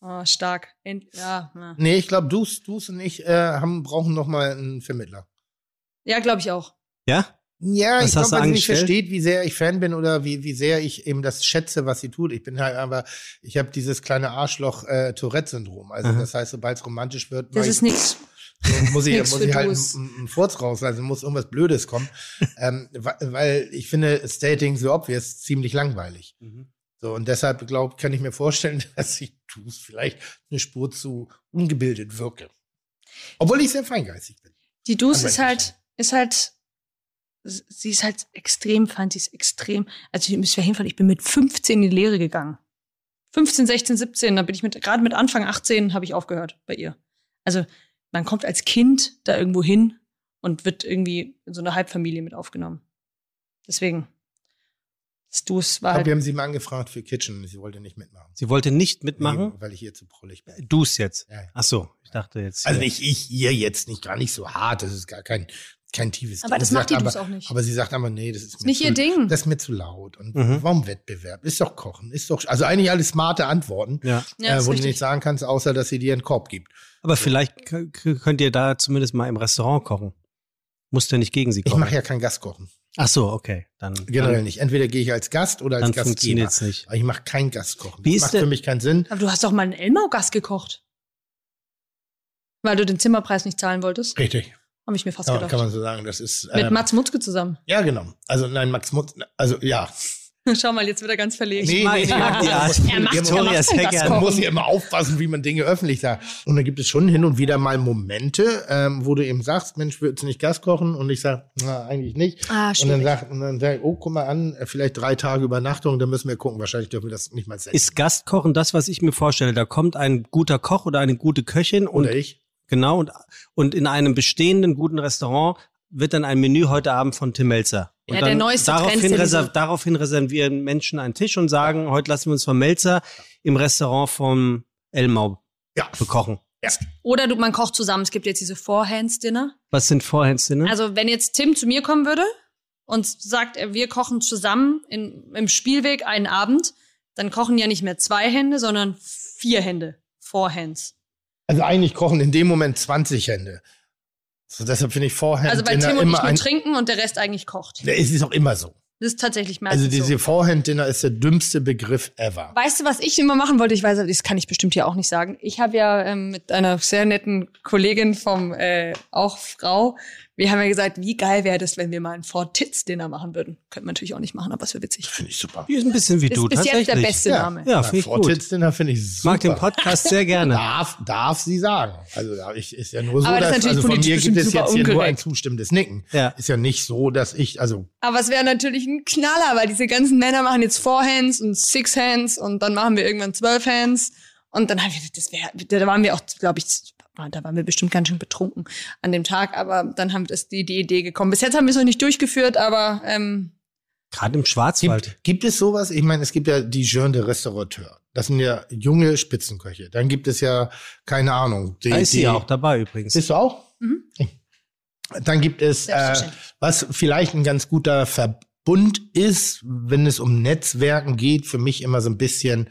Oh, stark. End- ja, na.
Nee, ich glaube, du's, du's und ich äh, haben, brauchen noch mal einen Vermittler.
ja glaube ich auch.
Ja?
Ja,
Was
ich
hast
glaube,
du
weil sie nicht
angestellt?
versteht, wie sehr ich Fan bin oder wie, wie sehr ich eben das schätze, was sie tut. Ich bin halt aber, ich habe dieses kleine Arschloch-Tourette-Syndrom. also
Aha.
das heißt, sobald es romantisch wird, mach
Das
ich-
ist nichts.
So muss ich,
Nix
muss
für
ich halt
Duos.
einen, einen Furz raus, also muss irgendwas Blödes kommen. ähm, wa- weil ich finde Stating so obvious ziemlich langweilig.
Mhm.
So, und deshalb glaub, kann ich mir vorstellen, dass ich Du's vielleicht eine Spur zu ungebildet wirke. Obwohl ich sehr feingeistig bin.
Die Dus
Kann
ist
man
halt, ist halt, sie ist halt extrem fein, sie ist extrem. Also ihr müsst ja hinfahren, ich bin mit 15 in die Lehre gegangen. 15, 16, 17, da bin ich mit, gerade mit Anfang 18 habe ich aufgehört bei ihr. Also man kommt als Kind da irgendwo hin und wird irgendwie in so eine Halbfamilie mit aufgenommen. Deswegen. Das Dus war
Aber
halt.
wir haben sie mal angefragt für Kitchen. Sie wollte nicht mitmachen.
Sie wollte nicht mitmachen?
Nee, weil ich ihr zu prollig
Äh,
bin.
Dus jetzt.
Ja.
Ach so, ich dachte jetzt.
Also
äh,
nicht ich, ihr jetzt nicht, gar nicht so hart. Das ist gar kein, kein tiefes
Aber
Ding.
das
Sie
macht die
sagt
Dus
aber,
auch nicht.
aber sie sagt aber, nee, das ist,
ist
mir
nicht
zu
ihr Ding.
Das ist mir zu laut. Und
Mhm.
warum Wettbewerb? Ist doch Kochen, ist doch. Also eigentlich alles smarte Antworten,
Ja.
ja,
äh,
ist
wo du
richtig.
nicht sagen kannst, außer dass sie dir einen Korb gibt.
Aber vielleicht k- k- könnt ihr da zumindest mal im Restaurant kochen. Musst ja nicht gegen sie
Ich
kochen.
mache ja kein Gastkochen.
Ach so, okay. Dann,
Generell nicht. Entweder gehe ich als Gast oder als
dann, dann
Gastgeber.
funktioniert's nicht.
Aber ich mache kein Gastkochen.
Wie
das
ist
macht
der-
für mich keinen Sinn.
Aber du hast doch mal einen Elmau-Gas gekocht. Weil du den Zimmerpreis nicht zahlen wolltest.
Richtig.
Habe ich mir fast
Kann, man-
gedacht.
kann man so sagen. Das ist.
Mit
ähm,
Mats Mutzke zusammen.
ja, genau. Also nein, Max Mutz. Also ja.
Schau mal, jetzt wird er ganz verlegen.
Nee, nee, nee,
mag die Art.
Er macht-
Victoria
er macht
sehr
kein
gerne.
Man
Gaskochen.
muss ja immer aufpassen, wie man Dinge öffentlich sagt. Und dann gibt es schon hin und wieder mal Momente, ähm, wo du eben sagst, Mensch, würdest du nicht Gas kochen? Und ich sage, na, eigentlich nicht.
Ah,
und dann
schwierig.
sagt, und dann sag ich, oh, guck mal an, äh, vielleicht drei Tage Übernachtung, dann müssen wir gucken. Wahrscheinlich dürfen wir das nicht mal selbst.
Ist Gastkochen das, was ich mir vorstelle? Da kommt ein guter Koch oder eine gute Köchin und
Oder ich?
genau und, und in einem bestehenden guten Restaurant wird dann ein Menü heute Abend von Tim Melzer. Und
Ja,
dann
der neueste Trend ist
daraufhin,
ja
reserv
diese-
daraufhin reservieren Menschen einen Tisch und sagen, heute lassen wir uns von Melzer im Restaurant vom Elmau
Ja.
bekochen.
Oder du, man kocht zusammen. Es gibt jetzt diese Forehands-Dinner.
Was sind
Hm?
Vorhands-Dinner?
Also, wenn jetzt Tim zu mir äh, kommen würde und sagt, wir kochen zusammen in, im Spielweg einen Abend, dann kochen ja nicht mehr zwei Hände, sondern vier Hände. Four Hands.
Also eigentlich kochen in dem Moment 20 Hände. So, deshalb finde ich Vorhand
Also bei
Dinner
Tim und ich
immer
nur
ein.
trinken und der Rest eigentlich kocht.
Ja, Es ist auch immer so.
Das ist tatsächlich
Also
meistens
diese
so.
Vorhand Dinner ist der dümmste Begriff ever.
Weißt du, was ich immer machen wollte? Ich weiß, das kann ich bestimmt hier auch nicht sagen. Ich habe ja ähm, mit einer sehr netten Kollegin vom äh, auch Frau, wir haben ja gesagt, wie geil wäre das, wenn wir mal ein Four Tits Dinner machen würden. Könnten wir natürlich auch nicht machen, aber es wäre witzig.
Finde ich super.
Die ist ein bisschen wie
Ist
du,
bis
tatsächlich.
jetzt der beste Name.
Ja, finde ich
Frau
gut.
Titzdinner finde ich super.
Mag den Podcast sehr gerne.
Darf, darf sie sagen. Also da ich, ist ja nur so,
Aber
dass,
das ist natürlich
also von
politisch
mir gibt es
bestimmt
jetzt
super
hier nur ein
unkorrekt.
zustimmendes Nicken.
Ja.
Ist ja nicht so, dass ich, also
Aber es wäre natürlich ein Knaller, weil diese ganzen Männer machen jetzt Four Hands und Six Hands und dann machen wir irgendwann Zwölf Hands. Und dann haben wir, das wär, da waren wir auch, glaube ich, da waren wir bestimmt ganz schön betrunken an dem Tag, aber dann haben wir das, die, die Idee gekommen. Bis jetzt haben wir es noch nicht durchgeführt, aber ähm,
Gerade im Schwarzwald.
Gibt, gibt es sowas? Ich meine, es gibt ja die Jeune de Restaurateur. Das sind ja junge Spitzenköche. Dann gibt es ja, keine Ahnung. Die,
Da ist sie
die-
ja auch dabei übrigens.
Bist du auch?
Mhm.
Dann gibt es, äh,
Selbstverständlich.
was vielleicht ein ganz guter Verbund ist, wenn es um Netzwerken geht, für mich immer so ein bisschen.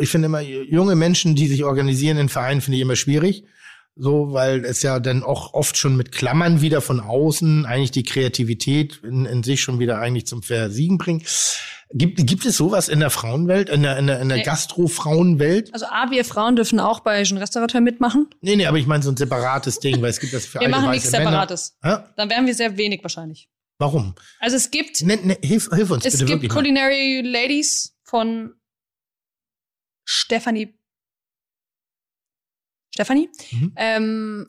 Ich finde immer, junge Menschen, die sich organisieren in Vereinen, finde ich immer schwierig. So, weil es ja dann auch oft schon mit Klammern wieder von außen eigentlich die Kreativität in, in sich schon wieder eigentlich zum Versiegen bringt. Gibt, gibt es sowas in der Frauenwelt, in der, in der, in der
Nee.
Gastro-Frauenwelt?
also A, wir Frauen dürfen auch bei Jean Restaurateur mitmachen.
Nee, nee, aber ich meine so ein separates Ding, weil es gibt das für
Wir
alte,
machen
weiße
nichts
Männer.
Separates.
Hä?
Dann wären wir sehr wenig wahrscheinlich.
Warum?
Also es gibt,
Ne, ne, hilf, hilf uns
es
bitte
gibt
wirklich. mal.
Culinary Ladies von Stephanie. Stephanie?
Mhm.
Ähm,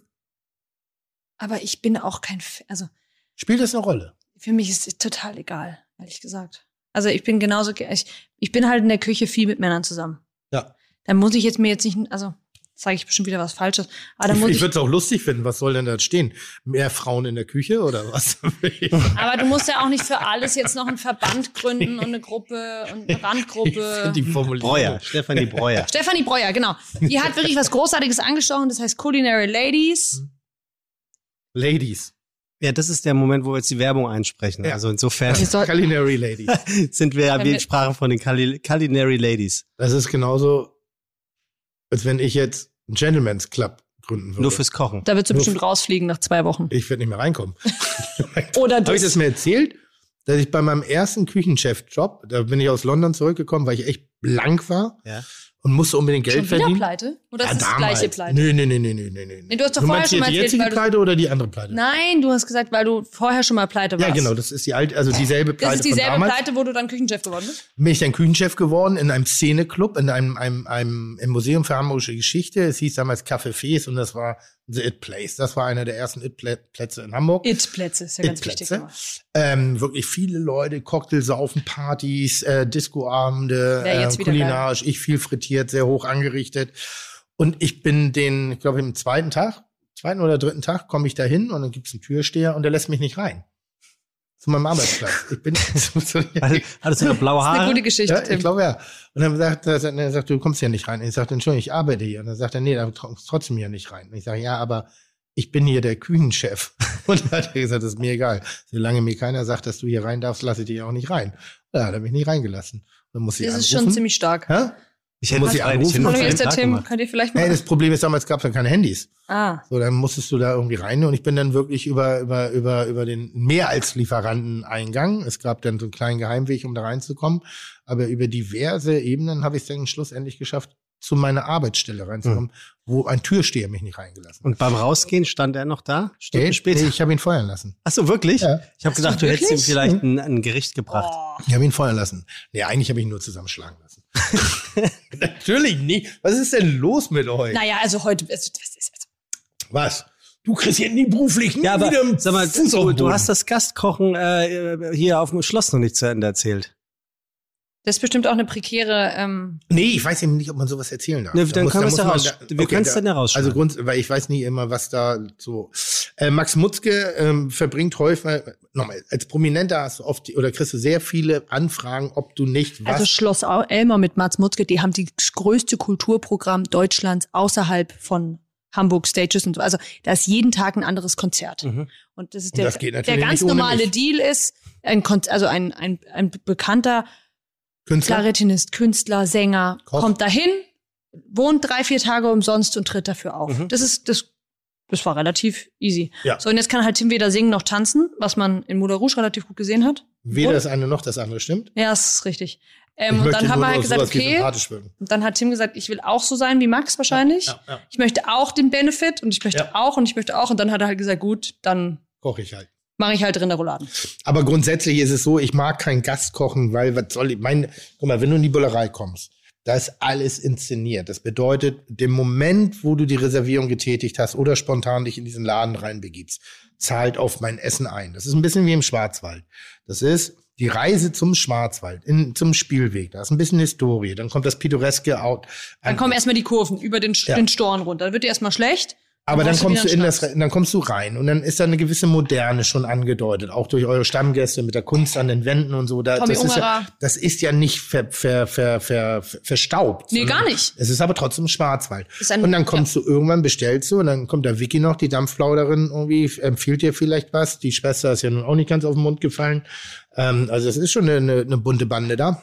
aber ich bin auch kein, F also
Spielt das eine Rolle?
für mich ist es total egal, ehrlich gesagt. Also ich bin genauso, ge- ich, ich bin halt in der Küche viel mit Männern zusammen.
Ja.
Dann muss ich jetzt mir jetzt nicht, also sage ich bestimmt wieder was Falsches, aber dann
ich
muss
ich
ich,
würde es auch lustig finden. Was soll denn da stehen? Mehr Frauen in der Küche oder was?
aber du musst ja auch nicht für alles jetzt noch einen Verband gründen und eine Gruppe und eine
Ich find
Randgruppe.
die Formulierung.
Breuer, Stefanie Breuer.
Stefanie Breuer, genau. Die hat wirklich was Großartiges angestochen, das heißt Culinary Ladies.
Ladies.
Ja, das ist der Moment, wo wir jetzt die Werbung einsprechen.
Ja.
Also insofern
Wir sollten-
Culinary Ladies.
sind wir ja
Wenn
wie
wir-
in Sprache von den Culi- Culinary Ladies.
Das ist genauso, als wenn ich jetzt einen Gentleman's Club gründen würde.
Nur fürs Kochen.
Da wird sie
Nur-
bestimmt rausfliegen nach zwei Wochen.
ich werde nicht mehr reinkommen.
Oder
Habe ich
das.
das mir erzählt? Dass ich bei meinem ersten Küchenchef-Job, da bin ich aus London zurückgekommen, weil ich echt blank war
Ja.
und musste unbedingt Geld
Schon wieder
verdienen.
Pleite? Oder
Ja,
ist das das
damals.
gleiche Pleite?
Nee, nee, nee, nee, nee, nee.
Nee, du hast doch vorher
meinst
schon mal
die
erzählt,
jetzige
weil du-
Pleite oder die andere Pleite?
Nein, du hast gesagt, weil du vorher schon mal Pleite warst.
Ja, genau, das ist die alte, also dieselbe Pleite
Das ist dieselbe
von damals.
Pleite, wo du dann Küchenchef geworden bist.
Bin ich dann Küchenchef geworden in einem Szeneclub, in einem, einem, einem im Museum für Hamburgische Geschichte. Es hieß damals Café Fees und das war The It Place. Das war einer der ersten It-Plätze in Hamburg.
It-Plätze ist ja ganz
It-Plätze.
wichtig. immer.
Ähm, wirklich viele Leute, Cocktailsaufen, Partys, äh, Discoabende,
Wär
äh,
jetzt wieder
kulinarisch, ich viel frittiert, sehr hoch angerichtet. Und ich bin den, ich glaube, im zweiten Tag, zweiten oder dritten Tag komme ich da hin und dann gibt's einen Türsteher und der lässt mich nicht rein. Zu meinem Arbeitsplatz. Ich bin
Weil- Hattest du noch blaue
Das ist eine
Haare?
gute Geschichte,
Ah, ja,
Tim.
ich glaube ja. Und dann sagt er, sagt, er sagt, du kommst hier nicht rein. Ich sagte, Entschuldigung, ich arbeite hier. Und dann sagt er, nee, da kommst du trotzdem hier nicht rein. Und ich sage, ja, aber ich bin hier der Küchenchef. Und dann hat er gesagt, das ist mir egal. Solange mir keiner sagt, dass du hier rein darfst, lasse ich dich auch nicht rein. Ja, da hat er mich nicht reingelassen. Dann muss ich
Das ist
anrufen.
schon ziemlich stark.
Ja?
Ich hätte
Muss
das
ich
eigentlich
anrufen?
hin-
Hallo, hier
den
ist der
Tag
Tim.
gemacht.
Könnt ihr vielleicht
Hey,
mal.
das Problem ist, damals gab es ja keine Handys.
Ah.
So, dann musstest du da irgendwie rein und ich bin dann wirklich über, über, über, über den mehr als Lieferanteneingang. Es gab dann so einen kleinen Geheimweg, um da reinzukommen. Aber über diverse Ebenen habe ich es dann schlussendlich geschafft, zu meiner Arbeitsstelle reinzukommen, wo ein Türsteher mich nicht reingelassen hat.
Hm. Und beim Rausgehen stand er noch da? Stunden
Nee,
später?
nee, ich habe ihn feuern lassen.
Ach so, wirklich?
Ja.
Ich habe gedacht, du hättest ihm
wirklich?
vielleicht ein, ein Gericht gebracht.
Oh.
Ich habe ihn feuern lassen. Nee, eigentlich habe ich ihn nur zusammenschlagen lassen. Natürlich nicht. Was ist denn los mit euch?
Naja, also heute. Also, das ist, also,
Was? Du kriegst hier nie beruflich nie
Ja, aber
wieder einen
sag mal,
Fuß auf
du,
den
du
Boden.
hast das Gastkochen äh, hier auf dem Schloss noch nicht zu Ende erzählt.
das ist bestimmt auch eine prekäre. Ähm,
Nee, ich weiß eben nicht, ob man sowas erzählen darf.
Ne,
Da
dann
muss-
können wir
da
es
muss
ja
man
raus.
da-
wir können es
da-
dann ja rausschneiden.
Also Grund, weil ich weiß nie immer, was da so. Äh, Max Mutzke ähm, verbringt häufig, nochmal, als Prominenter hast du oft die- oder kriegst du sehr viele Anfragen, ob du nicht was.
also Schloss Au- Elmer mit Mats Mutzke, die haben die größte Kulturprogramm Deutschlands außerhalb von Hamburg Stages und so. Also da ist jeden Tag ein anderes Konzert.
Mhm.
Und das ist
Und
der,
das geht
der
natürlich
ganz
nicht ohne
normale
mich.
Deal ist, ein Kon also ein, ein, ein bekannter
Künstler?
Klarinettist, Künstler, Sänger,
Koch.
kommt dahin, wohnt drei, vier Tage umsonst und tritt dafür auf.
Mhm.
Das ist, das, das war relativ easy.
Ja.
So, und jetzt kann halt Tim weder singen noch tanzen, was man in Moulin Rouge relativ gut gesehen hat.
Weder
Und-
das eine noch das andere stimmt.
Ja, das ist
Ich
richtig. Ähm, und
möchte
dann haben
nur
wir halt
noch
gesagt,
sowas wie
okay.
sympathisch wirken.
Und dann hat Tim gesagt, ich will auch so sein wie Max wahrscheinlich.
Ja, ja,
Ich möchte auch den Benefit und ich möchte
Ja.
auch und ich möchte auch. Und dann hat er halt gesagt, gut, dann
koche ich halt.
mache ich halt Rinderrouladen.
Aber grundsätzlich ist es so, ich mag keinen Gast kochen, weil was soll ich, mein, guck mal, wenn du in die Bullerei kommst, da ist alles inszeniert. Das bedeutet, dem Moment, wo du die Reservierung getätigt hast oder spontan dich in diesen Laden reinbegibst, zahlt auf mein Essen ein. Das ist ein bisschen wie im Schwarzwald. Das ist die Reise zum Schwarzwald, in, zum Spielweg. Da ist ein bisschen Historie. Dann kommt das pittoreske Out.
Dann kommen erstmal die Kurven über den,
Ja.
den Storn runter. Dann wird dir erstmal schlecht.
Aber dann
brauchst
kommst du
wieder
in
einen
das,
Schnaps.
dann kommst du rein und dann ist da eine gewisse Moderne schon angedeutet, auch durch eure Stammgäste mit der Kunst an den Wänden und so. Da,
Tommy
das, ist ja,
Ungerer.
das ist ja nicht ver, ver, ver, ver, ver, verstaubt.
Nee,
sondern
gar nicht.
Es ist aber trotzdem Schwarzwald.
Ist ein-
und dann kommst du irgendwann, bestellst du und dann kommt da Vicky noch, die Dampfplauderin, irgendwie empfiehlt dir vielleicht was. Die Schwester ist ja nun auch nicht ganz auf den Mund gefallen. Ähm, also es ist schon eine, eine, eine bunte Bande da.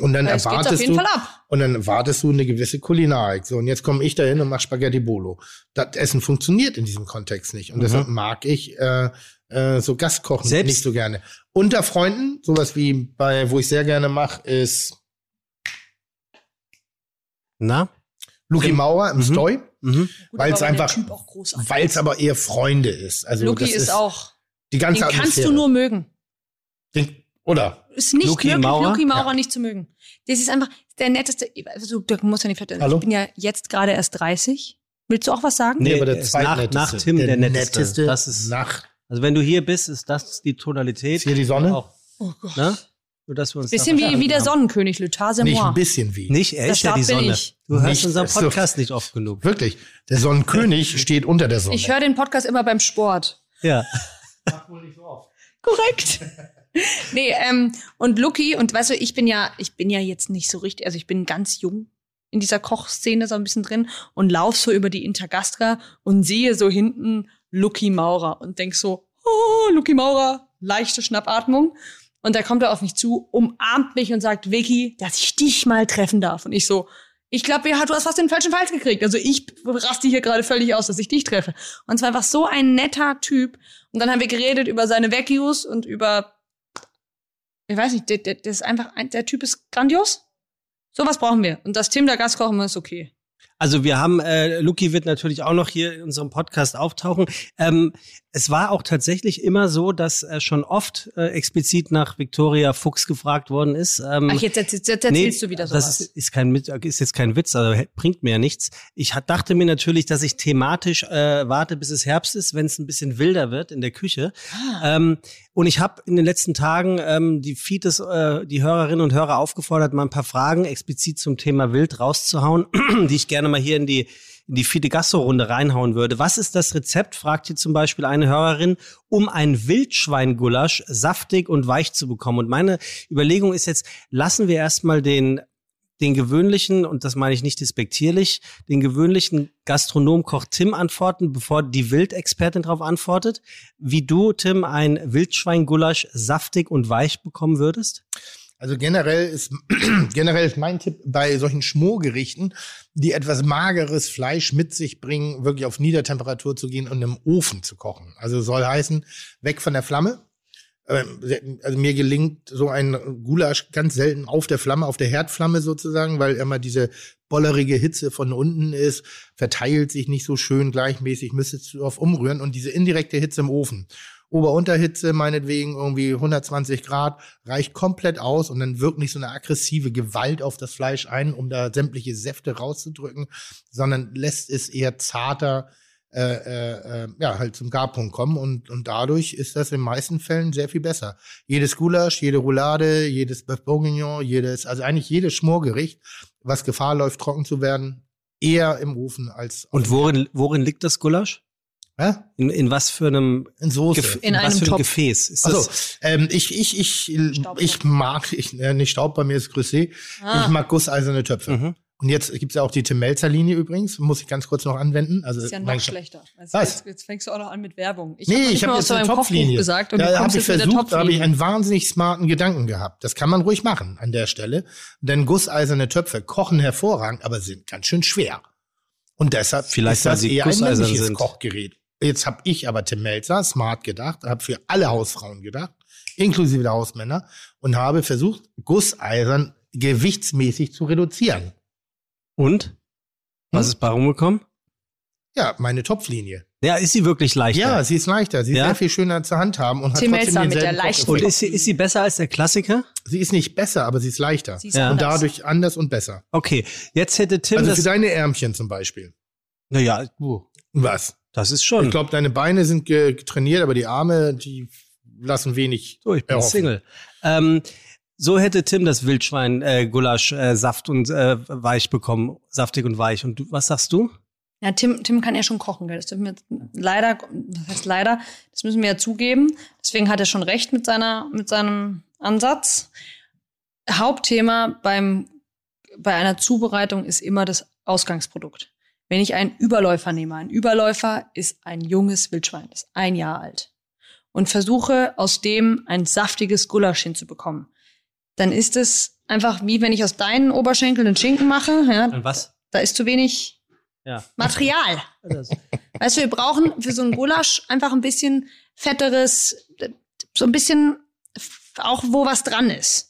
Und dann
Ja, es geht's
erwartest
auf jeden
du,
Fall ab.
und dann erwartest du eine gewisse Kulinarik. So, und jetzt komme ich dahin und mache Spaghetti Bolo. Das Essen funktioniert in diesem Kontext nicht. Und deshalb mag ich äh, äh, so Gastkochen
Mhm. Selbst-
nicht so gerne. Unter Freunden, sowas wie bei, wo ich sehr gerne mache, ist
Na?
Luki Mauer im
Mhm.
Stoi,
Mhm.
Gut,
Weil's
aber wenn
einfach-
der Typ auch großartig
weil
ist.
es aber eher Freunde ist. Also
Luki
das
ist, auch.
die
Den
ganze
kannst
Atmosphäre.
du nur mögen.
Den, oder?
Ist nicht
Luki
möglich,
Maurer?
Luki Maurer
Ja.
nicht zu mögen. Das ist einfach der netteste. Also, du musst ja nicht verstehen.
Hallo?
Ich bin ja jetzt gerade erst 30. Willst du auch was sagen?
Nee,
der
er ist nach-
zweitnetteste.
nach Tim der Netteste. Das ist-
nach.
Also wenn du hier bist, ist das die Tonalität.
Ist hier die Sonne?
Auch,
Oh Gott.
ne? Nur, dass wir uns
Bisschen
da
wie, wie
verstanden
der
haben.
Sonnenkönig, Le Tase
Nicht ein
Moi.
bisschen wie.
Nicht, er
Der
ist ja die
Staat bin
Sonne.
ich.
Du hörst
Nicht,
unseren
das ist
Podcast nicht oft genug.
Wirklich. Der Sonnenkönig steht unter der Sonne.
Ich höre den Podcast immer beim Sport.
Ja.
Korrekt. nee, ähm, und Lucky, und weißt du, ich bin ja, ich bin ja jetzt nicht so richtig, also ich bin ganz jung in dieser Kochszene so ein bisschen drin und lauf so über die Intergastra und sehe so hinten Lucky Maurer und denk so, oh, Lucky Maurer, leichte Schnappatmung. Und da kommt er auf mich zu, umarmt mich und sagt, Vicky, dass ich dich mal treffen darf. Und ich so, ich glaube, du hast fast den falschen Fall gekriegt. Also ich raste hier gerade völlig aus, dass ich dich treffe. Und zwar einfach so ein netter Typ. Und dann haben wir geredet über seine Vecchios und über, ich weiß nicht, der, der, der ist einfach, ein, der Typ ist grandios. Sowas brauchen wir. Und dass Tim da Gas kochen muss, ist okay.
Also wir haben, äh, Luki wird natürlich auch noch hier in unserem Podcast auftauchen. Ähm, es war auch tatsächlich immer so, dass äh, schon oft äh, explizit nach Viktoria Fuchs gefragt worden ist. Ähm,
Hm.
Ach, jetzt, jetzt, jetzt, jetzt erzählst du wieder sowas.
Das ist, ist, kein, Mit- ist jetzt kein Witz, also hä- bringt mir ja nichts. Ich hat, dachte mir natürlich, dass ich thematisch äh, warte, bis es Herbst ist, wenn es ein bisschen wilder wird in der Küche.
Ah.
Ähm, und ich habe in den letzten Tagen ähm, die Feeds, äh, die Hörerinnen und Hörer aufgefordert, mal ein paar Fragen explizit zum Thema Wild rauszuhauen, die ich gerne mal hier in die in die Fiete Gasso-Runde reinhauen würde. Was ist das Rezept, fragt hier zum Beispiel eine Hörerin, um ein Wildschweingulasch saftig und weich zu bekommen. Und meine Überlegung ist jetzt, lassen wir erstmal den den gewöhnlichen, und das meine ich nicht despektierlich, den gewöhnlichen Gastronomkoch Tim antworten, bevor die Wildexpertin darauf antwortet, wie du, Tim, ein Wildschweingulasch saftig und weich bekommen würdest?
Also generell ist, generell ist mein Tipp bei solchen Schmorgerichten, die etwas mageres Fleisch mit sich bringen, wirklich auf Niedertemperatur zu gehen und im Ofen zu kochen. Also soll heißen, weg von der Flamme. Ähm, Also mir gelingt so ein Gulasch ganz selten auf der Flamme, auf der Herdflamme sozusagen, weil immer diese bollerige Hitze von unten ist, verteilt sich nicht so schön gleichmäßig, müsstest du auf umrühren und diese indirekte Hitze im Ofen. Ober-Unterhitze meinetwegen irgendwie 120 Grad reicht komplett aus und dann wirkt nicht so eine aggressive Gewalt auf das Fleisch ein, um da sämtliche Säfte rauszudrücken, sondern lässt es eher zarter äh, äh, äh, ja, halt zum Garpunkt kommen und, und dadurch ist das in meisten Fällen sehr viel besser. Jedes Gulasch, jede Roulade, jedes Bœuf Bourguignon, jedes, also eigentlich jedes Schmorgericht, was Gefahr läuft, trocken zu werden, eher im Ofen als
Und worin, worin liegt das Gulasch?
Hä?
In, in was für einem,
in Soße.
Gef
In
was
einem
für
Topf.
Gefäß? Ist
Also,
das,
ähm, ich, ich, ich,
Staub.
ich mag, ich, äh, nicht Staub, bei mir ist Grüssé.
Ah.
Ich mag gusseiserne Töpfe.
Mhm.
Und jetzt gibt's ja auch die Tim-Melzer-Linie übrigens, muss ich ganz kurz noch anwenden. Also
Das ist ja
mein-
noch schlechter. Also
Was?
Jetzt, jetzt fängst du auch noch an mit Werbung. Ich
Nee,
hab noch nicht
ich habe
mal
jetzt
aus
eine
deinem
Topflinie.
Kopfbuch gesagt und
da
du
habe
kommst
ich
jetzt mit der
versucht, da habe ich
Topflinie.
einen wahnsinnig smarten Gedanken gehabt. Das kann man ruhig machen an der Stelle. Denn gusseiserne Töpfe kochen hervorragend, aber sind ganz schön schwer. Und deshalb
Vielleicht,
ist
weil
das
sie
eher ein
gusseisern
männliches
sind.
Kochgerät. Jetzt habe ich aber Tim Melzer smart gedacht, habe für alle Hausfrauen gedacht, inklusive der Hausmänner, und habe versucht, gusseisern gewichtsmäßig zu reduzieren.
Und? Was
Hm?
ist bei rumgekommen?
Ja, meine Topflinie.
Ja, ist sie wirklich leichter?
Ja, sie ist leichter, sie ist
Ja?
sehr viel schöner zur Hand haben und hat
Tim
trotzdem
Melzer mit der
denselben
leichten
Kocheffekt.
Und ist sie, ist sie besser als der Klassiker?
Sie ist nicht besser, aber sie ist leichter.
Sie ist
Ja.
Und
anders.
dadurch anders und besser.
Okay, jetzt hätte Tim
also für
das.
deine Ärmchen zum Beispiel.
Naja, uh,
Was?
das ist
Ich
schon.
glaube, deine Beine sind ge- trainiert, aber die Arme, die lassen wenig.
so, ich bin
erhoffen.
Single. Ähm, so hätte Tim das Wildschwein äh, Gulasch äh, saft und äh, weich bekommen, saftig und weich. Und du, was sagst du?
Ja, Tim, Tim kann ja schon kochen, gell? Das dürfen wir jetzt leider, das heißt leider, das müssen wir ja zugeben. Deswegen hat er schon recht mit seiner, mit seinem Ansatz. Hauptthema beim, bei einer Zubereitung ist immer das Ausgangsprodukt. Wenn ich einen Überläufer nehme, ein Überläufer ist ein junges Wildschwein, das ist ein Jahr alt und versuche aus dem ein saftiges Gulasch hinzubekommen, dann ist es einfach wie wenn ich aus deinen Oberschenkeln einen Schinken mache, ja,
Und was?
da ist zu wenig
Ja.
Material.
Das,
Weißt du, wir brauchen für so ein Gulasch einfach ein bisschen fetteres, so ein bisschen f- auch wo was dran ist.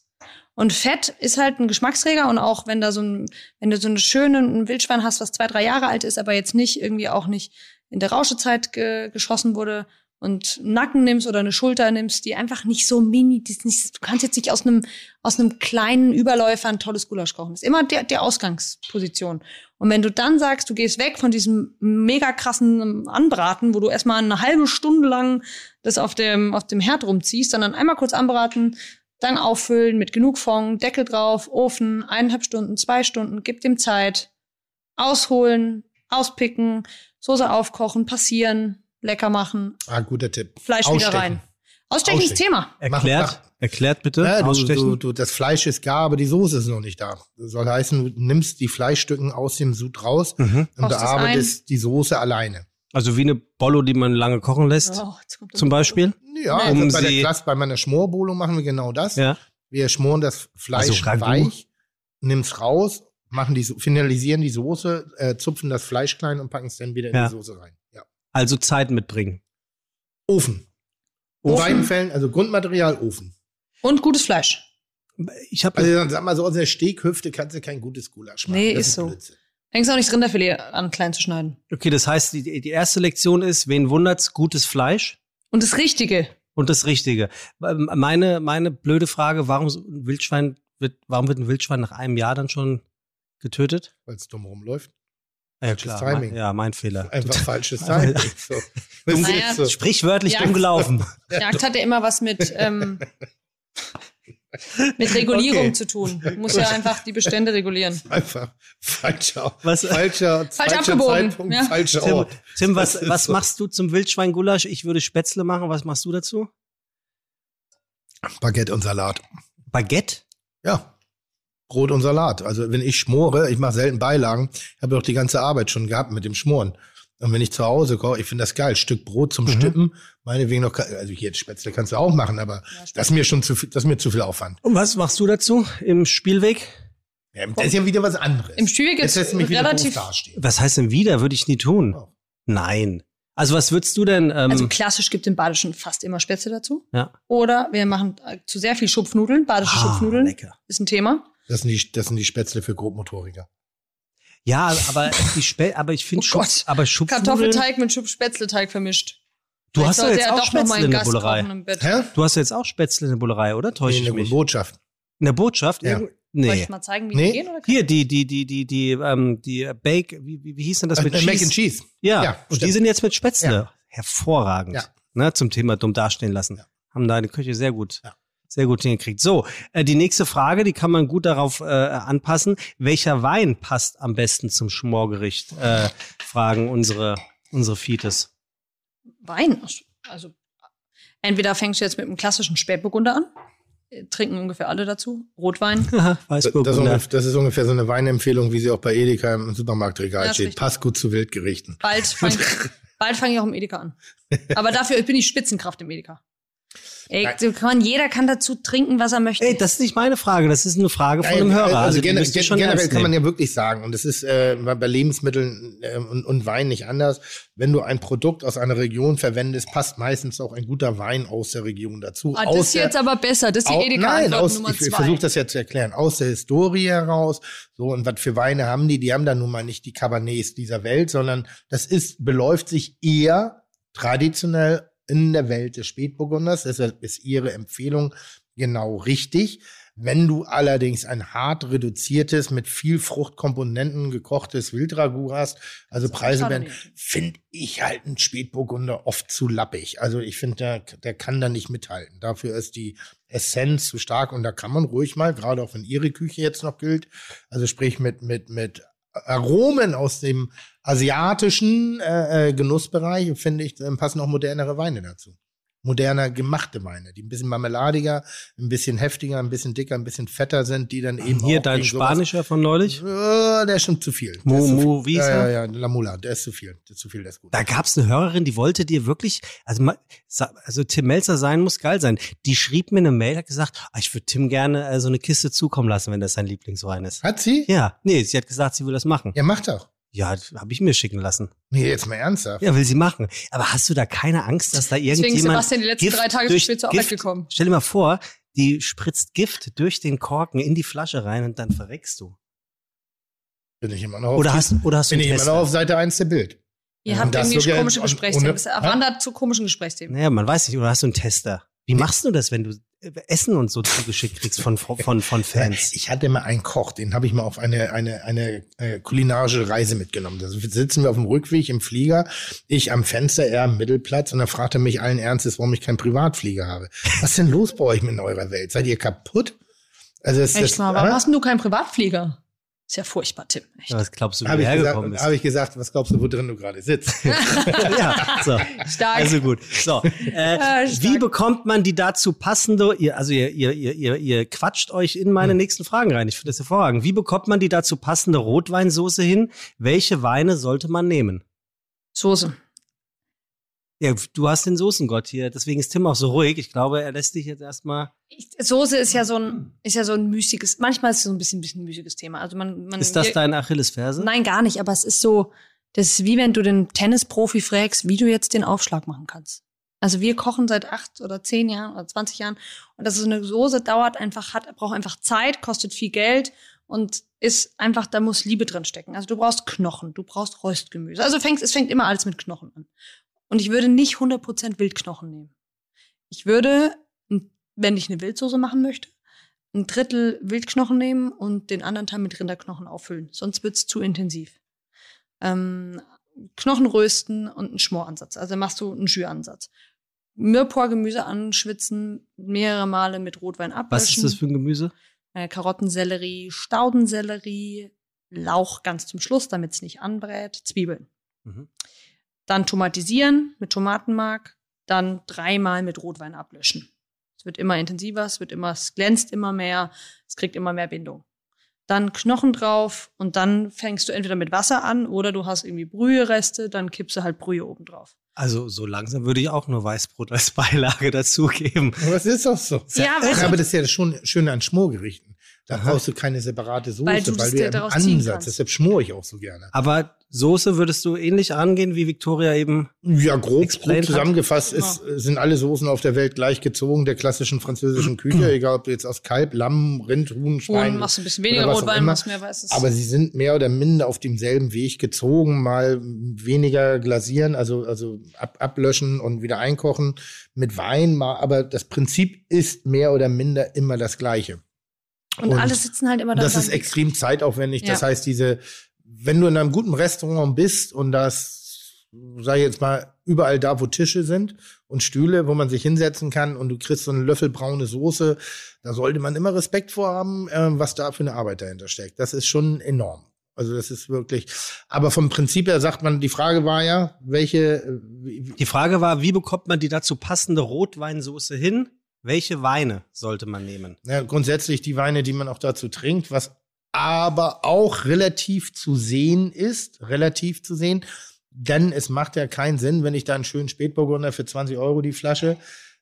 Und Fett ist halt ein Geschmacksträger und auch wenn da so ein, wenn du so eine schöne ein Wildschwein hast, was zwei, drei Jahre alt ist, aber jetzt nicht irgendwie auch nicht in der Rauschezeit ge geschossen wurde und einen Nacken nimmst oder eine Schulter nimmst, die einfach nicht so mini, die ist nicht, du kannst jetzt nicht aus einem, aus einem kleinen Überläufer ein tolles Gulasch kochen. Das ist immer der, der Ausgangsposition. Und wenn du dann sagst, du gehst weg von diesem mega krassen Anbraten, wo du erstmal eine halbe Stunde lang das auf dem, auf dem Herd rumziehst, sondern einmal kurz anbraten, dann auffüllen mit genug Fond, Deckel drauf, Ofen, eineinhalb Stunden, zwei Stunden, gib dem Zeit, ausholen, auspicken, Soße aufkochen, passieren, lecker machen,
Ah, guter Tipp.
Fleisch
Ausstechen.
wieder rein. Ausstechen ist
Ausstechen.
Thema.
erklärt,
mach.
erklärt bitte.
Ja, Ne, du,
ausstechen.
du, du, das Fleisch ist gar, aber die Soße ist noch nicht da. Das soll heißen, du nimmst die Fleischstücken aus dem Sud raus
Mhm.
und
Kochst es
bearbeitest die Soße alleine.
Also wie eine Bollo, die man lange kochen lässt,
Oh, jetzt kommt
zum Beispiel.
Ja,
Nein.
also
Um
bei, der
sie-
Klasse, bei meiner Schmorbolo machen wir genau das.
Ja.
Wir schmoren das Fleisch
Also Ragout.
weich, nimm's raus, machen die, So- finalisieren die Soße, äh, zupfen das Fleisch klein und packen es dann wieder in
Ja.
die Soße rein. Ja.
Also Zeit mitbringen.
Ofen. In
Ofen.
beiden Fällen, also Grundmaterial Ofen.
Und gutes Fleisch.
Ich habe
Also dann sag mal so, aus der Steghüfte kannst du kein gutes Gulasch machen.
Nee,
Das
ist so.
Blödsinn.
Fängst auch nicht das Rinderfilet an, klein zu schneiden.
Okay, das heißt, die, die erste Lektion ist, wen wundert's, gutes Fleisch
Und das Richtige.
und das Richtige. Ähm, Meine, meine blöde Frage, warum so ein Wildschwein wird, warum wird ein Wildschwein nach einem Jahr dann schon getötet?
Weil es dumm rumläuft.
Ah Ja,
Falsches
klar.
Timing.
Mein, ja, mein Fehler.
Einfach falsches
Einfach-
Timing. So. Das ist
Naja,
so.
Sprichwörtlich
Ja.
dumm gelaufen.
Jagd hat ja immer was mit, ähm, mit Regulierung
Okay.
zu tun. Du musst ja einfach die Bestände regulieren.
Einfach falscher,
Was-
falscher, falscher
abgebogen,
Zeitpunkt,
ja.
falscher
Tim,
Ort.
Tim was,
Das ist
was
so.
machst du zum Wildschweingulasch? Ich würde Spätzle machen. Was machst du dazu?
Baguette und Salat.
Baguette?
Ja. Brot und Salat. Also wenn ich schmore, ich mache selten Beilagen, habe doch die ganze Arbeit schon gehabt mit dem Schmoren. Und wenn ich zu Hause koche, ich finde das geil, Stück Brot zum
Mhm.
Stippen, meinetwegen noch, also hier Spätzle kannst du auch machen, aber das ist mir schon zu viel, das ist mir zu viel Aufwand.
Und was machst du dazu im Spielweg?
Ja, das ist ja wieder was anderes.
Im Spiel
Jetzt
geht's
lässt mich wieder doof
relativ.
dastehen.
Was heißt denn wieder? Würde ich nie tun.
Oh.
Nein. Also was würdest du denn? Ähm,
Also klassisch gibt im Badischen fast immer Spätzle dazu.
Ja.
Oder wir machen äh, zu sehr viel Schupfnudeln. Badische Schupfnudeln
Ah, lecker.
ist ein Thema.
Das sind die, das sind die Spätzle für Grobmotoriker.
Ja, aber die Spä aber ich finde
Oh
Schupf
Gott.
aber Schupfnudeln.
Kartoffelteig mit Schupf- Spätzleteig vermischt.
Du hast doch
sollte
jetzt
er
auch
noch
Spätzle in der
kochen
Bullerei.
im Bett.
Hä?
Du hast jetzt auch Spätzle in der Bullerei, oder täusche
Nee,
ich
eine
mich?
Botschaft.
In der Botschaft?
Ja.
Irgend-
Soll ich
Nee.
mal zeigen, wie
Nee.
die gehen? Oder?
Hier die die die die die ähm, die Bake wie, wie, wie hieß denn das
Äh,
mit
äh,
Cheese?
Mac and Cheese.
Ja.
Ja,
und die
stimmt.
sind jetzt mit Spätzle.
Ja.
Hervorragend.
Ja.
Ne, zum Thema dumm dastehen lassen.
Ja.
Haben deine Küche sehr gut.
Ja.
Sehr gut hingekriegt. So, äh, die nächste Frage, die kann man gut darauf äh, anpassen. Welcher Wein passt am besten zum Schmorgericht? Äh, fragen unsere, unsere Fietes.
Wein. Also entweder fängst du jetzt mit einem klassischen Spätburgunder an äh, trinken ungefähr alle dazu. Rotwein.
Das,
Weißburg.
das,
und
ungef- das ist ungefähr so eine Weinempfehlung, wie sie auch bei Edeka im Supermarktregal
Ja, ist
steht.
richtig.
Passt gut zu Wildgerichten.
Bald fange bald fang ich auch im Edeka an. Aber dafür bin ich Spitzenkraft im Edeka. Ey,
Nein.
so kann, jeder kann dazu trinken, was er möchte.
Ey, das ist nicht meine Frage, das ist eine Frage von einem
Nein,
Hörer. Also, die
gener-
müsst ihr
gen-
schon
generell
ernst
kann man
nehmen.
ja wirklich sagen, und das ist äh, bei bei Lebensmitteln äh, und, und Wein nicht anders, wenn du ein Produkt aus einer Region verwendest, passt meistens auch ein guter Wein aus der Region dazu.
ah,
aus
das ist
der,
jetzt aber besser. Das ist die
Au-
Edeka-Antwort
Nein, aus,
Nummer
ich, ich
zwei.
versuche das ja zu erklären. Aus der Historie heraus, so und was für Weine haben die? Die haben da nun mal nicht die Cabernets dieser Welt, sondern das ist, beläuft sich eher traditionell in der Welt des Spätburgunders. Deshalb ist ihre Empfehlung genau richtig. Wenn du allerdings ein hart reduziertes, mit viel Fruchtkomponenten gekochtes Wildragout hast, also
Das ist
Preise
schade
werden,
nicht.
finde ich halt einen Spätburgunder oft zu lappig. Also ich finde, der, der kann da nicht mithalten. Dafür ist die Essenz zu stark und da kann man ruhig mal, gerade auch wenn ihre Küche jetzt noch gilt, also sprich mit, mit, mit Aromen aus dem asiatischen äh, äh, Genussbereich, finde ich, dann passen auch modernere Weine dazu. Moderner gemachte Weine, die ein bisschen marmeladiger, ein bisschen heftiger, ein bisschen dicker, ein bisschen fetter sind, die dann eben
Hier
auch
dein
gegen sowas-
Spanischer von neulich.
Äh, der ist schon zu viel. Der
Mu-
ist zu
Mu-
viel.
Hm. wie ist
ja, ja,
er?
ja, La Mula, der ist zu viel. Der ist zu viel, der ist gut.
Da gab's eine Hörerin, die wollte dir wirklich, also, ma- sa- also Tim Melzer sein muss geil sein. Die schrieb mir eine Mail, hat gesagt, ah, ich würde Tim gerne äh, so eine Kiste zukommen lassen, wenn das sein Lieblingswein ist.
Hat sie? Ja.
Ja, nee, sie hat gesagt, sie will das machen.
ja, macht doch.
Ja, das hab ich mir schicken lassen.
Nee, jetzt mal ernsthaft.
Ja, will sie machen. Aber hast du da keine Angst, dass da
Deswegen ist
irgendjemand
Sebastian die letzten
Gift
drei Tage zu
durch
spät zur
Gift-
Arbeit gekommen.
Stell dir mal vor, die spritzt Gift durch den Korken in die Flasche rein und dann verreckst du.
Bin ich immer noch auf,
Oder hast, oder hast du einen
bin ich immer
Tester?
noch auf Seite 1 der Bild.
Ihr
Ja, und
habt
das
irgendwie
sogar-
komische
und-
Gesprächsthemen.
und-
Es wandert zu komischen Gesprächsthemen.
Naja, man weiß nicht, oder hast du einen Tester? Wie machst du das, wenn du äh, Essen und so zugeschickt kriegst von, von, von Fans?
Ich hatte mal einen Koch, den habe ich mal auf eine, eine, eine äh, kulinarische Reise mitgenommen. Da sitzen wir auf dem Rückweg im Flieger, ich am Fenster, er am Mittelplatz und da fragte er mich allen Ernstes, warum ich keinen Privatflieger habe. Was ist denn los bei euch in eurer Welt? Seid ihr kaputt? Also das,
Echt
das,
mal, warum
äh?
hast denn du keinen Privatflieger? Ist ja furchtbar, Tim. Echt.
Ja, was glaubst du, wie du
Habe ich,
hergekommen
gesagt,
bist?
hab ich gesagt, was glaubst du, wo drin du gerade sitzt?
ja, so.
Stark.
Also gut. So, äh,
Ah, stark.
wie bekommt man die dazu passende, ihr, also ihr, ihr, ihr, ihr, ihr quatscht euch in
Hm.
meine nächsten Fragen rein, ich finde das hervorragend. Wie bekommt man die dazu passende Rotweinsoße hin? Welche Weine sollte man nehmen?
Soße.
Ja, du hast den Soßengott hier, deswegen ist Tim auch so ruhig. Ich glaube, er lässt dich jetzt erstmal.
Ich, Soße ist ja so ein, ist ja so ein müßiges, manchmal ist es so ein bisschen, bisschen müßiges Thema. Also man, man
Ist das dein Achillesferse?
Nein, gar nicht, aber es ist so, das ist wie wenn du den Tennisprofi fragst, wie du jetzt den Aufschlag machen kannst. Also wir kochen seit acht oder zehn Jahren oder 20 Jahren und das ist eine Soße, dauert einfach, hat, braucht einfach Zeit, kostet viel Geld und ist einfach, da muss Liebe drin stecken. Also du brauchst Knochen, du brauchst Röstgemüse. Also fängst, es fängt immer alles mit Knochen an. Und ich würde nicht 100% Wildknochen nehmen. Ich würde, wenn ich eine Wildsoße machen möchte, ein Drittel Wildknochen nehmen und den anderen Teil mit Rinderknochen auffüllen. Sonst wird's zu intensiv. Ähm, Knochen rösten und einen Schmoransatz. Also machst du einen Jus-Ansatz. Mirrporgemüse anschwitzen, mehrere Male mit Rotwein ablöschen.
Was ist das für ein Gemüse?
Äh, Karottensellerie, Staudensellerie, Lauch ganz zum Schluss, damit's nicht anbrät, Zwiebeln.
Mhm.
Dann tomatisieren mit Tomatenmark, dann dreimal mit Rotwein ablöschen. Es wird immer intensiver, es wird immer, es glänzt immer mehr, es kriegt immer mehr Bindung. Dann Knochen drauf und dann fängst du entweder mit Wasser an oder du hast irgendwie Brühereste, dann kippst du halt Brühe oben drauf.
Also, so langsam würde ich auch nur Weißbrot als Beilage dazugeben.
Aber es ist doch so.
Ja, weißt du-
aber das ist ja das schon Schöne an Schmorgerichten. Da
Aha.
brauchst du keine separate Soße,
Weil
weil
du
du,
das
ja
dir
im
daraus ziehen
Ansatz,
kannst.
deshalb schmore ich auch so gerne.
Aber Soße würdest du ähnlich angehen wie Victoria eben?
Ja, grob,
Explained
grob
hat-
zusammengefasst ist,
Genau.
äh, sind alle Soßen auf der Welt gleich gezogen, der klassischen französischen Küche, egal ob jetzt aus Kalb, Lamm, Rind, Huhn,
Und
Schwein.
machst du ein bisschen weniger
oder was auch
Rotwein,
immer.
machst mehr weißes.
Aber sie sind mehr oder minder auf demselben Weg gezogen, mal weniger glasieren, also, also ab, ablöschen und wieder einkochen mit Wein, mal, aber das Prinzip ist mehr oder minder immer das gleiche.
und,
und
alle sitzen halt immer da.
Das ist extrem zeitaufwendig. Das
Ja.
heißt, diese, wenn du in einem guten Restaurant bist und das, sag ich jetzt mal, überall da, wo Tische sind und Stühle, wo man sich hinsetzen kann und du kriegst so einen Löffel braune Soße, da sollte man immer Respekt vorhaben, äh, was da für eine Arbeit dahinter steckt. Das ist schon enorm. Also das ist wirklich, aber vom Prinzip her sagt man, die Frage war ja, welche, äh, wie- wie-
Die Frage war, wie bekommt man die dazu passende Rotweinsoße hin? Welche Weine sollte man nehmen?
Ja, Ne, grundsätzlich die Weine, die man auch dazu trinkt, was aber auch relativ zu sehen ist, relativ zu sehen. Denn es macht ja keinen Sinn, wenn ich da einen schönen Spätburgunder für 20 Euro die Flasche,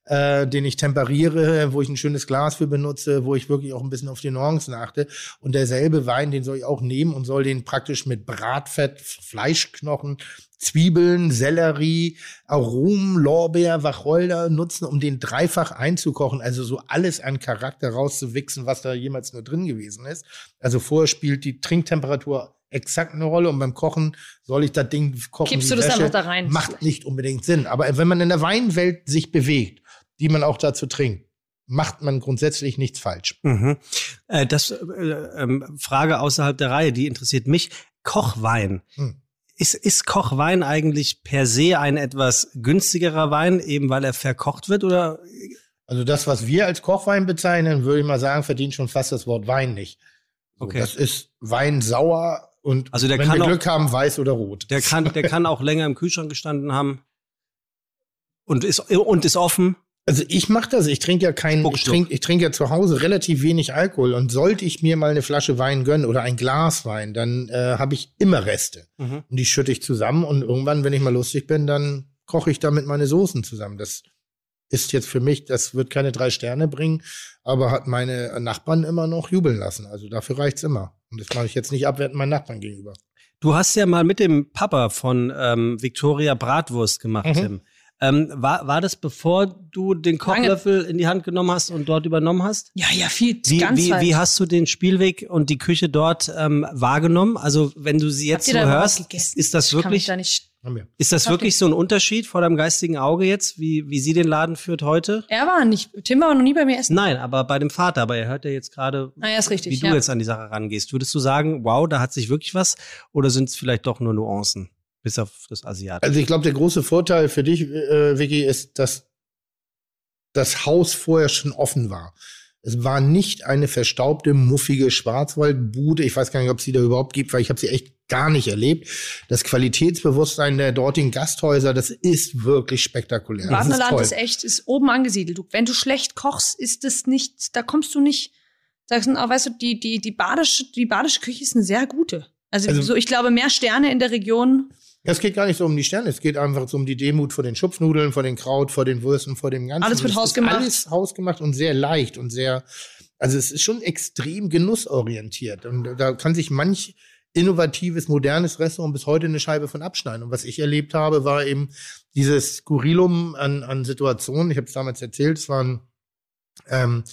äh, den ich temperiere, wo ich ein schönes Glas für benutze, wo ich wirklich auch ein bisschen auf die Nuancen achte. Und derselbe Wein, den soll ich auch nehmen und soll den praktisch mit Bratfett, Fleischknochen, Zwiebeln, Sellerie, Aromen, Lorbeer, Wacholder nutzen, um den dreifach einzukochen. Also so alles an Charakter rauszuwichsen, was da jemals nur drin gewesen ist. Also vorher spielt die Trinktemperatur exakt eine Rolle und beim Kochen soll ich das Ding kochen.
Kippst
wie
du das
Wäsche.
einfach da rein?
Macht nicht unbedingt Sinn. Aber wenn man in der Weinwelt sich bewegt, die man auch dazu trinkt, macht man grundsätzlich nichts falsch.
Mhm. Äh, das äh, ähm, Frage außerhalb der Reihe, die interessiert mich. Kochwein.
Hm.
Ist, ist Kochwein eigentlich per se ein etwas günstigerer Wein, eben weil er verkocht wird? Oder
Also das, was wir als Kochwein bezeichnen, würde ich mal sagen, verdient schon fast das Wort Wein nicht. So,
Okay.
Das ist Wein sauer und
Also der
wenn
kann
wir
auch-
Glück haben, weiß oder rot.
der kann, der kann auch länger im Kühlschrank gestanden haben und ist, und ist offen?
Also ich mache das, ich trinke ja keinen, ich
Spuckstück.
trinke ich trinke ja zu Hause relativ wenig Alkohol und sollte ich mir mal eine Flasche Wein gönnen oder ein Glas Wein, dann äh, habe ich immer Reste.
Mhm.
Und die schütte ich zusammen und irgendwann, wenn ich mal lustig bin, dann koche ich damit meine Soßen zusammen. Das ist jetzt für mich, das wird keine drei Sterne bringen, aber hat meine Nachbarn immer noch jubeln lassen. Also dafür reicht's immer. Und das mache ich jetzt nicht abwertend meinen Nachbarn gegenüber.
Du hast ja mal mit dem Papa von ähm, Victoria Bratwurst gemacht,
Mhm.
Tim. Ähm, war, war das bevor du den
Lange.
Kochlöffel in die Hand genommen hast und dort übernommen hast?
Ja, ja, viel.
Wie,
ganz
wie,
weit.
wie hast du den Spielweg und die Küche dort ähm, wahrgenommen? Also wenn du sie jetzt
Habt ihr
so
da überhaupt
hörst,
gegessen?
ist das
Ich kann mich
wirklich,
da nicht.
Haben wir.
ist das wirklich so ein Unterschied vor deinem geistigen Auge jetzt, wie, wie sie den Laden führt heute?
Er war nicht. Tim war noch nie bei mir essen.
Nein, aber bei dem Vater, aber er hört ja jetzt gerade,
Na, ja, ist richtig.
wie du
ja.
jetzt an die Sache rangehst. Würdest du sagen, wow, da hat sich wirklich was? Oder sind es vielleicht doch nur Nuancen? Bis auf das Asiatische.
Also ich glaube, der große Vorteil für dich, äh, Vicky, ist, dass das Haus vorher schon offen war. Es war nicht eine verstaubte, muffige Schwarzwaldbude. Ich weiß gar nicht, ob es die da überhaupt gibt, weil ich habe sie echt gar nicht erlebt. Das Qualitätsbewusstsein der dortigen Gasthäuser, das ist wirklich spektakulär. Das ist
Wagnerland
toll.
ist, echt, ist oben angesiedelt. Du, wenn du schlecht kochst, ist das nicht, da kommst du nicht. Sagst du, ah, weißt du, die, die, die, badische, die badische Küche ist eine sehr gute. Also,
Also-
so, ich glaube, mehr Sterne in der Region.
Es geht gar nicht so um die Sterne, es geht einfach so um die Demut vor den Schupfnudeln, vor den Kraut, vor den Würsten, vor dem Ganzen.
Alles wird
Es ist
hausgemacht.
Alles hausgemacht und sehr leicht und sehr, also es ist schon extrem genussorientiert. Und da kann sich manch innovatives, modernes Restaurant bis heute eine Scheibe von abschneiden. Und was ich erlebt habe, war eben dieses Skurrilum an, an Situationen. Ich habe es damals erzählt, es waren ähm,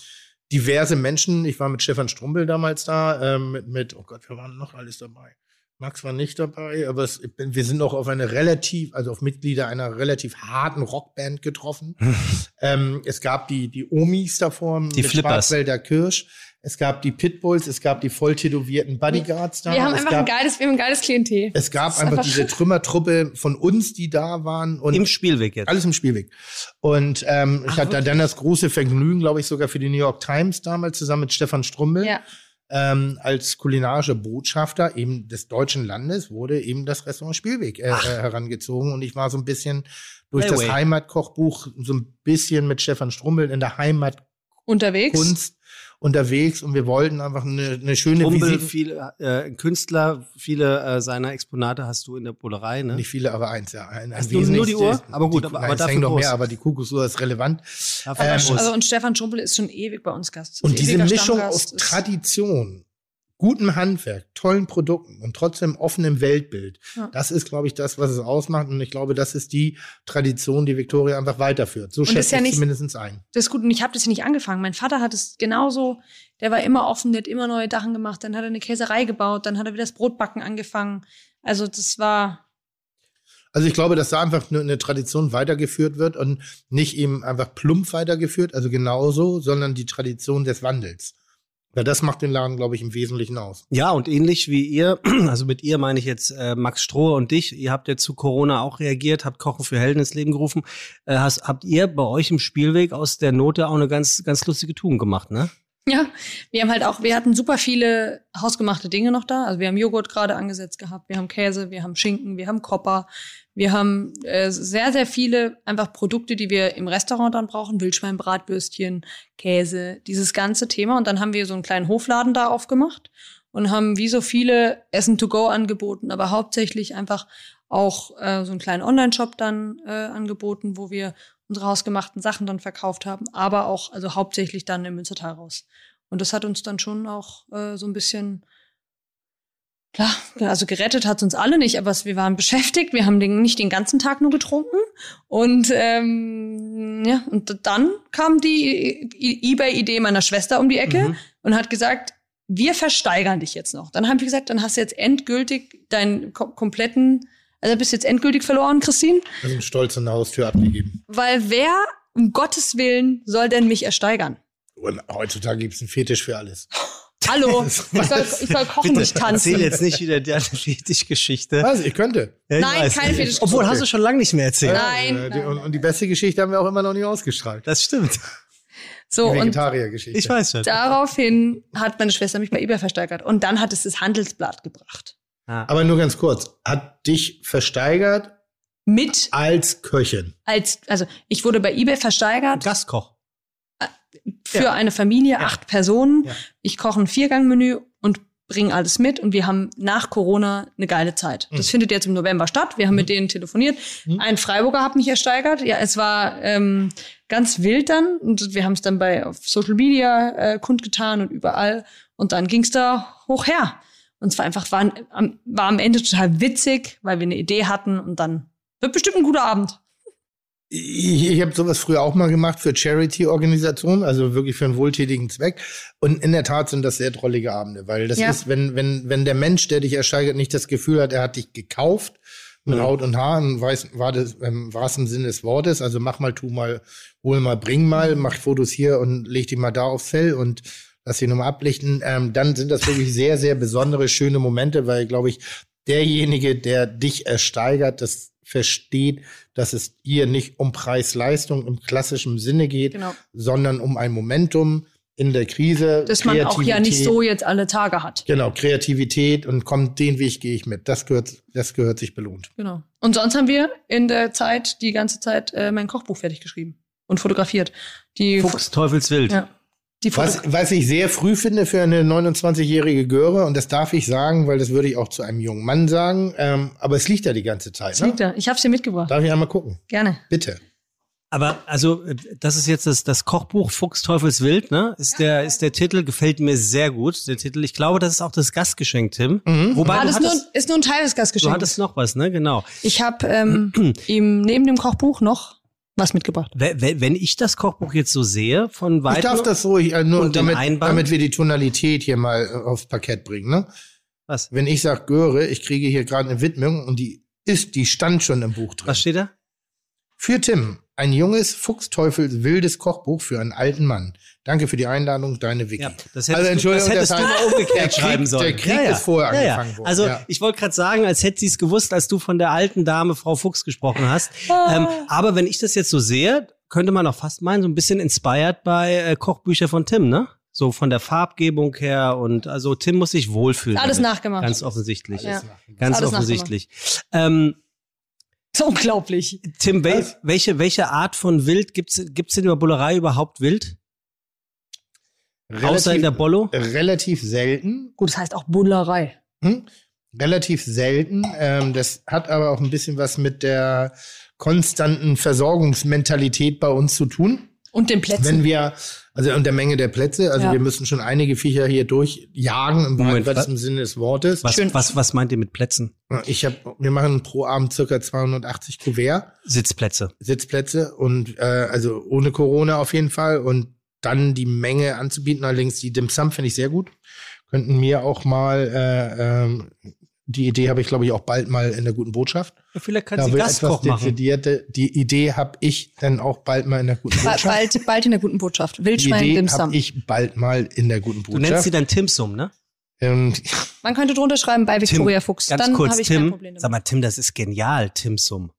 diverse Menschen. Ich war mit Stefan Strumbel damals da, ähm, mit, mit, oh Gott, wir waren noch alles dabei. Max war nicht dabei, aber es, ich bin, wir sind noch auf eine relativ, also auf Mitglieder einer relativ harten Rockband getroffen. ähm, es gab die, die Omis davor,
Die Flippers.
Schwarzwälder Kirsch. Es gab die Pitbulls, es gab die voll tätowierten Bodyguards da.
Wir haben
es
einfach
gab,
ein geiles, wir haben ein geiles Klientel.
Es gab
ist
einfach
einfach
diese Trümmertruppe von uns, die da waren. Also, Und
Im Spielweg jetzt.
alles im Spielweg. Und ähm, ich
Ach,
hatte
wirklich?
dann das große Vergnügen, glaube ich, sogar für die New York Times damals zusammen mit Stefan Strumbel
Ja.
ähm, als kulinarischer Botschafter eben des deutschen Landes wurde eben das Restaurant Spielweg äh, äh, herangezogen und ich war so ein bisschen durch
Highway.
das Heimatkochbuch so ein bisschen mit Stefan Strumbel in der Heimatkunst
Unterwegs.
unterwegs und wir wollten einfach eine, eine schöne
Rumpel,
Visite.
viele äh, Künstler, viele äh, seiner Exponate hast du in der Bullerei, ne?
Nicht viele, aber eins, ja. Ein, ein
Hast du nur die
wesentliches-
Uhr? Aber gut,
die,
aber-
nein,
aber
es
dafür
hängen noch
groß.
mehr, aber die Kuckucksuhr ist relevant.
Davon
Ähm,
abschluss.
also, und Stefan Schumpel ist schon ewig bei uns Gast.
Und diese
Ewiger
Mischung aus
Stammgast ist-
Tradition, gutem Handwerk, tollen Produkten und trotzdem offenem Weltbild,
Ja.
das ist, glaube ich, das, was es ausmacht. Und ich glaube, das ist die Tradition, die Victoria einfach weiterführt. So
Und ist
schätze
ja
ich
nicht-
zumindest ein.
das ist gut. Und ich habe das ja nicht angefangen. Mein Vater hat es genauso, der war immer offen, der hat immer neue Sachen gemacht. Dann hat er eine Käserei gebaut, dann hat er wieder das Brotbacken angefangen. Also das war,
Also ich glaube, dass da einfach nur eine Tradition weitergeführt wird und nicht eben einfach plump weitergeführt, also genauso, sondern die Tradition des Wandels. Weil das macht den Laden, glaube ich, im Wesentlichen aus.
Ja, und ähnlich wie ihr, also mit ihr meine ich jetzt äh, Max Strohe und dich, ihr habt ja zu Corona auch reagiert, habt Kochen für Helden ins Leben gerufen. Äh, hast, habt ihr bei euch im Spielweg aus der Note auch eine ganz, ganz lustige Tugend gemacht, ne?
Ja, wir haben halt auch, wir hatten super viele hausgemachte Dinge noch da. Also wir haben Joghurt gerade angesetzt gehabt, wir haben Käse, wir haben Schinken, wir haben Kopper, wir haben äh, sehr, sehr viele einfach Produkte, die wir im Restaurant dann brauchen. Wildschwein, Bratwürstchen, Käse, dieses ganze Thema. Und dann haben wir so einen kleinen Hofladen da aufgemacht und haben wie so viele Essen to go angeboten, aber hauptsächlich einfach auch äh, so einen kleinen Online-Shop dann äh, angeboten, wo wir unsere hausgemachten Sachen dann verkauft haben, aber auch, also hauptsächlich dann im Münstertal raus. Und das hat uns dann schon auch äh, so ein bisschen, klar, also gerettet hat's uns alle nicht, aber es, wir waren beschäftigt, wir haben den, nicht den ganzen Tag nur getrunken. Und ähm, ja, und dann kam die I- Ebay-Idee meiner Schwester um die Ecke
Mhm.
und hat gesagt, wir versteigern dich jetzt noch. Dann haben wir gesagt, dann hast du jetzt endgültig deinen ko kompletten, also bist jetzt endgültig verloren, Christine.
Wir sind Also stolz an der Haustür abgegeben.
Weil wer um Gottes Willen soll denn mich ersteigern?
Und heutzutage gibt's einen Fetisch für alles.
Hallo, ich soll, ich soll kochen,
Bitte,
nicht tanzen.
erzähl jetzt nicht wieder deine Fetischgeschichte.
Was? Ich könnte.
Ja, ich
Nein,
weiß.
keine Fetischgeschichte.
Obwohl, hast du schon lange nicht mehr erzählt.
Nein,
Ja, äh, die-
nein,
und,
nein,
und die beste Geschichte haben wir auch immer noch nicht ausgestrahlt.
Das stimmt.
So,
die
und
Vegetariergeschichte.
Ich weiß schon.
daraufhin hat meine Schwester mich bei eBay versteigert. Und dann hat es das Handelsblatt gebracht.
Ah.
Aber nur ganz kurz. Hat dich versteigert
Mit
als Köchin.
als, also ich wurde bei eBay versteigert
Gastkoch.
für eine Familie, acht Personen.
Ja.
Ich koche ein Viergangmenü und bringe alles mit. Und wir haben nach Corona eine geile Zeit. Das
Mhm.
findet jetzt im November statt. Wir haben mit denen telefoniert.
Mhm.
Ein Freiburger hat mich ersteigert. Ja, es war ähm, ganz wild dann. Und wir haben es dann bei auf Social Media äh, kundgetan und überall. Und dann ging es da hoch her. Und es war einfach, war, am- war am Ende total witzig, weil wir eine Idee hatten und dann wird bestimmt ein guter Abend.
Ich, ich habe sowas früher auch mal gemacht für Charity-Organisationen, also wirklich für einen wohltätigen Zweck. Und in der Tat sind das sehr drollige Abende, weil das
Ja.
ist, wenn, wenn, wenn der Mensch, der dich ersteigert, nicht das Gefühl hat, er hat dich gekauft mit
Ja.
Haut und Haaren, weiß, war das, ähm, war es im Sinne des Wortes, also mach mal, tu mal, hol mal, bring mal, mach Fotos hier und leg die mal da aufs Fell und lass sie nochmal ablichten, ähm, dann sind das wirklich sehr, sehr besondere, schöne Momente, weil, glaube ich, derjenige, der dich ersteigert, das versteht, dass es hier nicht um Preis-Leistung im klassischen Sinne geht,
Genau.
sondern um ein Momentum in der Krise.
Dass man auch ja nicht
Kreativität.
so jetzt alle Tage hat.
Genau, Kreativität und kommt den Weg gehe ich mit. Das gehört, das gehört sich belohnt.
Genau. Und sonst haben wir in der Zeit, die ganze Zeit, äh, mein Kochbuch fertig geschrieben und fotografiert. Die
Fuchs, Teufelswild.
Ja. Die Foto
Was, was ich sehr früh finde für eine 29-jährige Göre, und das darf ich sagen, weil das würde ich auch zu einem jungen Mann sagen, ähm, aber es liegt da die ganze Zeit.
das
Ne?
liegt da. Ich habe dir mitgebracht.
Darf ich einmal gucken?
Gerne.
Bitte.
Aber also, äh, das ist jetzt das, das Kochbuch Fuchs Teufelswild, ne? Ist der, ist der Titel, gefällt mir sehr gut, der Titel. Ich glaube, das ist auch das Gastgeschenk, Tim.
Mhm.
Wobei,
Ah,
du
das ist nur,
hattest,
ist nur ein Teil des
du
Gastgeschenks.
hattest noch was, ne? Genau.
Ich habe ähm, ihm neben dem Kochbuch noch was mitgebracht.
We- we- Wenn ich das Kochbuch jetzt so sehe, von
Ich darf
weitem.
das ruhig, äh, nur
Und den
damit,
Einband?
damit wir die Tonalität hier mal äh, aufs Parkett bringen. Ne?
Was?
Wenn ich sage Göre, ich kriege hier gerade eine Widmung und die ist, die stand schon im Buch drin.
Was steht da?
Für Tim, ein junges Fuchsteufel wildes Kochbuch für einen alten Mann. Danke für die Einladung, deine Vicky.
Ja, das hättest,
Also,
du, das
Entschuldigung,
hättest
das
du
heißt,
mal
der
umgekehrt
Krieg-
schreiben
der
sollen.
Krieg ist vorher angefangen worden,
Also
ja.
ich wollte gerade sagen, als hätte sie es gewusst, als du von der alten Dame Frau Fuchs gesprochen hast.
Ah.
ähm, aber wenn ich das jetzt so sehe, könnte man auch fast meinen, so ein bisschen inspired bei äh, Kochbücher von Tim, ne? So von der Farbgebung her und also Tim muss sich wohlfühlen.
Alles
damit.
nachgemacht.
Ganz offensichtlich.
Ja.
Ganz
Alles nachgemacht.
offensichtlich. Ähm,
Das ist unglaublich.
Tim, wel
Was?
welche, welche Art von Wild gibt's gibt's denn über Bullerei überhaupt Wild?
Relativ,
Außer in der Bollo?
relativ selten.
Gut, das heißt auch Bullerei.
Hm? Relativ selten. Ähm, das hat aber auch ein bisschen was mit der konstanten Versorgungsmentalität bei uns zu tun.
Und den Plätzen.
Wenn wir, also und der Menge der Plätze, also
Ja.
wir müssen schon einige Viecher hier durchjagen, im
Moment,
weitesten Sinne des Wortes.
Was,
Schön.
was, was meint ihr mit Plätzen?
Ich hab, wir machen pro Abend circa 280 Kuvert.
Sitzplätze.
Sitzplätze und äh, also ohne Corona auf jeden Fall und dann die Menge anzubieten. Allerdings die Dim Sum finde ich sehr gut. Könnten mir auch mal äh, ähm, die Idee habe ich glaube ich auch bald mal in der guten Botschaft.
Vielleicht kannst du
wird
Gastkoch machen.
dezidierte. Die Idee habe ich dann auch bald mal in der guten
Ba-
Botschaft.
Bald, bald in der guten Botschaft.
die
Wildschwein,
Idee
Dim
habe
Sum.
ich bald mal in der guten
Du nennst sie
Botschaft.
dann Timsum, ne?
Und
Man könnte drunter schreiben bei Victoria Fuchs.
Ganz
Dann
kurz,
habe ich kein
Tim.
Problem damit.
Sag mal, Tim, das ist genial, Timsum.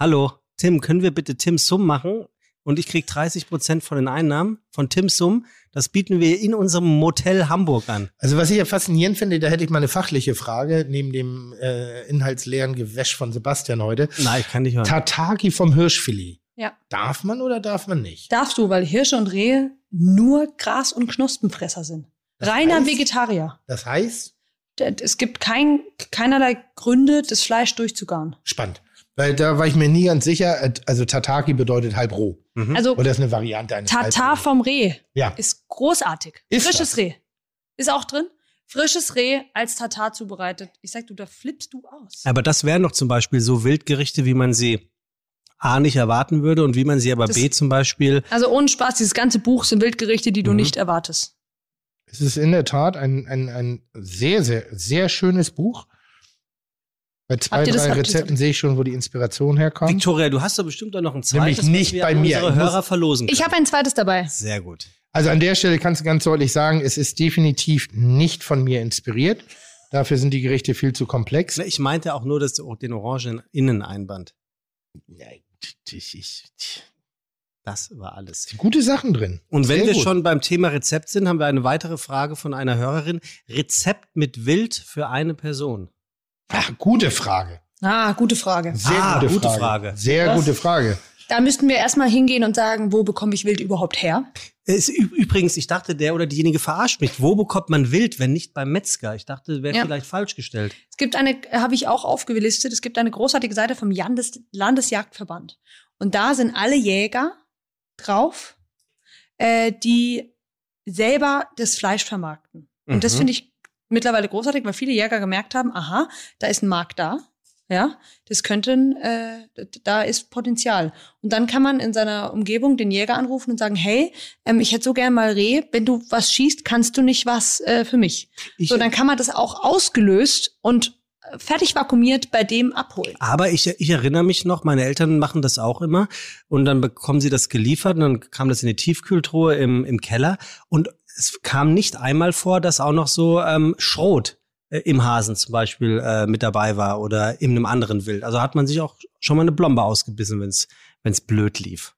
Hallo, Tim, können wir bitte Timsum machen? und ich krieg 30 Prozent von den Einnahmen von Tim Sum. Das bieten wir in unserem Motel Hamburg an.
Also was ich ja faszinierend finde, da hätte ich mal eine fachliche Frage, neben dem äh, inhaltsleeren Gewäsch von Sebastian heute.
Nein, ich kann nicht hören.
Tataki vom Hirschfilet.
Ja.
Darf man oder darf man nicht?
Darfst du, weil Hirsche und Rehe nur Gras- und Knospenfresser sind.
Das
Reiner
heißt-
Vegetarier.
Das heißt,
D- Es gibt kein, keinerlei Gründe, das Fleisch durchzugaren.
spannend. Weil da war ich mir nie ganz sicher, äh, also Tataki bedeutet halb roh.
Hm?
Also
Oder ist eine Variante eines
Tatar
halb roh.
vom Reh
Ja,
ist großartig.
also- Ist
Frisches
das?
Reh. Ist auch drin. Frisches Reh als Tatar zubereitet. Ich sag du, da flippst du aus.
Aber das wären doch zum Beispiel so Wildgerichte, wie man sie A nicht erwarten würde und wie man sie aber
Das-
B zum Beispiel.
Also ohne Spaß, dieses ganze Buch sind Wildgerichte, die du
Mhm.
nicht erwartest.
es ist in der Tat ein, ein, ein sehr, sehr, sehr schönes Buch. Bei zwei,
Habt ihr das-
drei
habt ihr das-
Rezepten sehe ich schon, wo die Inspiration herkommt.
Victoria, du hast doch bestimmt auch noch ein zweites,
Nämlich nicht
was wir
bei
an
mir.
unsere
Ich muss-
Hörer verlosen.
Ich
können.
habe ein zweites dabei.
Sehr gut.
Also an der Stelle kannst du ganz deutlich sagen, es ist definitiv nicht von mir inspiriert. Dafür sind die Gerichte viel zu komplex.
Ne, Ich meinte auch nur, dass du auch den orangenen Inneneinband. Das war alles.
Gute Sachen drin.
Und wenn
Sehr
wir
gut.
schon beim Thema Rezept sind, haben wir eine weitere Frage von einer Hörerin. Rezept mit Wild für eine Person.
Ach, gute Frage.
Ah, gute Frage.
Sehr
Ah,
gute,
gute
Frage.
Frage.
Sehr
Was?
gute Frage.
Da müssten wir erstmal hingehen und sagen, wo bekomme ich Wild überhaupt her?
Es, ü- übrigens, ich dachte, der oder diejenige verarscht mich. Wo bekommt man Wild, wenn nicht beim Metzger? Ich dachte, wäre
Ja.
vielleicht falsch gestellt.
Es gibt eine, habe ich auch aufgelistet, es gibt eine großartige Seite vom Landes, Landesjagdverband. Und da sind alle Jäger drauf, äh, die selber das Fleisch vermarkten. Und das
Mhm.
finde ich mittlerweile großartig, weil viele Jäger gemerkt haben, aha, da ist ein Markt da. Ja, das könnten, äh, d- da ist Potenzial. Und dann kann man in seiner Umgebung den Jäger anrufen und sagen, hey, ähm, ich hätte so gern mal Reh. Wenn du was schießt, kannst du nicht was äh, für mich.
Ich,
So, dann kann man das auch ausgelöst und äh, fertig vakuumiert bei dem abholen.
aber ich, ich erinnere mich noch, meine Eltern machen das auch immer. Und dann bekommen sie das geliefert und dann kam das in die Tiefkühltruhe im, im Keller. Und es kam nicht einmal vor, dass auch noch so ähm, Schrot äh, im Hasen zum Beispiel äh, mit dabei war oder in einem anderen Wild. Also hat man sich auch schon mal eine Blombe ausgebissen, wenn es blöd lief.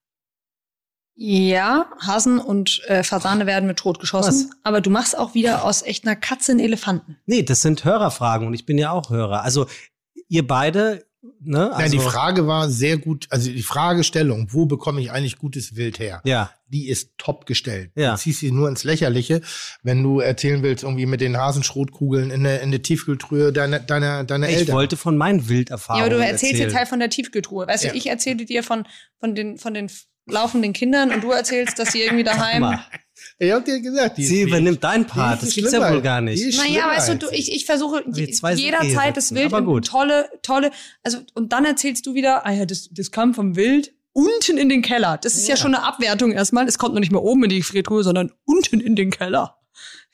Ja, Hasen und äh, Fasane werden mit tot geschossen. Aber du machst auch wieder aus echt einer Katze einen Elefanten.
Nee, das sind Hörerfragen und ich bin ja auch Hörer. Also ihr beide, ne? Also,
Nein, die Frage war sehr gut. Also die Fragestellung, wo bekomme ich eigentlich gutes Wild her?
Ja,
Die ist top gestellt.
Ja.
Du ziehst sie nur ins Lächerliche, wenn du erzählen willst, irgendwie mit den Hasenschrotkugeln in der, in der Tiefkühltruhe deiner, deiner, deiner
ich
Eltern.
wollte von meinen Wilderfahrungen
ja, aber du erzählst
erzählen.
jetzt halt von der Tiefkühltruhe. Weißt
Ja.
du, ich erzähle dir von, von den, von den f- laufenden Kindern und du erzählst, dass sie irgendwie daheim.
Mal,
ich hab dir gesagt, die
sie
ist-
übernimmt deinen
die
Part,
ist
das gibt's
schlimmer.
ja wohl gar
Die
nicht.
ist
Naja,
schlimmer
weißt du,
als
du
sie.
ich, ich versuche
wir
je-
zwei sind
jederzeit
Ehesätzen,
das Wild
aber
in
gut.
tolle, tolle, also und dann erzählst du wieder, ah ja, das, das kam vom Wild unten in den Keller. Das ist ja, schon eine Abwertung erstmal. Es kommt noch nicht mehr oben in die Gefriertruhe, sondern unten in den Keller.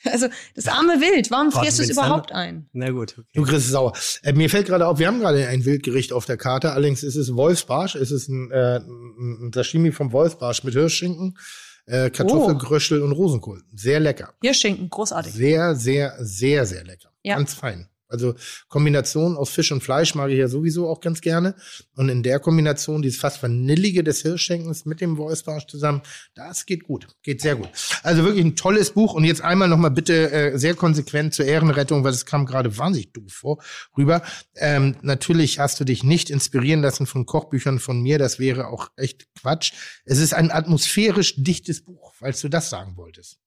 Also das arme Wild, warum
Gott,
frierst du es
wenn's dann-
überhaupt ein?
Na gut, okay.
Du kriegst es sauer. Äh, mir fällt gerade auf, wir haben gerade ein Wildgericht auf der Karte. Allerdings ist es Wolfsbarsch. Es ist ein, äh, ein Sashimi vom Wolfsbarsch mit Hirschschinken, äh, Kartoffelgröschel und Rosenkohl. Sehr lecker.
Hier Schinken, großartig.
Sehr, sehr, sehr, sehr lecker.
Ja.
Ganz fein. Also Kombination aus Fisch und Fleisch mag ich ja sowieso auch ganz gerne. Und in der Kombination, dieses fast vanillige des Hirschschenkens mit dem Wolfsbarsch zusammen, das geht gut. Geht sehr gut. Also wirklich ein tolles Buch. Und jetzt einmal nochmal bitte äh, sehr konsequent zur Ehrenrettung, weil es kam gerade wahnsinnig doof vor rüber. Ähm, natürlich hast du dich nicht inspirieren lassen von Kochbüchern von mir. Das wäre auch echt Quatsch. Es ist ein atmosphärisch dichtes Buch, falls du das sagen wolltest.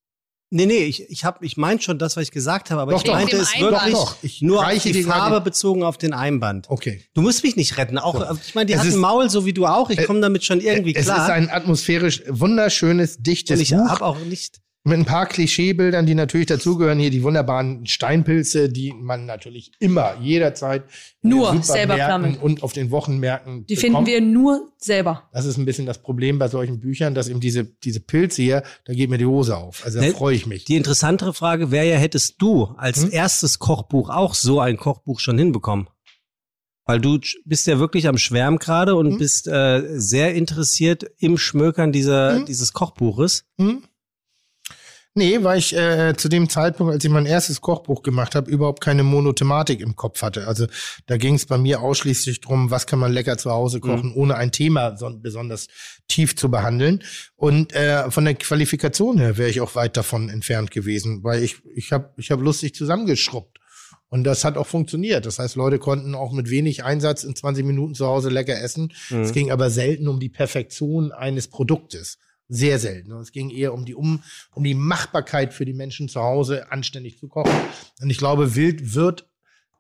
Nee, nee, ich, ich, hab, ich meinte schon das, was ich gesagt habe, aber
Doch,
ich
doch.
meinte
Dem
es
Einband.
wirklich
Doch, doch. Ich
nur auf
reiche dir
die
gerade-
Farbe bezogen auf den Einband.
Okay.
Du musst mich nicht retten. Auch,
So.
Ich meine, die
Es
hat
ist-
ein Maul, so wie du auch. Ich
Äh,
komme damit schon irgendwie
es
klar.
ist ein atmosphärisch wunderschönes,
und
dichtes
ich
Buch
habe auch nicht.
mit ein paar Klischeebildern, die natürlich dazugehören. Hier die wunderbaren Steinpilze, die man natürlich immer, jederzeit in
Nur
den
selber
Supermärkten
pflanzen.
und auf den Wochenmärkten
Die finden wir nur selber.
Das ist ein bisschen das Problem bei solchen Büchern, dass eben diese, diese Pilze hier, da geht mir die Hose auf. Also da
Ne,
freue ich mich.
Die interessantere Frage wäre ja, hättest du als
Hm?
erstes Kochbuch auch so ein Kochbuch schon hinbekommen? Weil du sch- bist ja wirklich am Schwärmen gerade und
Hm?
bist äh, sehr interessiert im Schmökern dieser,
Hm?
dieses Kochbuches.
Hm? Nee, weil ich äh, zu dem Zeitpunkt, als ich mein erstes Kochbuch gemacht habe, überhaupt keine Monothematik im Kopf hatte. Also da ging es bei mir ausschließlich drum, was kann man lecker zu Hause kochen, ohne ein Thema so, besonders tief zu behandeln. Und äh, von der Qualifikation her wäre ich auch weit davon entfernt gewesen, weil ich ich habe ich hab lustig zusammengeschrubbt. Und das hat auch funktioniert. Das heißt, Leute konnten auch mit wenig Einsatz in 20 Minuten zu Hause lecker essen. Es ging aber selten um die Perfektion eines Produktes. Sehr selten. Es ging eher um die, um, um die Machbarkeit für die Menschen zu Hause, anständig zu kochen. Und ich glaube, Wild wird,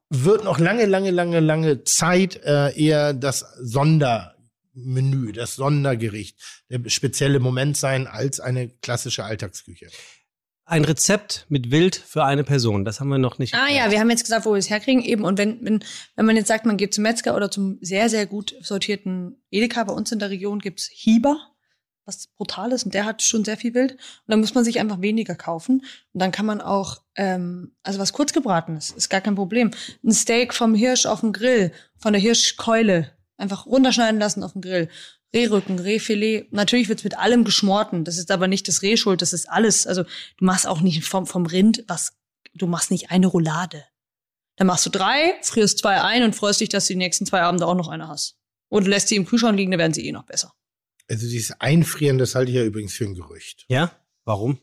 wird noch lange, lange, lange, lange Zeit äh, eher das Sondermenü, das Sondergericht, der spezielle Moment sein als eine klassische Alltagsküche.
Ein Rezept mit Wild für eine Person. Das haben wir noch nicht.
Ah ja,
geklärt.
wir haben jetzt gesagt, wo wir es herkriegen. Eben, und wenn, wenn, wenn man jetzt sagt, man geht zum Metzger oder zum sehr, sehr gut sortierten Edeka, bei uns in der Region gibt's Hieber, was brutal ist, und der hat schon sehr viel Wild. Und dann muss man sich einfach weniger kaufen. Und dann kann man auch, ähm, also was kurz gebraten ist, ist gar kein Problem. Ein Steak vom Hirsch auf den Grill, von der Hirschkeule, einfach runterschneiden lassen auf den Grill. Rehrücken, Rehfilet, natürlich wird's mit allem geschmorten. Das ist aber nicht das Reh schuld, das ist alles. Also du machst auch nicht vom, vom Rind was, du machst nicht eine Roulade. Dann machst du drei, frierst zwei ein und freust dich, dass du die nächsten zwei Abende auch noch eine hast. Und lässt die im Kühlschrank liegen, dann werden sie eh noch besser.
Also dieses Einfrieren, das halte ich ja übrigens für ein Gerücht.
Ja? Warum?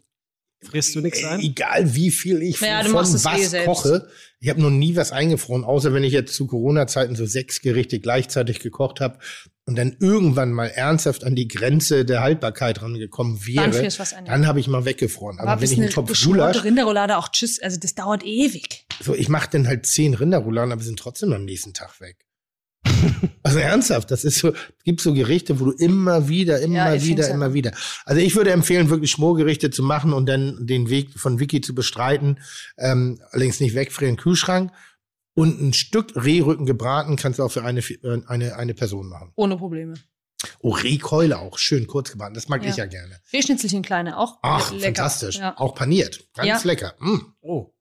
Frierst du nichts ein?
Egal wie viel ich
Ja, du
von
machst es
was
eh selbst.
koche, ich habe noch nie was eingefroren, außer wenn ich jetzt zu Corona-Zeiten so sechs Gerichte gleichzeitig gekocht habe und dann irgendwann mal ernsthaft an die Grenze der Haltbarkeit rangekommen wäre,
Dann
ne? dann,
frierst du was ein.
habe ich mal weggefroren. Aber,
Aber
wenn
bis
ich einen
eine
Topf
geschmorte
Gulasch,
Rinderroulade auch tschüss, also das dauert ewig.
so ich mache dann halt zehn Rinderrouladen, aber sind trotzdem am nächsten Tag weg. Also ernsthaft, das ist so, es gibt so Gerichte, wo du immer wieder,
Ja,
immer
ich find's
wieder,
ja.
immer wieder. Also ich würde empfehlen, wirklich Schmorgerichte zu machen und dann den Weg von Wiki zu bestreiten. Ähm, allerdings nicht wegfrieren, Kühlschrank. Und ein Stück Rehrücken gebraten kannst du auch für eine, äh, eine, eine Person machen.
Ohne Probleme.
Oh, Rehkeule auch, schön kurz gebraten. Das mag
Ja.
ich ja gerne.
Rehschnitzelchen kleine, auch
Ach,
lecker.
fantastisch.
Ja.
Auch paniert. Ganz
Ja.
lecker. Mm.
Oh.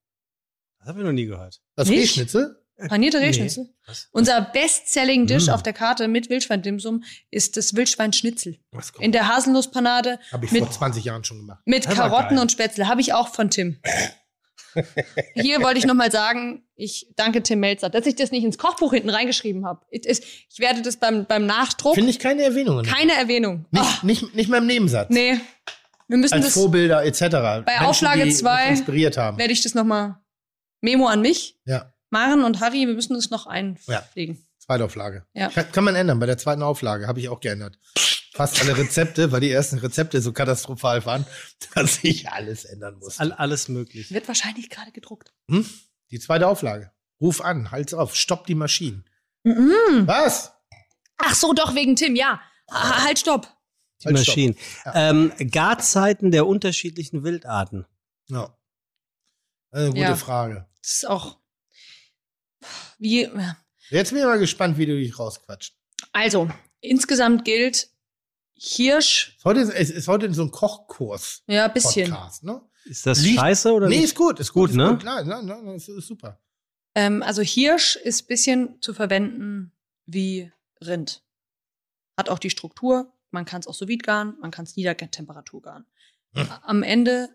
Das haben wir noch nie gehört.
Das
Nicht?
Rehschnitzel?
Panierte
Nee.
Rehschnitzel.
Was?
Unser Best-Selling-Dish
Mm.
auf der Karte mit Wildschweindimsum ist das Wildschweinschnitzel.
Was kommt?
In der Haselnusspanade
Habe ich
mit-
vor 20 Jahren schon gemacht.
Mit
Das war
Karotten
geil.
und Spätzle habe ich auch von Tim. Hier wollte ich nochmal sagen, ich danke Tim Melzer, dass ich das nicht ins Kochbuch hinten reingeschrieben habe. Ich, ich ich werde das beim, beim Nachdruck,
Finde ich keine Erwähnungen.
keine Erwähnung.
Nicht,
Ah,
nicht, nicht mal im Nebensatz.
nee, wir müssen
Als
das,
Vorbilder etc. Bei
Auflage
die uns
zwei
inspiriert haben.
werde ich das nochmal, Memo an mich,
Ja,
Maren und Harry, wir müssen das noch einpflegen.
zweite Auflage.
Ja.
Kann, kann man ändern. Bei der zweiten Auflage habe ich auch geändert. Fast alle Rezepte, weil die ersten Rezepte so katastrophal waren, dass ich alles ändern musste.
All, alles möglich.
Wird wahrscheinlich gerade gedruckt.
Hm? Die zweite Auflage. Ruf an, halt's auf, stopp die Maschinen.
Mhm.
Was?
Ach so, doch, wegen Tim, ja. Ah, halt, stopp.
Die
Halt, stopp.
Maschinen. Ähm, Garzeiten der unterschiedlichen Wildarten.
Ja. Eine gute
Ja.
Frage.
Das ist auch, wie,
Jetzt bin ich mal gespannt, wie du dich rausquatscht.
also, insgesamt gilt, Hirsch,
Ist heute, ist, ist heute so ein Kochkurs-Podcast,
ja, bisschen.
ne?
Ist das
Liegt-
scheiße oder
nee,
nicht?
ist gut, ist gut,
Gut, ne?
Ist gut, klar, nein, nein, nein, ist, ist super.
Ähm, also Hirsch ist bisschen zu verwenden wie Rind. Hat auch die Struktur, man kann es auch so garen, man kann es Niedertemperatur garen.
Hm.
Am Ende,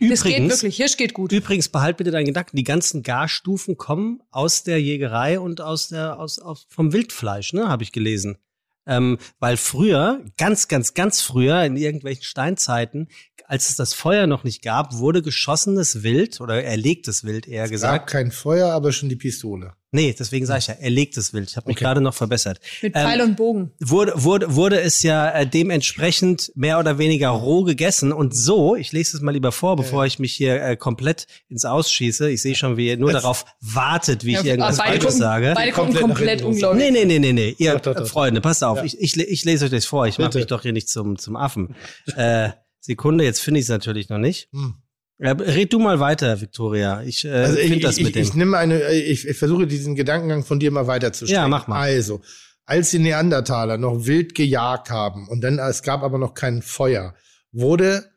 es geht
Übrigens,
wirklich, Hirsch geht gut.
übrigens, behalt bitte deinen Gedanken, die ganzen Garstufen kommen aus der Jägerei und aus der, aus, aus, vom Wildfleisch, ne, habe ich gelesen. Ähm, weil früher, ganz, ganz, ganz früher, in irgendwelchen Steinzeiten, als es das Feuer noch nicht gab, wurde geschossenes Wild oder erlegtes Wild eher gesagt.
Gab kein Feuer, aber schon die Pistole.
Nee, deswegen sage ich ja, erlegtes Wild. Ich habe mich
Okay.
gerade noch verbessert. Ähm,
Mit
Ähm,
Pfeil und Bogen.
Wurde, wurde, wurde es ja äh, dementsprechend mehr oder weniger roh gegessen. Und so, ich lese es mal lieber vor, bevor ich mich hier äh, komplett ins Ausschieße. Ich sehe schon, wie ihr nur
Das-
darauf wartet, wie ich
Ja,
irgendwas
beide
Falsches
gucken,
sage.
Beide gucken
Komplett nach
komplett
hinten los.
Nee,
unglaublich.
nee, nee, nee, nee. Ihr
Doch, doch, doch.
Freunde, passt auf.
Ja.
Ich, ich, le- ich lese euch das vor. Ich mache
Bitte.
mich doch hier nicht zum, zum Affen. Äh, Sekunde, jetzt finde ich es natürlich noch nicht.
Hm.
Ja, red du mal weiter, Victoria. Ich äh,
Also ich,
finde das
ich,
mit
ich,
dem.
ich nehme eine, ich, ich versuche diesen Gedankengang von dir mal weiterzustellen.
Ja, mach mal.
Also, als die Neandertaler noch wild gejagt haben und dann es gab aber noch kein Feuer, wurde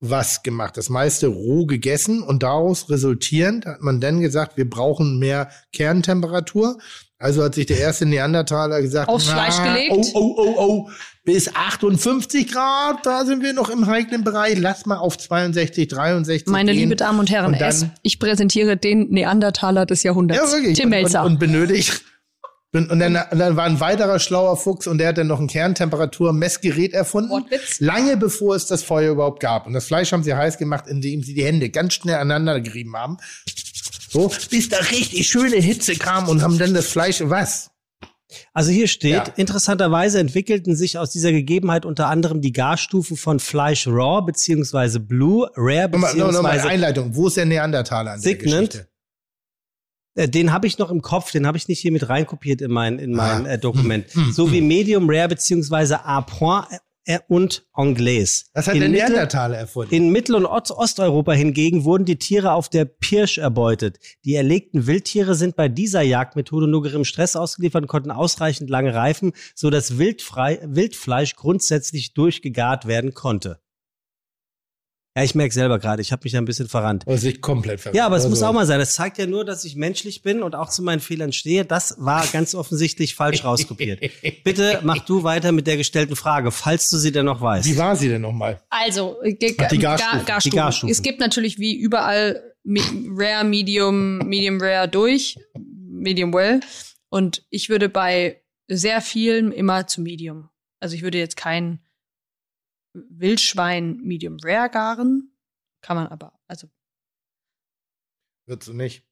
was gemacht. Das meiste roh gegessen und daraus resultierend hat man dann gesagt, wir brauchen mehr Kerntemperatur. Also hat sich der erste Neandertaler gesagt,
Aufs
na,
Fleisch gelegt.
Oh, oh, oh, oh, bis 58 Grad, da sind wir noch im heiklen Bereich. Lass mal auf 62, 63
Meine
gehen.
liebe Damen und Herren,
Und dann-
es, ich präsentiere den Neandertaler des Jahrhunderts,
Ja, wirklich.
Tim
und, und,
Melzer.
und benötigt. Und, und, dann, und dann war ein weiterer schlauer Fuchs und der hat dann noch ein Kerntemperatur-Messgerät erfunden.
Wortwitz.
Lange bevor es das Feuer überhaupt gab. Und das Fleisch haben sie heiß gemacht, indem sie die Hände ganz schnell aneinander gerieben haben. So, bis da richtig schöne Hitze kam und haben dann das Fleisch, was?
Also hier steht,
Ja.
interessanterweise entwickelten sich aus dieser Gegebenheit unter anderem die Garstufen von Fleisch Raw beziehungsweise Blue, Rare
Nochmal, nochmal, nochmal
beziehungsweise
Einleitung. Wo ist der Neandertaler an der
Signant.
Geschichte?
Äh, den habe ich noch im Kopf, den habe ich nicht hier mit reinkopiert in mein, in mein
Ah.
äh, Dokument.
Hm, hm,
so wie Medium Rare beziehungsweise A Point äh, und Anglais.
Das hat
in
der
Mittel,
Neandertaler erfunden.
in Mittel- und Ost- Osteuropa hingegen wurden die Tiere auf der Pirsch erbeutet. Die erlegten Wildtiere sind bei dieser Jagdmethode nur geringem Stress ausgeliefert und konnten ausreichend lange reifen, sodass Wildfrei Wildfleisch grundsätzlich durchgegart werden konnte. Ja, ich merke selber gerade, ich habe mich da ein bisschen verrannt.
Oder sich komplett verrückt.
Ja, aber es muss
Also,
auch mal sein. Das zeigt ja nur, dass ich menschlich bin und auch zu meinen Fehlern stehe. Das war ganz offensichtlich falsch rauskopiert. Bitte mach du weiter mit der gestellten Frage, falls du sie denn noch weißt.
Wie war sie denn nochmal?
Also, äh, ge-
Ach, die
Gar-
Garstufen.
Die Garstufen.
Es gibt natürlich wie überall Me- Rare, Medium, Medium Rare durch, Medium Well. Und ich würde bei sehr vielen immer zu Medium. Also ich würde jetzt kein Wildschwein Medium Rare garen. Kann man aber, also
Wird so nicht.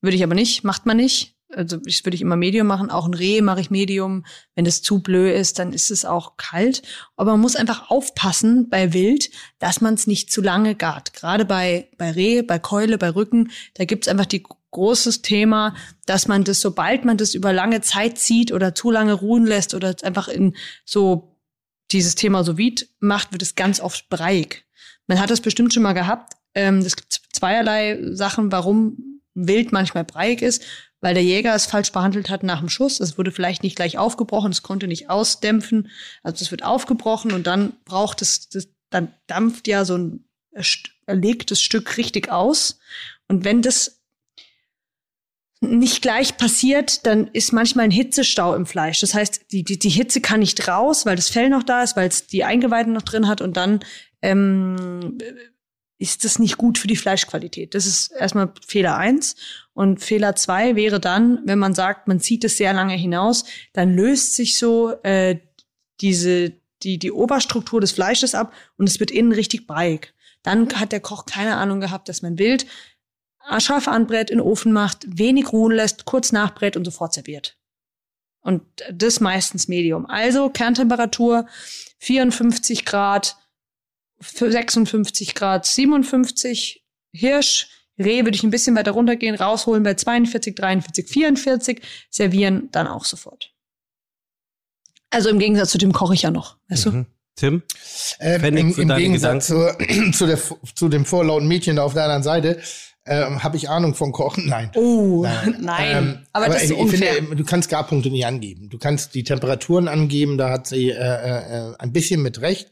würde ich aber nicht, macht man nicht. Also das würde ich immer Medium machen. Auch ein Reh mache ich Medium. Wenn das zu blöd ist, dann ist es auch kalt. Aber man muss einfach aufpassen bei Wild, dass man es nicht zu lange gart. Gerade bei, bei Reh, bei Keule, bei Rücken, da gibt's einfach die großes Thema, dass man das, sobald man das über lange Zeit zieht oder zu lange ruhen lässt oder einfach in so dieses Thema so weit macht, wird es ganz oft breiig. Man hat das bestimmt schon mal gehabt. Ähm, es gibt zweierlei Sachen, warum Wild manchmal breiig ist, weil der Jäger es falsch behandelt hat nach dem Schuss. Es wurde vielleicht nicht gleich aufgebrochen, es konnte nicht ausdämpfen. Also es wird aufgebrochen und dann braucht es, das, dann dampft ja so ein erst- erlegtes Stück richtig aus. Und wenn das nicht gleich passiert, dann ist manchmal ein Hitzestau im Fleisch. Das heißt, die, die, die Hitze kann nicht raus, weil das Fell noch da ist, weil es die Eingeweide noch drin hat und dann ähm, ist das nicht gut für die Fleischqualität. Das ist erstmal Fehler eins. Und Fehler zwei wäre dann, wenn man sagt, man zieht es sehr lange hinaus, dann löst sich so äh, diese, die, die Oberstruktur des Fleisches ab und es wird innen richtig breiig. Dann hat der Koch keine Ahnung gehabt, dass man Wild äh, scharf anbrät, in den Ofen macht, wenig ruhen lässt, kurz nachbrät und sofort serviert. Und das meistens Medium. Also Kerntemperatur 54 Grad, 56 Grad, 57 Hirsch. Reh würde ich ein bisschen weiter runtergehen, rausholen bei 42, 43, 44, servieren dann auch sofort. Also im Gegensatz zu dem koche ich ja noch. Weißt du?
Mhm. Tim?
Ähm,
Pfennig
Im
für
im
deine
Gegensatz zu, zu, der, zu dem vorlauten Mädchen da auf der anderen Seite ähm, habe ich Ahnung von Kochen. Nein.
Oh, nein.
Ähm,
aber, das ist
ich,
so
ich
unfair.
finde, du kannst Garpunkte nicht angeben. Du kannst die Temperaturen angeben, da hat sie äh, äh, ein bisschen mit recht.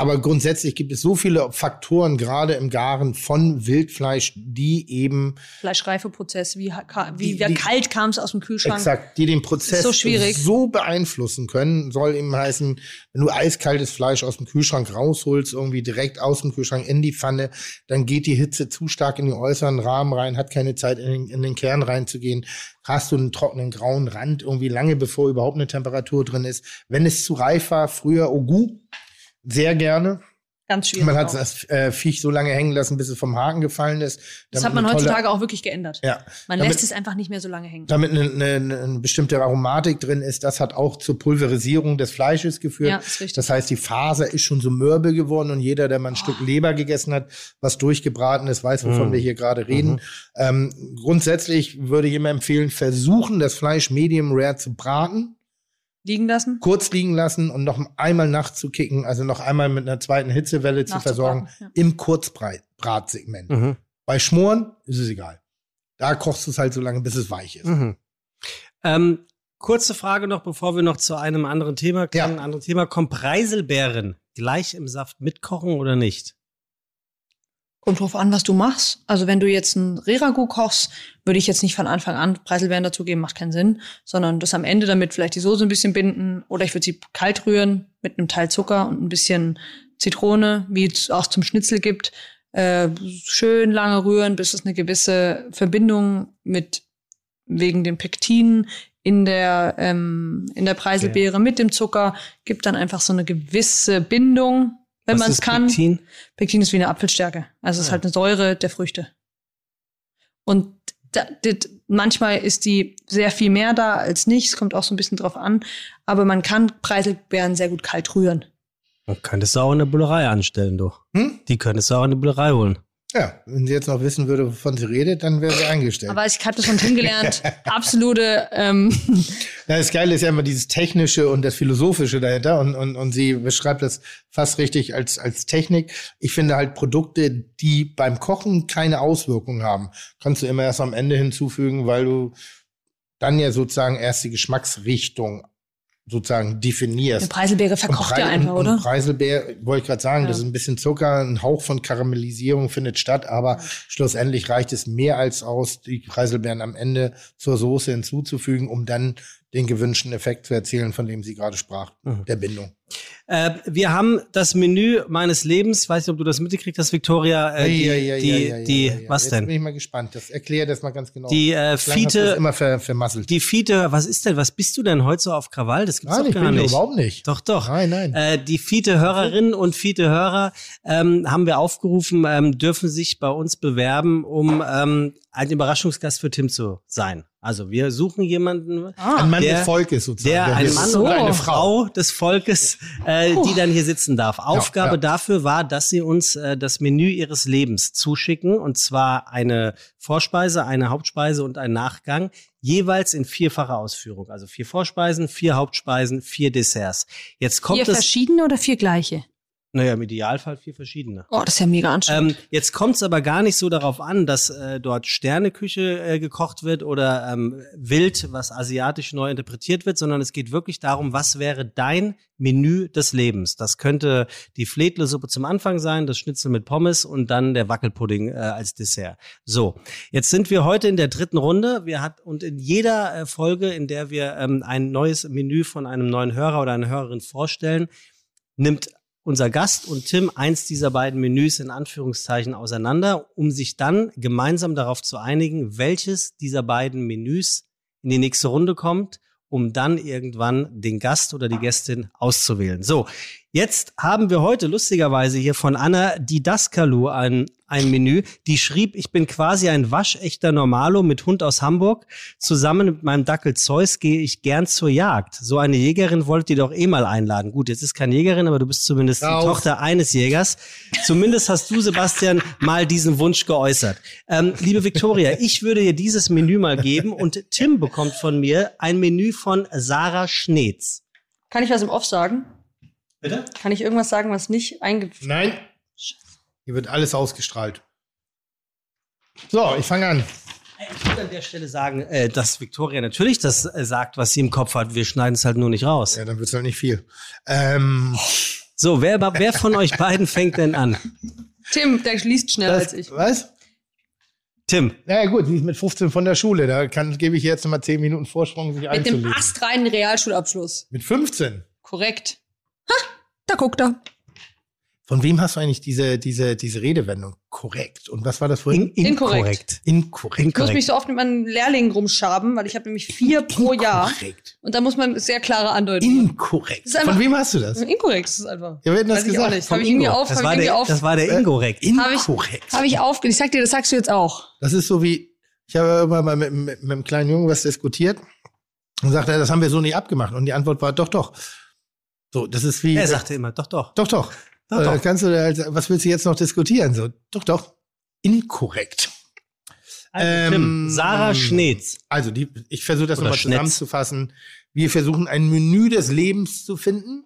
Aber grundsätzlich gibt es so viele Faktoren, gerade im Garen von Wildfleisch, die eben
Fleischreifeprozess, wie, ha- ka- wie,
Die-
wie
die-
kalt kam es aus dem Kühlschrank.
Exakt, die den Prozess
Ist so schwierig.
so beeinflussen können, soll eben heißen, wenn du eiskaltes Fleisch aus dem Kühlschrank rausholst, irgendwie direkt aus dem Kühlschrank in die Pfanne, dann geht die Hitze zu stark in den äußeren Rahmen rein, hat keine Zeit, in den, in den Kern reinzugehen, hast du einen trockenen grauen Rand, irgendwie lange bevor überhaupt eine Temperatur drin ist. Wenn es zu reif war, früher Ogu, sehr gerne.
Ganz schwierig.
Man hat
auch.
das äh, Viech so lange hängen lassen, bis es vom Haken gefallen ist.
das
damit
hat man
eine tolle-
heutzutage auch wirklich geändert.
Ja,
Man
damit-
lässt es einfach nicht mehr so lange hängen.
damit eine, eine, eine bestimmte Aromatik drin ist. Das hat auch zur Pulverisierung des Fleisches geführt.
Ja, ist richtig. Oh.
Das heißt, die Faser ist schon so mürbe geworden und jeder, der mal ein Stück Leber gegessen hat, was durchgebraten ist, weiß, wovon
Mm.
wir hier gerade reden. Ähm, grundsätzlich würde ich immer empfehlen, versuchen, das Fleisch medium rare zu braten,
Liegen lassen.
kurz liegen lassen und noch einmal nachzukicken, also noch einmal mit einer zweiten Hitzewelle zu
nachzubacken,
versorgen im Kurzbratsegment.
Mhm.
Bei Schmoren ist es egal. Da kochst du es halt so lange, bis es weich ist.
Mhm. Ähm, kurze Frage noch, bevor wir noch zu einem anderen Thema, kleinen
Ja.
anderen Thema kommen. Preiselbeeren gleich im Saft mitkochen oder nicht?
Kommt drauf an, was du machst. Also wenn du jetzt ein Reragu kochst, würde ich jetzt nicht von Anfang an Preiselbeeren dazugeben, macht keinen Sinn, sondern das am Ende damit vielleicht die Soße ein bisschen binden oder ich würde sie kalt rühren mit einem Teil Zucker und ein bisschen Zitrone, wie es auch zum Schnitzel gibt. Äh, schön lange rühren, bis es eine gewisse Verbindung mit wegen dem Pektin in der, ähm, in der Preiselbeere mit dem Zucker gibt dann einfach so eine gewisse Bindung, wenn
Was
man es
ist
kann.
Pektin?
Pektin ist wie eine Apfelstärke. Also es ist
Ah.
halt eine Säure der Früchte. Und da, dit, manchmal ist die sehr viel mehr da als nicht. Es kommt auch so ein bisschen drauf an. Aber man kann Preiselbeeren sehr gut kalt rühren.
Man könntest du auch in der Bullerei anstellen, du.
Hm?
Die könntest du auch in der Bullerei holen.
Ja, wenn sie jetzt noch wissen würde, wovon sie redet, dann wäre sie eingestellt.
Aber ich hatte schon kennengelernt, absolute, ähm,
Na, das Geile ist ja immer dieses Technische und das Philosophische dahinter und, und, und sie beschreibt das fast richtig als, als Technik. Ich finde halt Produkte, die beim Kochen keine Auswirkung haben, kannst du immer erst am Ende hinzufügen, weil du dann ja sozusagen erst die Geschmacksrichtung sozusagen
eine
definierst.
Preiselbeere verkocht
Prei-
ja einfach,
und, Und
oder?
Preiselbeer, wollte ich gerade sagen,
Ja.
das ist ein bisschen Zucker, ein Hauch von Karamellisierung findet statt, aber schlussendlich reicht es mehr als aus, die Preiselbeeren am Ende zur Soße hinzuzufügen, um dann den gewünschten Effekt zu erzielen, von dem sie gerade sprach,
Mhm.
der Bindung.
Äh, wir haben das Menü meines Lebens. Ich weiß nicht, ob du das mitgekriegt hast, Victoria. Äh, die,
Eieieiei,
die,
eieiei,
die,
eieiei.
was
Jetzt
denn?
bin ich mal gespannt. Das erklär das mal ganz genau.
Die äh,
Bislang hast du das
Fiete,
immer ver, vermasselt.
die Fiete, was ist denn, was bist du denn heute so auf Krawall? Das gibt's
Nein,
doch
ich
gar
bin
nicht.
überhaupt nicht.
Doch, doch.
Nein, nein.
Äh, die fiete Hörerinnen und fiete Hörer ähm, haben wir aufgerufen, ähm, dürfen sich bei uns bewerben, um ähm, ein Überraschungsgast für Tim zu sein. Also wir suchen jemanden,
ein
Ah,
Mann
der-
des Volkes sozusagen.
der ein
ist-
Mann
so.
oder eine
Oh.
Frau des Volkes, äh, die dann hier sitzen darf. Aufgabe
ja.
dafür war, dass sie uns äh, das Menü ihres Lebens zuschicken und zwar eine Vorspeise, eine Hauptspeise und ein Nachgang, jeweils in vierfacher Ausführung. Also vier Vorspeisen, vier Hauptspeisen, vier Desserts. Jetzt kommt
vier
es,
verschiedene oder vier gleiche?
naja, im Idealfall vier verschiedene.
Oh, das ist ja mega anstrengend.
Ähm, jetzt kommt es aber gar nicht so darauf an, dass äh, dort Sterneküche äh, gekocht wird oder ähm, wild, was asiatisch neu interpretiert wird, sondern es geht wirklich darum, was wäre dein Menü des Lebens. Das könnte die Fledlesuppe zum Anfang sein, das Schnitzel mit Pommes und dann der Wackelpudding äh, als Dessert. So, jetzt sind wir heute in der dritten Runde. Wir hat und in jeder äh, Folge, in der wir ähm, ein neues Menü von einem neuen Hörer oder einer Hörerin vorstellen, nimmt unser Gast und Tim eins dieser beiden Menüs in Anführungszeichen auseinander, um sich dann gemeinsam darauf zu einigen, welches dieser beiden Menüs in die nächste Runde kommt, um dann irgendwann den Gast oder die Gästin auszuwählen. So, jetzt haben wir heute lustigerweise hier von Anna Didaskalu ein, ein Menü, die schrieb, ich bin quasi ein waschechter Normalo mit Hund aus Hamburg. Zusammen mit meinem Dackel Zeus gehe ich gern zur Jagd. So eine Jägerin wollt ihr doch eh mal einladen. Gut, jetzt ist keine Jägerin, aber du bist zumindest die
Auf.
Tochter eines Jägers. Zumindest hast du, Sebastian, mal diesen Wunsch geäußert. Ähm, liebe Viktoria, ich würde dir dieses Menü mal geben und Tim bekommt von mir ein Menü von Sarah Schnetz.
Kann ich was im Off sagen?
Ähm. Bitte?
Kann ich irgendwas sagen, was nicht einge...
Nein. Hier wird alles ausgestrahlt. So, ich fange an.
Ich würde an der Stelle sagen, äh, dass Viktoria natürlich das äh, sagt, was sie im Kopf hat. Wir schneiden es halt nur nicht raus.
Ja, dann wird's halt nicht viel. Ähm,
So, wer, wer von euch beiden fängt denn an?
Tim, der liest schneller als also ich.
Was?
Tim.
Naja, gut, sie ist mit 15 von der Schule. Da kann, gebe ich jetzt nochmal 10 Minuten Vorsprung, sich
Mit dem
einzulesen.
astreinen Realschulabschluss.
Mit 15?
Korrekt. Ha, da guckt er.
Von wem hast du eigentlich diese, diese, diese Redewendung? Korrekt. Und was war das vorhin?
In, inkorrekt.
Inkorrekt.
Inkorrekt.
Ich muss mich so oft mit meinen Lehrlingen rumschaben, weil ich habe nämlich vier pro Jahr.
Inkorrekt.
Und da muss man sehr klare Andeutungen.
Inkorrekt.
Das ist einfach-
Von wem hast du das?
machen. Inkorrekt ist es einfach.
Ja, wir hätten das
Weiß ich auch
gesagt.
nicht.
Vom
Habe ich irgendwie
Ingo.
auf,
Das,
habe ich
war
irgendwie
der,
auf.
das war der Inkorrekt.
Hab ich-
Äh, Inkorrekt.
Habe ich aufge. Ich sag dir, das sagst du jetzt auch.
Das ist so wie, ich habe ja immer mal mit, mit, mit einem kleinen Jungen was diskutiert und sagte, das haben wir so nicht abgemacht. Und die Antwort war, doch, doch. So, das ist wie.
Er sagte immer, doch, doch.
Doch, doch.
Doch,
äh,
doch.
Kannst du da halt, was willst du jetzt noch diskutieren? So, doch, doch. Inkorrekt.
Also, Tim,
Ähm,
Sarah Schnetz.
Also, die, ich versuche das
Oder
nochmal
Schnetz.
zusammenzufassen. Wir versuchen ein Menü des Lebens zu finden,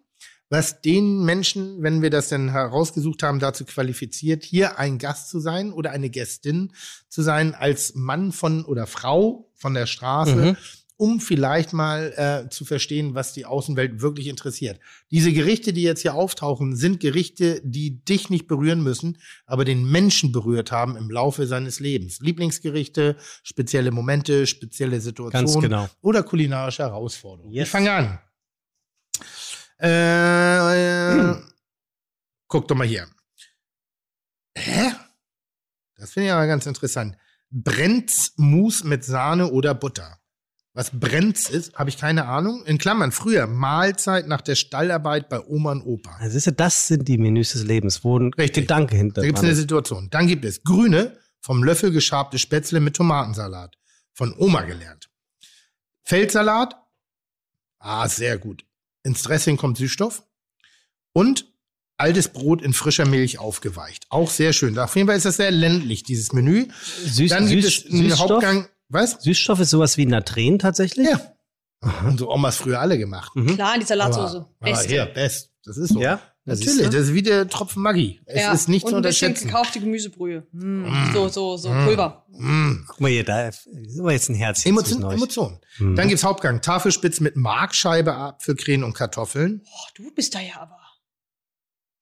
was den Menschen, wenn wir das denn herausgesucht haben, dazu qualifiziert, hier ein Gast zu sein oder eine Gästin zu sein, als Mann von oder Frau von der Straße
Mhm.
um vielleicht mal äh, zu verstehen, was die Außenwelt wirklich interessiert. Diese Gerichte, die jetzt hier auftauchen, sind Gerichte, die dich nicht berühren müssen, aber den Menschen berührt haben im Laufe seines Lebens. Lieblingsgerichte, spezielle Momente, spezielle Situationen
Ganz genau.
oder kulinarische Herausforderungen.
Yes.
Ich fange an. Äh, äh, Guck doch mal hier. Hä? Das finde ich aber ganz interessant. Brenz Mousse mit Sahne oder Butter. Was Brenz ist, habe ich keine Ahnung. In Klammern, früher Mahlzeit nach der Stallarbeit bei Oma und Opa.
Also siehst du, das sind die Menüs des Lebens, wo ein
Richtig.
Gedanke hinter
Da gibt es
dran
eine
ist.
Situation. Dann gibt es grüne, vom Löffel geschabte Spätzle mit Tomatensalat. Von Oma gelernt. Feldsalat. Ah, sehr gut. Ins Dressing kommt Süßstoff. Und altes Brot in frischer Milch aufgeweicht. Auch sehr schön. Auf jeden Fall ist das sehr ländlich, dieses Menü.
Süß,
Dann gibt
Süß,
es einen
Süßstoff,
Hauptgang. Was?
Süßstoff ist sowas wie Natren tatsächlich?
Ja. Und so Omas früher alle gemacht.
Mhm.
Klar, die
Aber,
Salatsoße.
aber
Beste.
Ah, hier, best. Das ist so.
Ja, das ist-
Natürlich, das ist wie der Tropfen Maggi. Es
Ja,
ist nicht
und
zu
ein bisschen
unterschätzen.
gekaufte Gemüsebrühe. Mm.
Mm.
So, so, so
Mm.
Pulver.
Mm.
Guck mal hier, da ist aber jetzt ein Herz.
Emotion, Emotion.
Mhm.
Dann gibt's Hauptgang. Tafelspitz mit Markscheibe, Apfelcreme und Kartoffeln.
Boah, du bist da ja aber.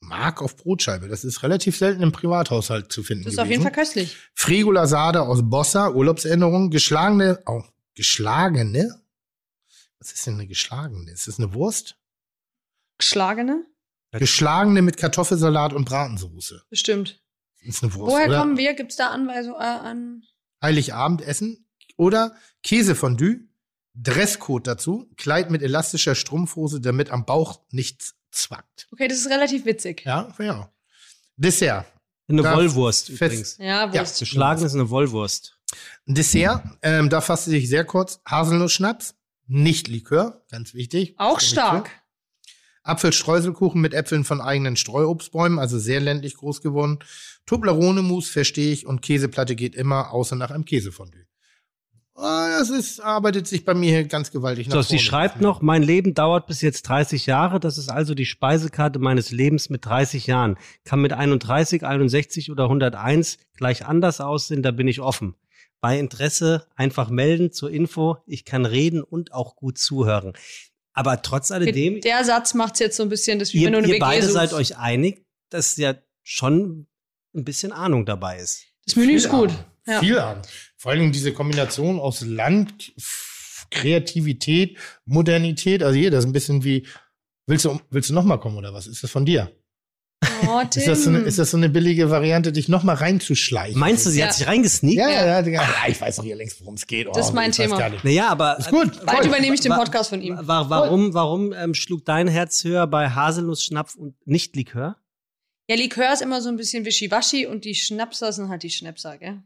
Mark auf Brotscheibe. Das ist relativ selten im Privathaushalt zu finden.
Das ist auf jeden Fall
gewesen.
köstlich.
Fregola Sade aus Bossa, Urlaubserinnerung. Geschlagene, oh, geschlagene? Was ist denn eine geschlagene? Ist das eine Wurst?
Geschlagene?
Geschlagene mit Kartoffelsalat und Bratensoße.
Bestimmt.
Ist eine Wurst,
Woher
oder?
kommen wir? Gibt es da Anweisungen äh, an?
Heiligabendessen oder Käsefondue, Dresscode dazu, Kleid mit elastischer Strumpfhose, damit am Bauch nichts zwackt.
Okay, das ist relativ witzig.
Ja, ja. Dessert.
Eine
Da
Wollwurst
fest-
übrigens.
Ja,
Ja.
Wurst.
Geschlagen ist eine Wollwurst.
Dessert, ähm, da fasste ich sehr kurz. Haselnuss-Schnaps, nicht Likör, ganz wichtig.
Auch
Likör.
stark.
Apfelstreuselkuchen mit Äpfeln von eigenen Streuobstbäumen, also sehr ländlich groß geworden. Toblerone-Mousse, verstehe ich, und Käseplatte geht immer, außer nach einem Käsefondue. Ah, Das ist, arbeitet sich bei mir hier ganz gewaltig nach
So, sie
vorne.
schreibt noch, mein Leben dauert bis jetzt 30 Jahre. Das ist also die Speisekarte meines Lebens mit 30 Jahren. Kann mit 31, 61 oder 101 gleich anders aussehen, da bin ich offen. Bei Interesse einfach melden zur Info. Ich kann reden und auch gut zuhören. Aber trotz alledem,
Der Satz macht jetzt so ein bisschen, das wie wenn du
ihr,
eine
ihr
WG
beide
suchst.
seid euch einig, dass ja schon ein bisschen Ahnung dabei ist.
Das Menü
Viel
ist gut.
Ahnung.
Ja.
Viel an. Vor allem diese Kombination aus Land, F- Kreativität, Modernität. Also hier, das ist ein bisschen wie, willst du, willst du nochmal kommen oder was? Ist das von dir?
Oh, Tim.
Ist das, so eine, ist das so eine billige Variante, dich nochmal reinzuschleichen?
Meinst du, sie
Ja.
hat sich reingesneakt?
Ja, ja,
Ja.
ja. Digga. Ah, ich weiß doch hier längst, worum es geht. Oh,
Das ist mein
ich weiß
Thema.
gar nicht.
Naja, aber
Ist gut.
Bald
Toll.
übernehme ich den
Wa-
Podcast von ihm.
Wa warum warum ähm, schlug dein Herz höher bei Haselnuss, Schnaps und nicht Likör?
Ja, Likör ist immer so ein bisschen wischiwaschi und die Schnapser sind halt die Schnäpser, gell?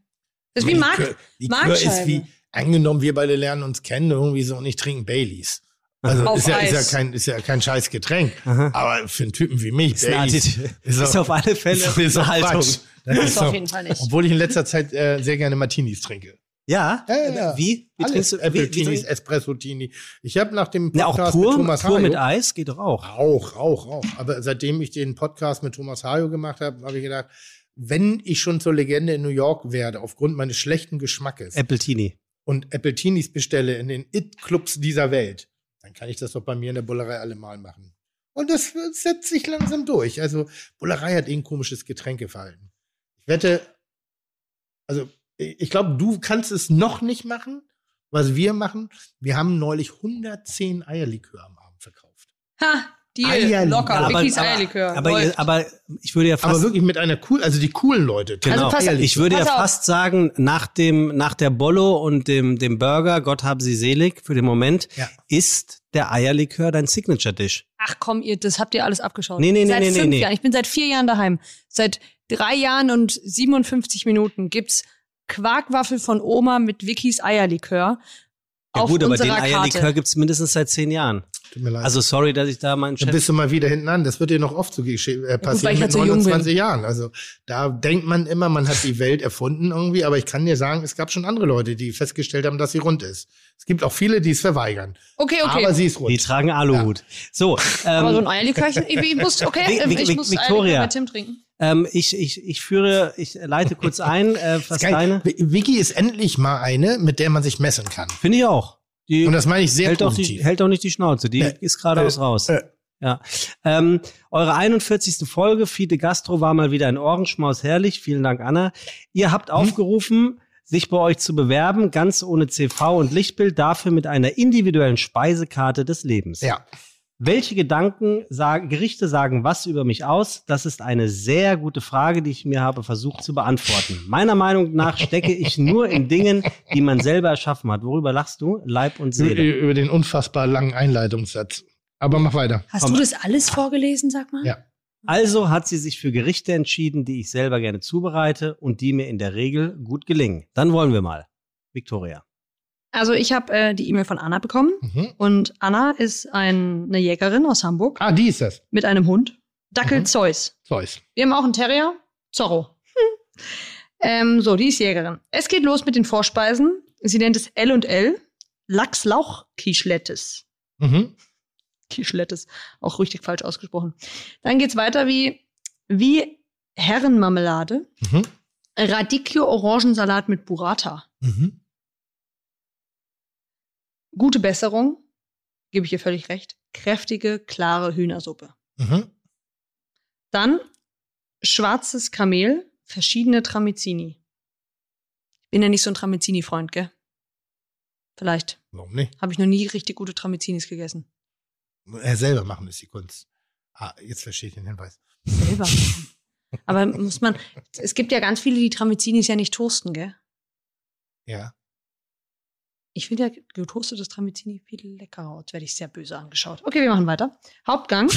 Das ist wie Mark.
Likör- Likör
Marktscheibe.
ist wie, angenommen, wir beide lernen uns kennen irgendwie so und ich trinke Baileys. Also
Auf
ist ja, ist, ja
Eis.
kein, ist ja kein scheiß Getränk.
Aha.
Aber für einen Typen wie mich,
Ist, eine
Baileys.
Attitüde.
ist
ist
doch-
auf alle Fälle
Das
eine
ist doch
Haltung.
Quatsch. Das
Das
ist
ist auf
doch,
jeden Fall nicht.
obwohl ich in letzter Zeit äh, sehr gerne Martinis trinke.
Ja?
Ja, ja, ja.
Wie? Wie
Alles.
trinkst du? Wie, wie
Apple-Tinis,
trinkst
Espresso-Tini. Ich habe nach dem
du? Ja,
Podcast
auch pur,
mit Thomas
pur mit
Hayo-
Eis geht doch auch.
auch, auch, auch. Aber seitdem ich den Podcast mit Thomas Hayo gemacht habe, habe ich gedacht, wenn ich schon zur Legende in New York werde, aufgrund meines schlechten Geschmackes
Apple Tini.
und Apple-Tinis bestelle in den It-Clubs dieser Welt, dann kann ich das doch bei mir in der Bullerei allemal machen. Und das setzt sich langsam durch. Also, Bullerei hat eh ein komisches Getränkeverhalten. Ich wette, also, ich glaube, du kannst es noch nicht machen, was wir machen. Wir haben neulich 110 Eierlikör am Abend verkauft.
Ha, Deal,
Eierlikör.
locker.
Aber-
Vickys
aber,
Eierlikör.
aber,
Läuft.
ihr- aber ich würde ja
Aber
fast,
wirklich mit einer cool, also die coolen Leute.
genau,
Also pass-
ich würde ja
pass auf.
fast sagen, nach dem, nach der Bollo und dem, dem Burger, Gott hab sie selig für den Moment,
Ja.
ist der Eierlikör dein Signature-Dish.
Ach komm, ihr, das habt ihr alles abgeschaut.
Nee, nee, nee,
seit
nee, nee,
fünf
nee.
Jahren. Ich bin seit vier Jahren daheim. Seit drei Jahren und 57 Minuten gibt's Quarkwaffel von Oma mit Vickys Eierlikör.
Ja
auf
gut, aber den
unserer
Eierlikör
Karte.
gibt's mindestens seit zehn Jahren.
Tut mir leid.
Also sorry, dass ich da meinen
Dann
Chef.
bist du mal wieder hinten an. Das wird dir noch oft so gesche- äh,
weil
passieren
ich
mit
halt so jung bin.
29 Jahren. Also da denkt man immer, man hat die Welt erfunden irgendwie. Aber ich kann dir sagen, es gab schon andere Leute, die festgestellt haben, dass sie rund ist. Es gibt auch viele, die es verweigern.
Okay, okay.
Aber sie ist
Die
rund.
tragen Aluhut. So,
Aber so
ähm,
ein Eierlikörchen, ich, ich muss, okay,
Vi-
ähm,
Vi-
ich muss
Victoria.
Eierlikör bei Tim trinken.
ähm, ich, ich, ich führe, ich leite kurz ein, äh, was
Geil.
deine.
W- Vicky ist endlich mal eine, mit der man sich messen kann.
Finde ich auch. Die
Und das meine ich sehr
hält, auch die,
positiv.
hält auch nicht die Schnauze, die
Äh,
ist geradeaus
äh,
raus.
äh.
Ja. Ähm, eure 41. Folge, Fide Gastro, war mal wieder ein Ohrenschmaus herrlich. Vielen Dank, Anna. Ihr habt
Hm?
aufgerufen, sich bei euch zu bewerben, ganz ohne CV und Lichtbild, dafür mit einer individuellen Speisekarte des Lebens.
ja,
Welche Gedanken, sagen, Gerichte sagen was über mich aus? Das ist eine sehr gute Frage, die ich mir habe versucht zu beantworten. Meiner Meinung nach stecke ich nur in Dingen, die man selber erschaffen hat. Worüber lachst du? Leib und
Ü-
Seele.
ü- über den unfassbar langen Einleitungssatz. Aber mach weiter.
Hast
Komm.
du das alles vorgelesen, sag mal?
Ja.
Also hat sie sich für Gerichte entschieden, die ich selber gerne zubereite und die mir in der Regel gut gelingen. Dann wollen wir mal. Victoria.
Also ich habe äh, die E-Mail von Anna bekommen
Mhm.
und Anna ist ein, eine Jägerin aus Hamburg
Ah, die ist das.
mit einem Hund. Dackel
Mhm.
Zeus.
Zeus.
Wir haben auch einen Terrier. Zorro. Hm. ähm, so, die ist Jägerin. Es geht los mit den Vorspeisen. Sie nennt es L und L. Lachslauch-Kischlettes.
Mhm.
Kischlettes. Auch richtig falsch ausgesprochen. Dann geht's weiter wie, wie Herrenmarmelade.
Mhm.
Radicchio-Orangensalat mit Burrata.
Mhm.
Gute Besserung. Gebe ich ihr völlig recht. Kräftige, klare Hühnersuppe.
Mhm.
Dann schwarzes Kamel, verschiedene Tramezini. Ich bin ja nicht so ein Tramezini-Freund, gell? Vielleicht
Warum nicht?
habe ich noch nie richtig gute Tramezinis gegessen.
Er selber machen ist die Kunst. Ah, jetzt verstehe ich den Hinweis.
Selber. Aber muss man, es gibt ja ganz viele, die Tramezinis ja nicht toasten, gell?
Ja.
Ich finde ja getoastetes Tramezini viel leckerer. Jetzt werde ich sehr böse angeschaut. Okay, wir machen weiter. Hauptgang.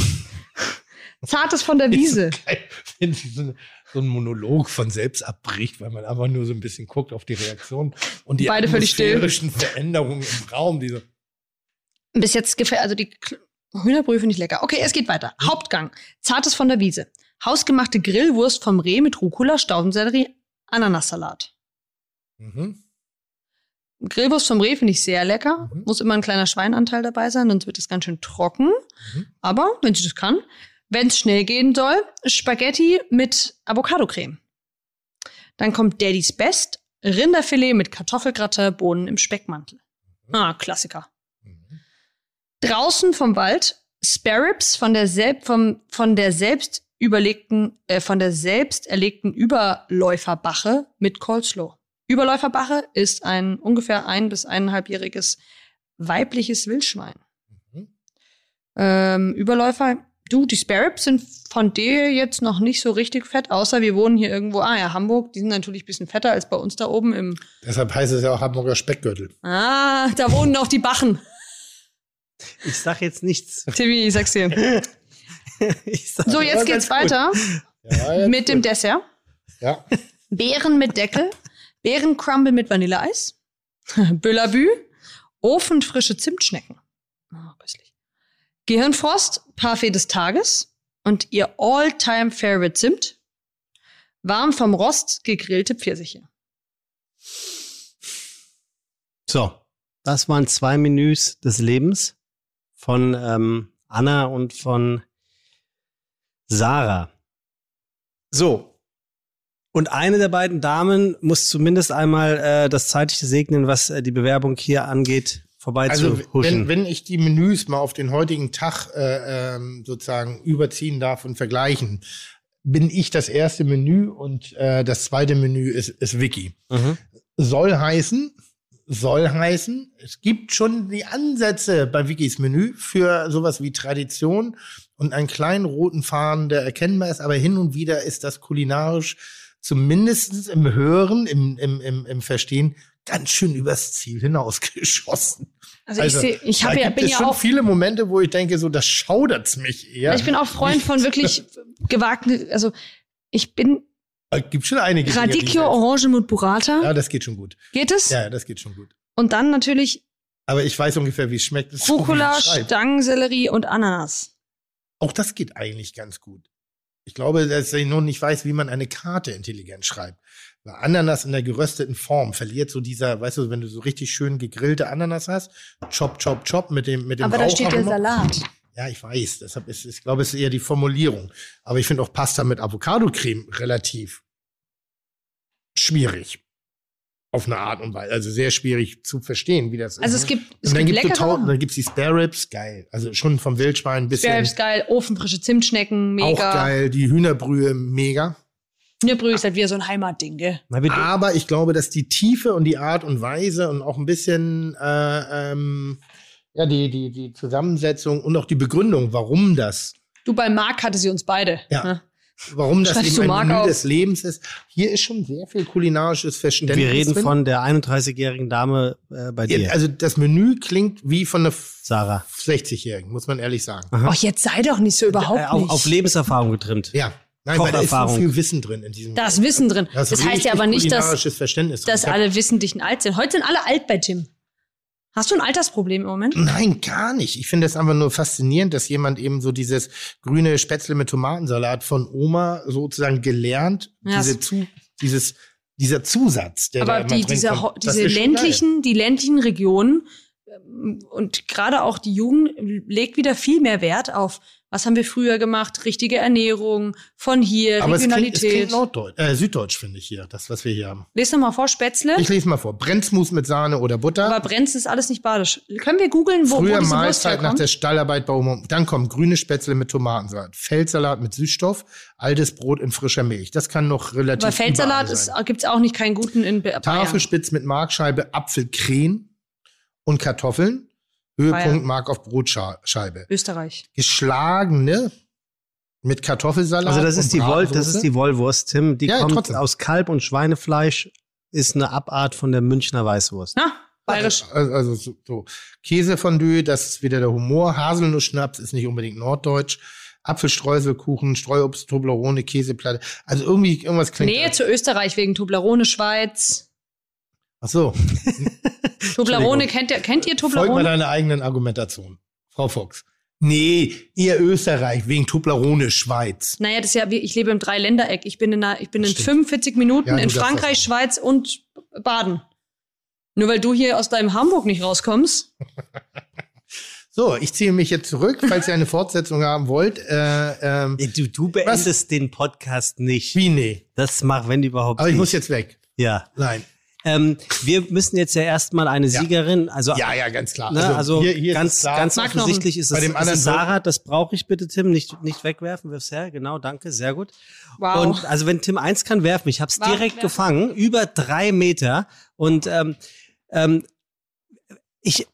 Zartes von der Wiese.
Ist so geil, Wenn sie so, so einen Monolog von selbst abbricht, weil man einfach nur so ein bisschen guckt auf die Reaktion und die
Beide völlig still.
atmosphärischen Veränderungen im Raum, die so,
Bis jetzt gefällt, also die Kl- Hühnerbrühe finde ich lecker. Okay, es geht weiter. Hauptgang. Zartes von der Wiese. Hausgemachte Grillwurst vom Reh mit Rucola, Staudensellerie, Ananassalat.
mhm.
Grillwurst vom Reh finde ich sehr lecker.
Mhm.
Muss immer ein kleiner Schweinanteil dabei sein, sonst wird es ganz schön trocken.
Mhm.
Aber, wenn sie das kann, wenn es schnell gehen soll, Spaghetti mit Avocado-Creme. Dann kommt Daddy's Best, Rinderfilet mit Kartoffelgratte, Bohnen im Speckmantel. Ah, Klassiker.
Mhm.
draußen vom Wald Sparrows von der selb vom, von der selbst überlegten äh, von der selbst erlegten Überläuferbache mit Coleslaw. Überläuferbache ist ein ungefähr ein bis eineinhalbjähriges weibliches Wildschwein.
Mhm.
Ähm, Überläufer, du, die Sparrows sind von dir jetzt noch nicht so richtig fett, außer wir wohnen hier irgendwo, ah ja, Hamburg, die sind natürlich ein bisschen fetter als bei uns da oben im,
Deshalb heißt es ja auch Hamburger Speckgürtel.
ah, da wohnen auch die Bachen.
Ich sag jetzt nichts.
Timmy, ich sag's dir.
Ich sag,
So, jetzt
war
geht's
ganz gut.
weiter.
Ja, jetzt
mit dem
gut.
Dessert.
Ja.
Beeren mit Deckel, Beerencrumble mit Vanilleeis, Böllabü, ofenfrische Zimtschnecken. Oh, köstlich. Gehirnfrost, Parfait des Tages und ihr all-time favorite Zimt. Warm vom Rost gegrillte Pfirsiche.
So, das waren zwei Menüs des Lebens von ähm, Anna und von Sarah. So. Und eine der beiden Damen muss zumindest einmal äh, das zeitliche segnen, was äh, die Bewerbung hier angeht,
Also, wenn,
vorbeizuhuschen.
wenn ich die Menüs mal auf den heutigen Tag äh, ähm, sozusagen überziehen darf und vergleichen, bin ich das erste Menü und äh, das zweite Menü ist, ist Wiki.
mhm.
soll heißen, soll heißen, es gibt schon die Ansätze bei Wikis Menü für sowas wie Tradition und einen kleinen roten Faden, der erkennbar ist, aber hin und wieder ist das kulinarisch zumindest im Hören, im, im, im, im Verstehen ganz schön übers Ziel hinausgeschossen.
Also,
Also,
ich, seh, ich hab
da
ja,
gibt
bin
es
ja
schon
auch,
viele Momente, wo ich denke, so, das schaudert's mich eher.
ich bin auch Freund von wirklich gewagten, also ich bin
Es gibt schon einige. Dinge, die ich
Radicchio,
weiß.
Orange mit Burrata.
Ja, das geht schon gut.
Geht es?
Ja, ja, das geht schon gut.
Und dann natürlich
Aber ich weiß ungefähr, wie es schmeckt. Das ist so, wie
Rucola,
es schreibt.
Stangensellerie und Ananas.
Auch das geht eigentlich ganz gut. Ich glaube, dass ich nur nicht weiß, wie man eine Karte intelligent schreibt. Weil Ananas in der gerösteten Form verliert so dieser, weißt du, wenn du so richtig schön gegrillte Ananas hast, chop, chop, chop mit dem, mit dem
Aber da
Rauch
steht
auch
ja
immer.
Salat.
Ja, ich weiß. Deshalb ist, ich glaube, es ist eher die Formulierung. Aber ich finde auch Pasta mit Avocado-Creme relativ schwierig. auf eine Art und Weise. Also sehr schwierig zu verstehen, wie das
Also
ist.
es gibt, es
und dann
gibt
gibt es
leckere.
dann gibt's die Spare Ribs, geil. Also schon vom Wildschwein bis
Spare
hin
Ribs geil, ofenfrische Zimtschnecken, mega.
auch geil, die Hühnerbrühe mega.
Hühnerbrühe ist halt wieder so ein Heimatding, gell?
Na, wir,
Aber ich glaube, dass die Tiefe und die Art und Weise und auch ein bisschen äh, ähm, ja, die, die, die Zusammensetzung und auch die Begründung, warum das,
Du, bei Marc hatte sie uns beide.
Ja.
ne?
warum das
Schreibst
eben
du
ein
Mark
Menü
auf?
des Lebens ist. Hier ist schon sehr viel kulinarisches Verständnis.
wir reden
drin.
von der 31-jährigen Dame äh, bei dir,
Ja, Also das Menü klingt wie von einer
Sarah.
60-Jährigen, muss man ehrlich sagen.
Oh, jetzt sei doch nicht so überhaupt
Äh, auf,
nicht.
auf Lebenserfahrung getrimmt.
Ja. Nein, weil da ist so
Kocherfahrung.
viel Wissen drin in diesem.
da ist Wissen drin.
Da ist
Das, heißt ja
richtig
aber nicht, dass,
kulinarisches Verständnis drin.
dass
Ich hab-
alle wissentlichen alt sind. Heute sind alle alt bei Tim. Hast du ein Altersproblem im Moment?
Nein, gar nicht. Ich finde das einfach nur faszinierend, dass jemand eben so dieses grüne Spätzle mit Tomatensalat von Oma sozusagen gelernt,
Ja,
diese
das-
zu, dieses, dieser Zusatz, der da
Aber
immer
die,
drin
diese, ho-
kommt, das
diese
ist schon geil.
ländlichen, die ländlichen Regionen ähm, und gerade auch die Jugend legt wieder viel mehr Wert auf, was haben wir früher gemacht, richtige Ernährung, von hier,
Aber es klingt, es
Regionalität.
klingt Norddeutsch, äh, Süddeutsch, finde ich hier, das, was wir hier haben.
Lest doch mal vor, Spätzle.
Ich lese mal vor. Brenzmus mit Sahne oder Butter.
aber Brenz ist alles nicht badisch. Können wir googeln, wo, wo
Früher
diese Wurst
Mahlzeit nach
herkommt?
der Stallarbeit bei Oma. Dann kommen grüne Spätzle mit Tomatensalat, Feldsalat mit Süßstoff, altes Brot in frischer Milch. Das kann noch relativ
Weil Feldsalat
überall sein.
gibt es auch nicht keinen guten in Be- Bayern.
Tafelspitz mit Markscheibe, Apfelcreme und Kartoffeln. Höhepunkt
Bayern.
Mark auf Brotscheibe.
Österreich.
Geschlagene mit Kartoffelsalat.
Also das
und
ist die Woll, das
Bratsoße.
ist die Wollwurst, Tim. Die
Ja, ja,
kommt
trotzdem.
aus Kalb und Schweinefleisch, ist eine Abart von der Münchner Weißwurst.
Na, bayerisch.
Also, also so- so. Käsefondue, das ist wieder der Humor. Haselnussschnaps ist nicht unbedingt norddeutsch. Apfelstreuselkuchen, Streuobst, Toblerone, Käseplatte. Also irgendwie irgendwas klingt.
Nähe zu Österreich wegen Toblerone, Schweiz.
Ach so.
Toblerone, kennt ihr, kennt ihr
Folg mal
Toblerone?
deiner eigenen Argumentation, Frau Fuchs. Nee, ihr Österreich wegen Toblerone Schweiz.
Naja, das ist ja, wie, ich lebe im Dreiländereck. Ich bin in, einer, ich bin
Das
in
stimmt.
45 Minuten
Ja, du
in
darfst
Frankreich,
das.
Schweiz und Baden. Nur weil du hier aus deinem Hamburg nicht rauskommst.
So, ich ziehe mich jetzt zurück, falls ihr eine Fortsetzung haben wollt. Äh, ähm,
Du, du beendest den Podcast nicht.
wie nee.
Das mach, wenn überhaupt.
Aber ich
nicht.
muss jetzt weg.
Ja.
Nein.
Ähm, wir müssen jetzt ja erstmal eine
Ja.
Siegerin, also,
Ja, ja, ganz klar.
ne, also
ist
ganz,
es klar.
ganz
Mark noch
offensichtlich ist es,
Bei dem
ist
anderen
es Sarah, das brauche ich bitte, Tim, nicht, nicht wegwerfen, wirf's her, genau, danke, sehr gut.
Wow.
Und also wenn Tim eins kann, werf mich. Ich hab's
Warum
direkt
werfen?
gefangen, über drei Meter. Und ähm, ähm, ich,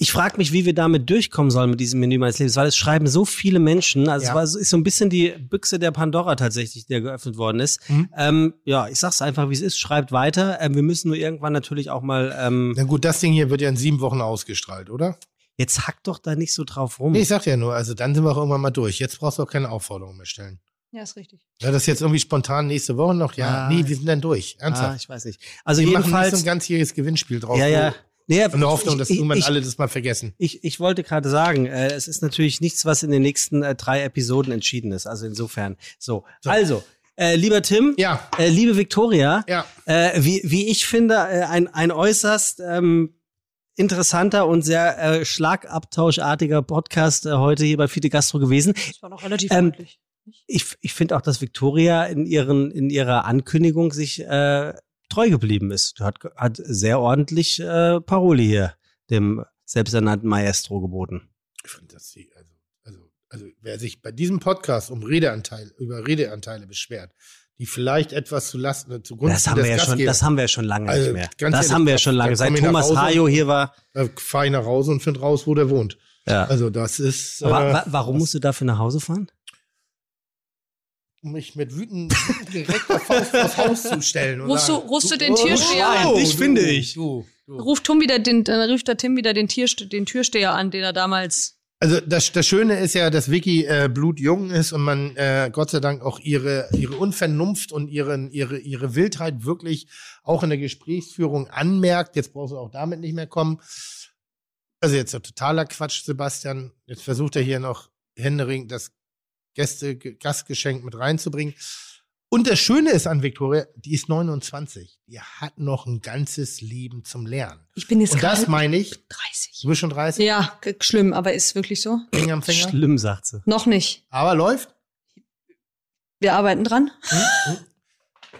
ich frage mich, wie wir damit durchkommen sollen mit diesem Menü meines Lebens, weil es schreiben so viele Menschen. Also
Ja.
es war, so- ist so ein bisschen die Büchse der Pandora tatsächlich, die da geöffnet worden ist.
Mhm.
Ähm, ja, ich sag's einfach, wie es ist. Schreibt weiter. Ähm, wir müssen nur irgendwann natürlich auch mal. Ähm,
Na gut, das Ding hier wird ja in sieben Wochen ausgestrahlt, oder?
Hm. jetzt hack doch da nicht so drauf rum.
Nee, ich sag ja nur, also dann sind wir auch irgendwann mal durch. Jetzt brauchst du auch keine Aufforderung mehr stellen.
ja, ist richtig.
Ja, das jetzt irgendwie spontan nächste Woche noch? Ja,
Ah.
nee, wir sind dann durch.
ah,
Ernsthaft.
ich weiß nicht. Also
wir machen nicht so
jedenfalls.
ein ganzjähriges Gewinnspiel drauf.
ja, ja. Nee,
In der Hoffnung,
ich-
dass
ich-
irgendwann
ich-
alle das mal vergessen.
Ich, ich wollte gerade sagen, äh, es ist natürlich nichts, was in den nächsten äh, drei Episoden entschieden ist. Also insofern. So.
So.
Also, äh, lieber Tim,
Ja,
äh, liebe Viktoria,
ja.
äh, wie, wie ich finde, äh, ein, ein äußerst ähm, interessanter und sehr äh, schlagabtauschartiger Podcast äh, heute hier bei Fide Gastro gewesen.
Das war noch relativ
Ähm,
ordentlich.
Ich, ich finde auch, dass Victoria in, ihren, in ihrer Ankündigung sich äh, treu geblieben ist. Hat, hat sehr ordentlich äh, Paroli hier dem selbsternannten Maestro geboten.
Ich finde das sie, also, also, also wer sich bei diesem Podcast um Redeanteil, über Redeanteile beschwert, die vielleicht etwas zu Lasten, zugunsten
Das haben
des
wir ja schon,
Gastgebers-
das haben wir ja schon lange
Also,
nicht mehr. Das
ganz ehrlich,
haben wir ja schon
da
lange.
komm
Seit
ich nach
Thomas
Hause.
Hayo hier war.
Da fahre äh, ich nach Hause und finde raus, wo der wohnt.
Ja.
Also das ist,
Aber
äh,
wa warum musst du dafür nach Hause fahren?
um mich mit wütend direkter Faust aufs Haus zu stellen. und
Rufst du-
sagen,
rufst du den Türsteher
oh,
an?
du,
Dich
du,
finde ich.
Du, du.
Ruft Tom wieder den, dann ruft der Tim wieder den, Tierste den Türsteher an, den er damals
Also das, das Schöne ist ja, dass Vicky äh, blutjung ist und man äh, Gott sei Dank auch ihre, ihre Unvernunft und ihren, ihre, ihre Wildheit wirklich auch in der Gesprächsführung anmerkt. Jetzt brauchst du auch damit nicht mehr kommen. Also jetzt so totaler Quatsch, Sebastian. Jetzt versucht er hier noch händeringend das Gäste, Gastgeschenk mit reinzubringen. Und das Schöne ist an Victoria, die ist 29. Die hat noch ein ganzes Leben zum Lernen.
Ich bin jetzt
Und das
gerade
meine ich.
30.
Du bist schon 30,
Ja, g- schlimm, aber ist wirklich so?
Finger am Finger.
Schlimm, sagt sie.
Noch nicht.
Aber läuft.
Wir arbeiten dran.
Hm?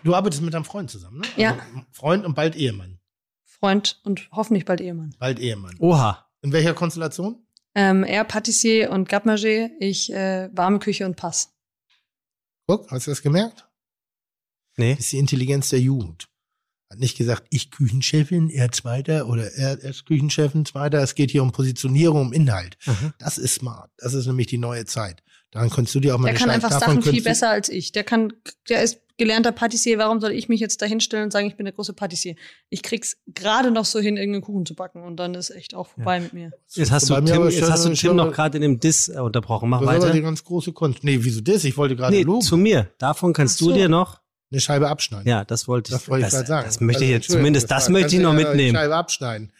Du arbeitest mit deinem Freund zusammen, ne?
Ja.
Also Freund und bald Ehemann.
Freund und hoffentlich bald Ehemann.
Bald Ehemann.
Oha.
In welcher Konstellation?
Ähm, er Patissier und Gapmager, ich äh, warme Küche und Pass.
Guck, hast du das gemerkt?
Nee.
Das ist die Intelligenz der Jugend. Hat nicht gesagt, ich Küchenchefin, er Zweiter oder er, er ist Küchenchefin, Zweiter. Es geht hier um Positionierung, um Inhalt.
Aha.
Das ist smart. Das ist nämlich die neue Zeit. Daran könntest du dir auch mal
Der
eine
kann
Schei-
einfach
davon
Sachen viel
könntest du-
besser als ich. Der kann, der ist gelernter Patissier. Warum soll ich mich jetzt da hinstellen und sagen, ich bin der große Patissier? Ich krieg's gerade noch so hin, irgendeinen Kuchen zu backen und dann ist echt auch vorbei mit mir.
Jetzt hast
Bei
du
mir
Tim,
aber
jetzt
schon-
hast du Tim
schon-
noch gerade in dem Diss äh, unterbrochen. Mach
Das ist aber die
weiter.
ganz große Kunst. Nee, wieso das? Ich wollte gerade
Nee,
loben.
zu mir. Davon kannst
Ach so.
du dir noch.
eine Scheibe abschneiden.
Ja, das wollte ich.
Das wollte ich
das,
gerade sagen.
Das möchte ich
Also,
jetzt
Entschuldigung,
zumindest, das
war-
möchte ich
kannst
noch
du ja die
mitnehmen.
Scheibe abschneiden.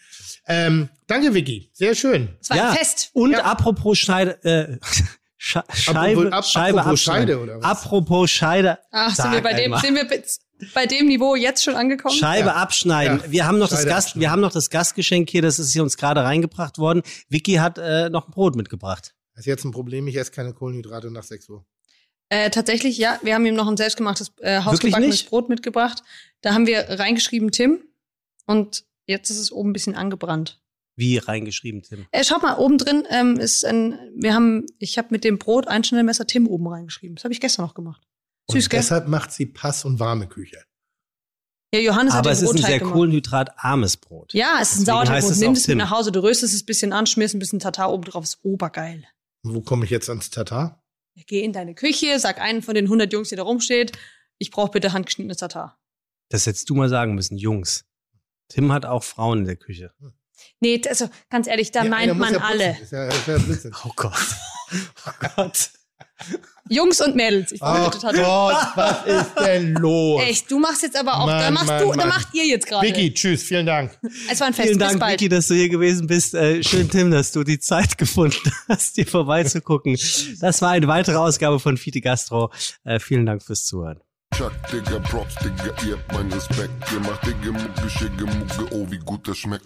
Ähm, danke, Vicky. Sehr schön.
Es war
Ja.
ein Fest.
Und
Ja.
apropos Schneide, äh, Sche- Scheibe,
ab-
Scheibe
apropos
abschneiden.
Scheide oder was?
Apropos Scheide,
Ach, Ah, sind
Sag
wir bei dem,
einmal.
sind wir bei- bei dem Niveau jetzt schon angekommen?
Scheibe
Ja.
abschneiden.
Ja.
Wir haben noch
Scheibe
das Gast,
abschneiden.
wir haben noch das Gastgeschenk hier. Das ist hier uns gerade reingebracht worden. Vicky hat äh, noch ein Brot mitgebracht.
Das ist jetzt ein Problem. Ich esse keine Kohlenhydrate nach 6 Uhr.
Äh, tatsächlich, ja. Wir haben ihm noch ein selbstgemachtes, äh,
Wirklich
hausgebackenes
nicht?
Brot mitgebracht. Da haben wir reingeschrieben Tim. Und jetzt ist es oben ein bisschen angebrannt.
Wie reingeschrieben, Tim.
Äh, schaut mal, oben drin ähm, ist ein, wir haben, ich habe mit dem Brot ein Schnellmesser Tim oben reingeschrieben. Das habe ich gestern noch gemacht. Süß,
und
gell?
deshalb macht sie Pass und warme Küche.
Ja, Johannes
Aber
hat
es
den
ist ein
Brotteig
sehr
gemacht.
kohlenhydratarmes Brot.
Ja, es ist
Deswegen heißt
ein Sauerteigbrot.
es
Nimm
auch
das mit
Tim.
nach Hause. Du röstest es ein bisschen an, schmierst ein bisschen Tatar oben drauf. Ist obergeil.
Wo komme ich jetzt ans Tatar?
Ja, Geh in deine Küche, sag einen von den 100 Jungs, die da rumsteht, ich brauche bitte handgeschnittenes Tatar.
Das hättest du mal sagen müssen, Jungs. Tim hat auch Frauen in der Küche.
Nee, also ganz ehrlich, da
Ja, einer
meint
muss
man
ja putzen.
alle.
Ist ja, ist ja Blödsinn.
Oh Gott. Oh Gott.
Jungs und Mädels. Ich
Ach
vermute Tatar.
Gott, was ist denn los?
Echt, du machst jetzt aber auch, da
Mann,
machst
Mann,
du, da
Mann.
macht ihr jetzt gerade.
Vicky, tschüss, vielen Dank.
Es war ein Fest.
Vielen
Bis
Dank,
bald.
Vicky, dass du hier gewesen bist. Äh, schön, Tim, dass du die Zeit gefunden hast, hier vorbeizugucken. Das war eine weitere Ausgabe von Fiete Gastro. Äh, vielen Dank fürs Zuhören.
Chuck, Digga, Props, Digga, ihr habt meinen Respekt. Ihr macht Digga, Mucke, Schicke, Mucke, oh, wie gut das schmeckt.